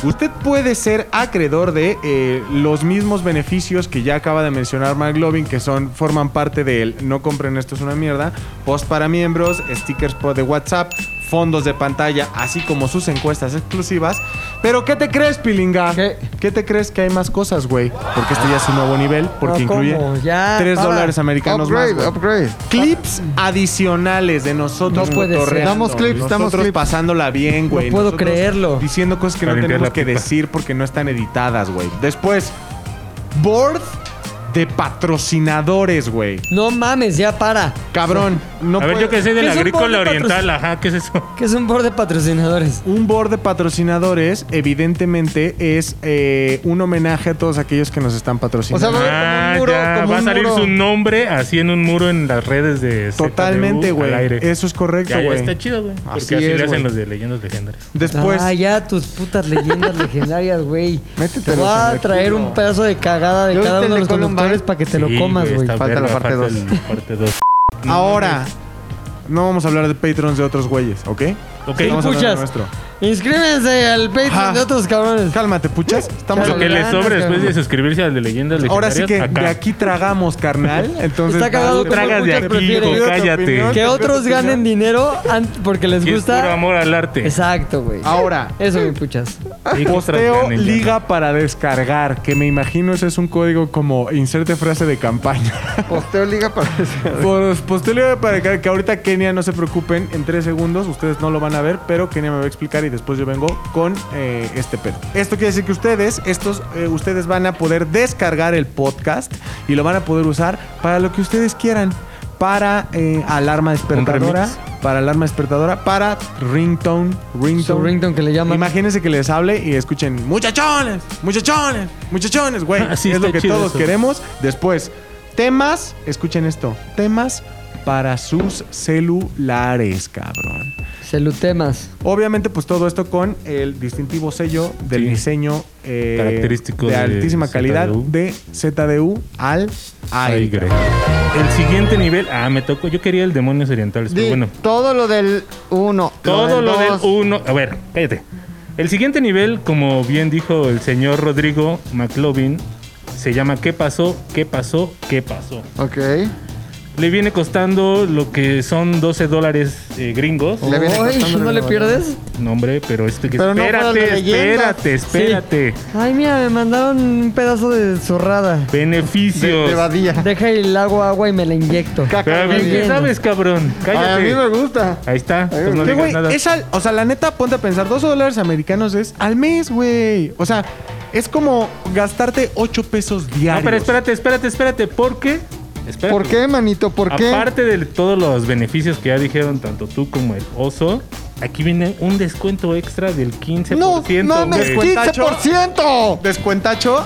J: usted puede ser acreedor de eh, los mismos beneficios que ya acaba de mencionar McLovin, que son, forman parte de él. No compren esto es una mierda. Post para miembros, stickers po- de WhatsApp, fondos de pantalla, así como sus encuestas exclusivas. Pero ¿qué te crees, Pilinga?
E: ¿Qué?
J: te crees que hay más cosas, güey? Porque este ya es un nuevo nivel, porque
E: No, ¿cómo?
J: incluye
E: Ya,
J: 3
E: para.
J: dólares americanos
B: Upgrade,
J: más. güey
B: upgrade.
J: clips adicionales de nosotros
E: No puede ser.
J: cotorreando,
B: Damos clips,
J: nosotros
B: damos clips.
J: pasándola bien, güey.
E: puedo
J: nosotros
E: creerlo.
J: Diciendo cosas que
G: Para
J: no
G: limpiar
J: tenemos
G: la
J: que
G: pipa.
J: decir porque no están editadas, güey. Después, board de patrocinadores, güey.
E: No mames, ya para.
J: Cabrón, no
F: a ver,
J: puede-
F: yo que sé
E: ¿Qué
F: del
E: es un
F: agrícola
E: bono de
F: oriental, ajá, ¿qué es eso?
E: Que es un board de patrocinadores.
J: Un board de patrocinadores, evidentemente, es eh, un homenaje a todos aquellos que nos están
B: O
J: patrocinando.
B: sea, va a haber
F: Ah,
B: como un muro,
F: ya,
B: como
F: va a
B: un
F: salir
B: muro.
F: su nombre así en un muro en las redes de ZDU
J: Totalmente,
F: al
J: güey.
F: aire.
J: Eso es correcto,
F: Ya, ya
J: güey.
F: está chido, güey. Porque
J: Así
F: así
J: es,
F: le hacen
J: güey.
F: los de leyendas legendarias.
J: Después,
E: Ah, ya tus putas leyendas legendarias, güey. Te
B: Métetelos
E: voy a
B: en el
E: traer
B: culo.
E: un pedazo de cagada de
B: ¿Ya
E: cada
B: viste
E: uno
B: el
E: de los
B: de Columbine?
E: conductores para que te lo
F: Sí,
E: comas, güey.
F: está
B: Falta la
F: verga,
B: parte dos.
F: el- Parte 2.
J: ahora, no vamos a hablar de patrons de otros güeyes, ¿ok?
F: Ok,
E: Sí,
J: Vamos a hablar de
E: puchas.
J: nuestro.
E: Inscríbense al Patreon
J: Ajá.
E: de otros cabrones.
J: Cálmate, puchas. Estamos
F: lo que
E: hablando
F: le
E: de
F: sobra
E: lanas,
F: después de
E: cabrón.
F: suscribirse al de leyendas
J: Ahora
F: legendarias.
J: sí que
F: acá.
J: de aquí tragamos, carnal. Entonces,
E: Está cagado
J: dale,
E: como
F: Tragas de
E: muchas
F: aquí,
E: prefieren.
F: hijo, cállate.
E: Que otros ganen dinero an- porque les
F: Sí, es puro
E: gusta.
F: amor al arte.
E: Exacto, güey.
B: Ah,
J: Ahora,
E: Eso, mi puchas.
F: Y que otras
J: posteo
F: ganen ya.
J: liga para descargar, que me imagino ese es un código como inserte frase de campaña.
B: Posteo liga
F: [LAUGHS]
B: para
J: Por- posteo liga para descargar, que ahorita Kenia no se preocupen, en tres segundos ustedes no lo van a ver, pero Kenia me va a explicar y después yo vengo con eh, este pedo. Esto quiere decir que ustedes, estos, eh, ustedes van a poder descargar el podcast y lo van a poder usar para lo que ustedes quieran. Para eh, alarma despertadora,
F: remix?
J: para alarma despertadora, para ringtone,
E: Su
J: ringtone,
E: ringtone que le llaman.
J: Imagínense que les hable y escuchen muchachones, muchachones, muchachones, güey.
F: Ah, sí,
J: es
F: está
J: lo que
F: chido
J: todos
F: eso.
J: queremos. Después, temas, escuchen esto, temas para sus celulares, cabrón.
E: Celutemas.
J: Obviamente, pues todo esto con el distintivo sello del
F: Sí.
J: diseño eh,
F: Característico
J: de
F: de
J: altísima calidad
F: ZDU.
J: de ZDU al
F: Ay,
J: aire.
F: güey. El siguiente nivel, ah, me tocó. Yo quería el demonios orientales, pero
B: Di
F: bueno.
B: Todo lo del 1.
F: Todo lo del uno. A ver, cállate. El siguiente nivel, como bien dijo el señor Rodrigo McLovin, se llama ¿Qué pasó? ¿Qué pasó? ¿Qué pasó?
B: Ok.
F: Le viene costando lo que son 12 dólares eh, gringos.
B: Le viene
E: Ay,
B: costando
E: ¿No
B: la
E: le
B: renovadora.
E: pierdes?
F: No, hombre, pero este que
B: Pero no fuera
F: espérate,
B: de leyendas.
F: espérate, espérate.
E: Ay, mira, me mandaron un pedazo de zorrada.
B: [LAUGHS] De,
F: Beneficios.
B: de Badía.
E: Deja el agua agua y me la inyecto.
F: Pero bien, ¿qué
E: Bien.
F: sabes, cabrón?
B: Ay, a mí
F: Cállate.
B: me gusta.
F: Ahí está. pues no
J: Que,
F: digas
J: güey,
F: nada.
J: es al- o sea, la neta, ponte a pensar, dos dólares americanos es al mes, güey. O sea, es como gastarte 8 pesos
F: No,
J: diarios.
F: pero espérate, espérate, espérate. ¿Por qué? Espérate,
B: ¿Por qué,
F: güey.
B: manito? ¿Por qué?
F: Aparte de todos los beneficios que ya dijeron tanto tú como el oso, aquí viene un descuento extra del 15%.
B: no, no
F: güey.
B: mames, 15%.
J: Descuentacho.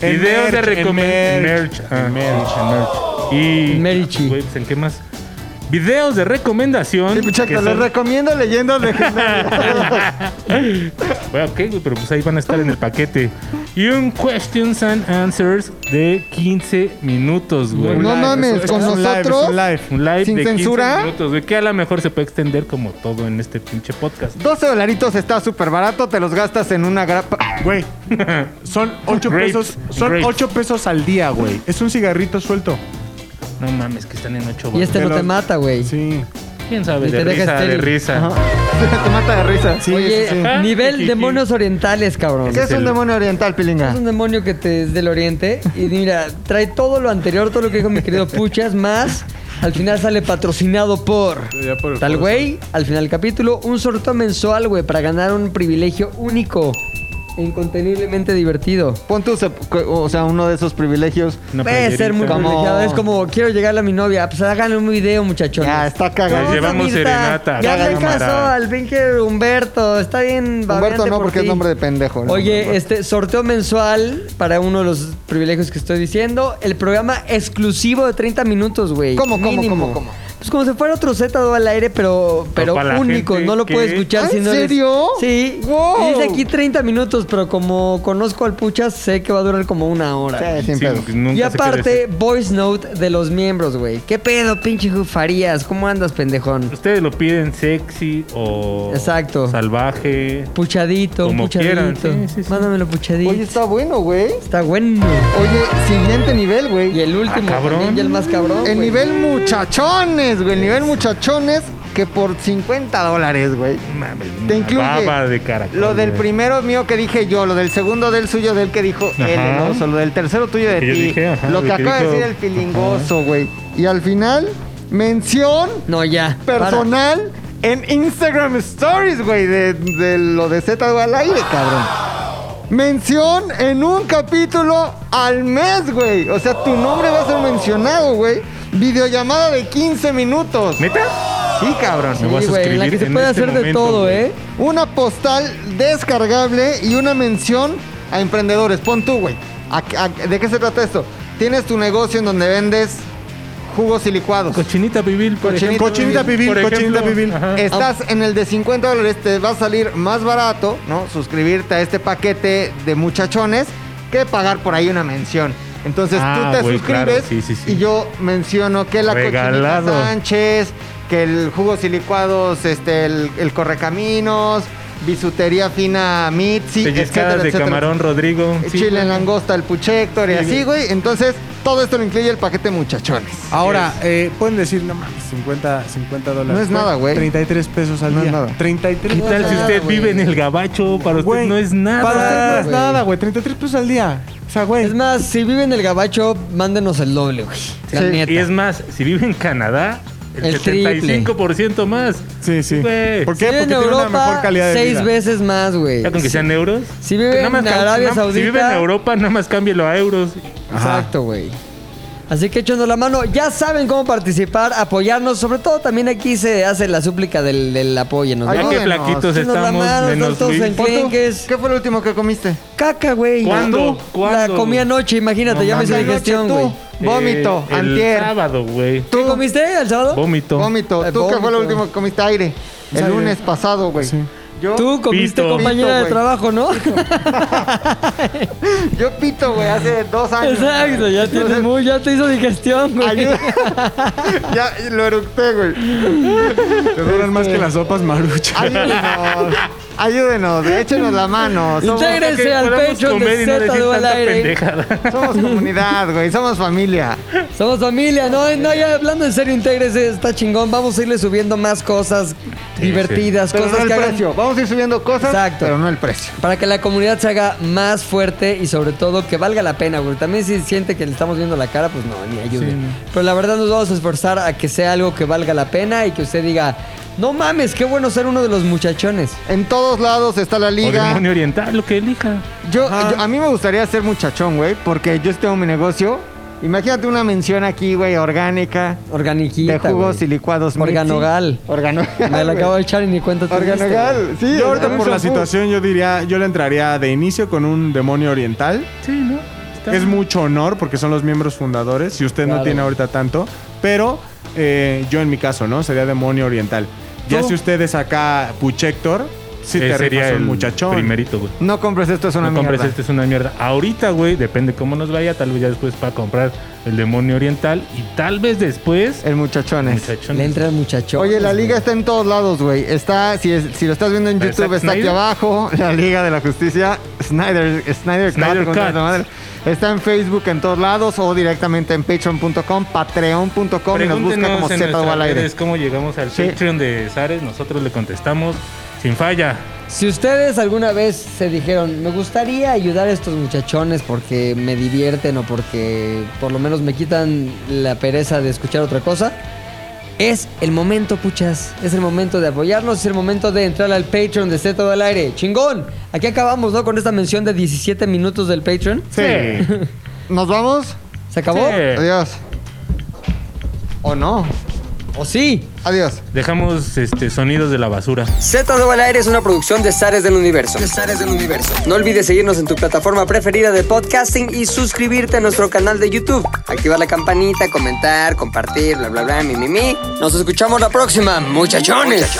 J: en
F: Videos de
J: merch, en
F: recomendación.
J: merch.
F: Merch. ah, merch. Y.
E: Merichi.
F: Güey, pues, ¿en qué más? Videos de recomendación.
B: Sí, pues, muchacho,
F: que
B: les
F: son-
B: recomiendo leyendas legendarias.
F: [LAUGHS] Bueno, ok, güey, pero pues ahí van a estar en el paquete. y un questions and answers de 15 minutos, güey.
B: No mames, con nosotros,
F: un live, un live
B: sin
F: de
B: censura.
F: 15 minutos, güey, que a lo mejor se puede extender como todo en este pinche podcast.
B: 12 dolaritos está súper barato, te los gastas en una grapa.
J: Güey, [LAUGHS] son 8
F: Grapes,
J: pesos. Son
F: grapes.
J: 8 pesos al día, güey. Es un cigarrito suelto.
F: No mames, que están en 8
G: Y este no te mata, güey.
J: Sí.
F: ¿Quién sabe?
G: Y
F: De
G: te deja
F: risa, de
G: estéril.
F: risa.
B: [LAUGHS] te mata de risa.
J: Sí,
G: Oye,
J: sí, sí.
F: Ajá.
G: nivel demonios orientales, cabrón.
B: ¿Qué es un demonio oriental,
G: Es
B: pilinga?
G: un demonio que te es del oriente. Y mira, trae todo lo anterior, todo lo que dijo mi querido Puchas, más. Al final sale patrocinado por
J: Ya por el
G: tal
J: foro,
G: güey. Al final del capítulo, un sorteo mensual, güey, para ganar un privilegio único e inconteniblemente divertido.
B: Pon tú, se- o sea, uno de esos privilegios.
F: Una
G: Puede ser muy
F: playerita.
B: Como-
G: privilegiado. Es como, quiero llegarle a mi novia. Pues háganle un video, muchachos.
B: Ya, está
F: Les
B: cagado.
F: llevamos serenata.
G: Ya le
F: cámara.
G: caso al pinche Humberto. Está bien
B: Humberto
G: babeante
B: no,
G: por
B: porque es
G: ti.
B: nombre de pendejo. ¿no?
G: Oye, este sorteo mensual para uno de los privilegios que estoy diciendo. El programa exclusivo de 30 minutos, güey.
B: ¿Cómo, cómo,
G: Mínimo.
B: cómo, cómo?
G: Pues como si fuera otro Z al aire, pero, pero
F: para la
G: único.
F: gente
G: No lo
F: que-
G: puedes escuchar
B: ¿Ah,
G: si
B: en
G: no eres-
B: serio?
G: Sí.
B: Wow.
G: Y Dice aquí 30 minutos, pero como conozco al Puchas, sé que va a durar como una hora.
B: Sí, sin
F: Sí,
B: pedo.
F: nunca
G: Y
F: sé qué decir.
G: aparte, voice note de los miembros, güey. ¿Qué pedo, pinche Jufarías? ¿Cómo andas, pendejón?
F: Ustedes lo piden sexy o
G: Exacto.
F: salvaje.
G: Puchadito,
F: Como
G: puchadito.
F: quieran, sí, sí, sí.
G: Mándamelo puchadito.
B: Oye, está bueno, güey.
G: Está bueno.
B: Oye, siguiente nivel, güey.
G: Y el último,
F: Ah, cabrón.
G: también, y el más cabrón. güey.
B: El nivel muchachones, güey. El nivel muchachones que por 50 dólares, güey.
F: Mames,
B: Te
F: una
B: incluye
F: baba de caracol,
B: Lo del
F: güey.
B: primero mío que dije yo, lo del segundo del suyo, del que dijo
F: Ajá.
B: él, ¿no? O sea, lo del tercero tuyo de
F: Que yo
B: ti.
F: dije, ajá, lo
B: lo que
F: que
B: acaba de
F: dijo-
B: decir el filingoso, güey. Y al final, mención
G: No, ya.
B: personal en Instagram Stories, güey, de, de lo de Z al aire, cabrón. Mención en un capítulo al mes, güey. O sea, tu nombre va a ser mencionado, güey. Videollamada de 15 minutos.
F: ¿Neta?
B: Sí, cabrón.
F: Me voy a
G: Sí, güey, en la
F: suscribir
G: que se
F: en
G: puede
F: este
G: hacer de
F: momento,
G: todo,
F: güey.
G: ¿eh?
B: Una postal descargable y una mención a emprendedores. Pon tú, güey. ¿A- a- ¿De qué se trata esto? Tienes tu negocio en donde vendes jugos y licuados.
F: Cochinita pibil, por
B: Cochinita
F: ejemplo.
B: pibil,
F: Por
J: cochinita
F: ejemplo.
J: pibil.
F: Ajá.
B: Estás en el de 50 dólares, te va a salir más barato, ¿no? Suscribirte a este paquete de muchachones que pagar por ahí una mención. Entonces
F: Ah,
B: tú te
F: güey,
B: suscribes
F: claro, sí, sí, sí.
B: y yo menciono que la
F: Regalado.
B: cochinita Sánchez, que el jugos y licuados, este, el, el correcaminos, bisutería fina Mitzi, etcétera,
F: Pellizcadas de
B: etcétera.
F: camarón, Rodrigo.
B: Eh,
F: Sí,
B: Chile
F: güey.
B: en langosta, el puchector y
F: Sí,
B: así,
F: güey.
B: güey. Entonces, todo esto lo incluye el paquete muchachones.
J: Ahora, eh, pueden decir, no mames, 50, 50 dólares.
B: No es nada, güey.
J: 33 pesos al
B: No es
J: día.
B: nada.
J: 33
F: ¿Qué
J: pesos
F: tal
J: al
F: si
J: día,
F: usted
J: güey?
F: vive en el gabacho? Para usted
J: Güey,
F: no es nada.
J: Para usted no es
G: güey.
J: nada, güey. 33 pesos al día. O sea, güey.
G: Es más, si vive en el gabacho, mándenos el doble, güey. La
B: Sí.
G: neta.
F: Y es más, si vive en Canadá, el,
G: El triple.
F: 75% más.
J: Sí, sí.
F: Güey.
J: ¿Por
G: Si
J: qué?
G: vive
J: Porque
G: en
J: tiene
G: Europa,
J: una mejor calidad de
G: seis
J: vida.
G: veces más, güey.
F: Ya con que sean euros.
G: Si vive
F: Nada más
G: en
F: cam-
G: Arabia
F: nada- Si vive en
G: Saudita.
F: Europa, nada más cámbielo a euros.
G: Exacto, güey. Así que echando la mano, ya saben cómo participar, apoyarnos. Sobre todo también aquí se hace la súplica del, del apoyo. ¿no?
B: Ay,
F: Ya que
B: Ayúdenos,
F: flaquitos
G: echando la
F: estamos,
G: mano,
F: menos
G: tontos
F: Luis.
G: en-
B: Pon tú,
G: Clenques.
B: ¿Qué fue lo último que comiste?
G: Caca, güey.
F: ¿Cuándo?
G: La
F: ¿Cuándo?
G: comí Pues anoche, imagínate, ya me hice
B: mames.
G: digestión,
B: Anoche
G: güey.
B: tú. Vómito,
F: Eh,
B: antier.
F: El sábado, güey.
G: ¿Qué comiste el sábado?
F: Vómito.
B: Vómito.
G: Eh,
B: ¿Tú qué fue lo
G: vómito.
B: último que comiste aire? El
J: Aire.
B: lunes pasado, güey. Yo,
G: Tú comiste
F: Pito.
G: compañera
B: Pito,
G: de
B: güey.
G: trabajo, ¿no? [LAUGHS]
B: yo pito, güey, hace dos años.
G: Exacto, ya tienes
B: Entonces,
G: muy, ya te hizo digestión, güey.
B: ayuda. [LAUGHS] ya lo eructé, güey.
J: Te duran más que las sopas marucha.
B: Ayúdenos. Ayúdenos, échenos la mano. Somos,
G: Intégrense
F: Que
G: al
F: podamos
G: pecho
F: comer
G: de
F: y no
G: Z
F: decir
G: al
F: tanta
G: aire.
F: pendejada.
B: somos comunidad, güey. Somos familia.
G: Somos familia, no, no, ya hablando en serio, intégrese, está chingón. Vamos a irle subiendo más cosas divertidas,
B: Pero no
G: cosas
B: el
G: que hagan
B: precio. Vamos a ir subiendo cosas,
G: Exacto.
B: pero no el precio.
G: para que la comunidad se haga más fuerte y sobre todo que valga la pena, güey. También si siente que le estamos viendo la cara, pues no, ni ayude. Pero la verdad nos vamos a esforzar a que sea algo que valga la pena y que usted diga, no mames, qué bueno ser uno de los muchachones.
B: En todos lados está la
F: O
B: liga.
F: demonio oriental, lo que elija.
B: Yo, yo- a mí me gustaría ser muchachón, güey, porque yo tengo mi negocio. Imagínate una mención aquí, güey, orgánica.
G: Organiquita,
B: de jugos
G: güey.
B: y licuados. Mitzi.
G: Organogal.
B: [LAUGHS]
F: [LAUGHS]
B: Organogal.
G: Me la
B: güey.
G: acabo de echar y ni cuenta te diste, güey.
B: Organogal, sí.
J: Yo ahorita por la
B: Samsung.
J: situación yo diría, yo le entraría de inicio con un demonio oriental.
F: Sí, ¿no? Está-
J: Es mucho honor porque son los miembros fundadores y usted
G: Claro.
J: no tiene ahorita tanto, pero eh, yo en mi caso, ¿no? Sería demonio oriental. Ya si usted es acá Puchector, Sí,
F: Ese
J: te
F: sería
J: rifas un
F: el
J: muchachón.
F: primerito, güey.
B: No compres esto, es una
F: no compres
B: mierda.
F: este, es una mierda. Ahorita, güey, depende cómo nos vaya. Tal vez ya después para comprar el demonio oriental. Y tal vez después.
B: El muchachones.
G: Le entra el muchachón.
B: Oye, la liga está en todos lados, güey. Está, si, es- si lo estás viendo en
F: ¿La de
B: YouTube,
F: Zack
B: está aquí
F: Snyder?
B: abajo. La Liga de la Justicia, Snyder, Snyder, Cut,
F: Snyder
B: como se
F: Cut.
B: llama, madre. Está en Facebook en todos lados o directamente en patreon.com, patreon.com y nos busca como
F: Pregúntenos en
B: Z
F: nuestras
B: al aire.
F: redes cómo llegamos al
B: Sí.
F: Patreon de Zares. Nosotros le contestamos sin falla.
G: Si ustedes alguna vez se dijeron, me gustaría ayudar a estos muchachones porque me divierten o porque por lo menos me quitan la pereza de escuchar otra cosa, es el momento, puchas. Es el momento de apoyarnos, es el momento de entrar al Patreon de Z todo al aire. ¡Chingón! Aquí acabamos, ¿no? Con esta mención de 17 minutos del Patreon.
B: Sí. ¿Nos vamos?
G: ¿Se acabó?
B: Adiós. ¿O no?
G: ¿O sí?
B: Adiós.
F: Dejamos este, sonidos de la basura.
G: Z2 al aire es una producción de Zares del Universo. del Universo. No olvides seguirnos en tu plataforma preferida de podcasting y suscribirte a nuestro canal de YouTube. Activar la campanita, comentar, compartir, bla, bla, bla, mi, mi, mi. Nos escuchamos la próxima, muchachones.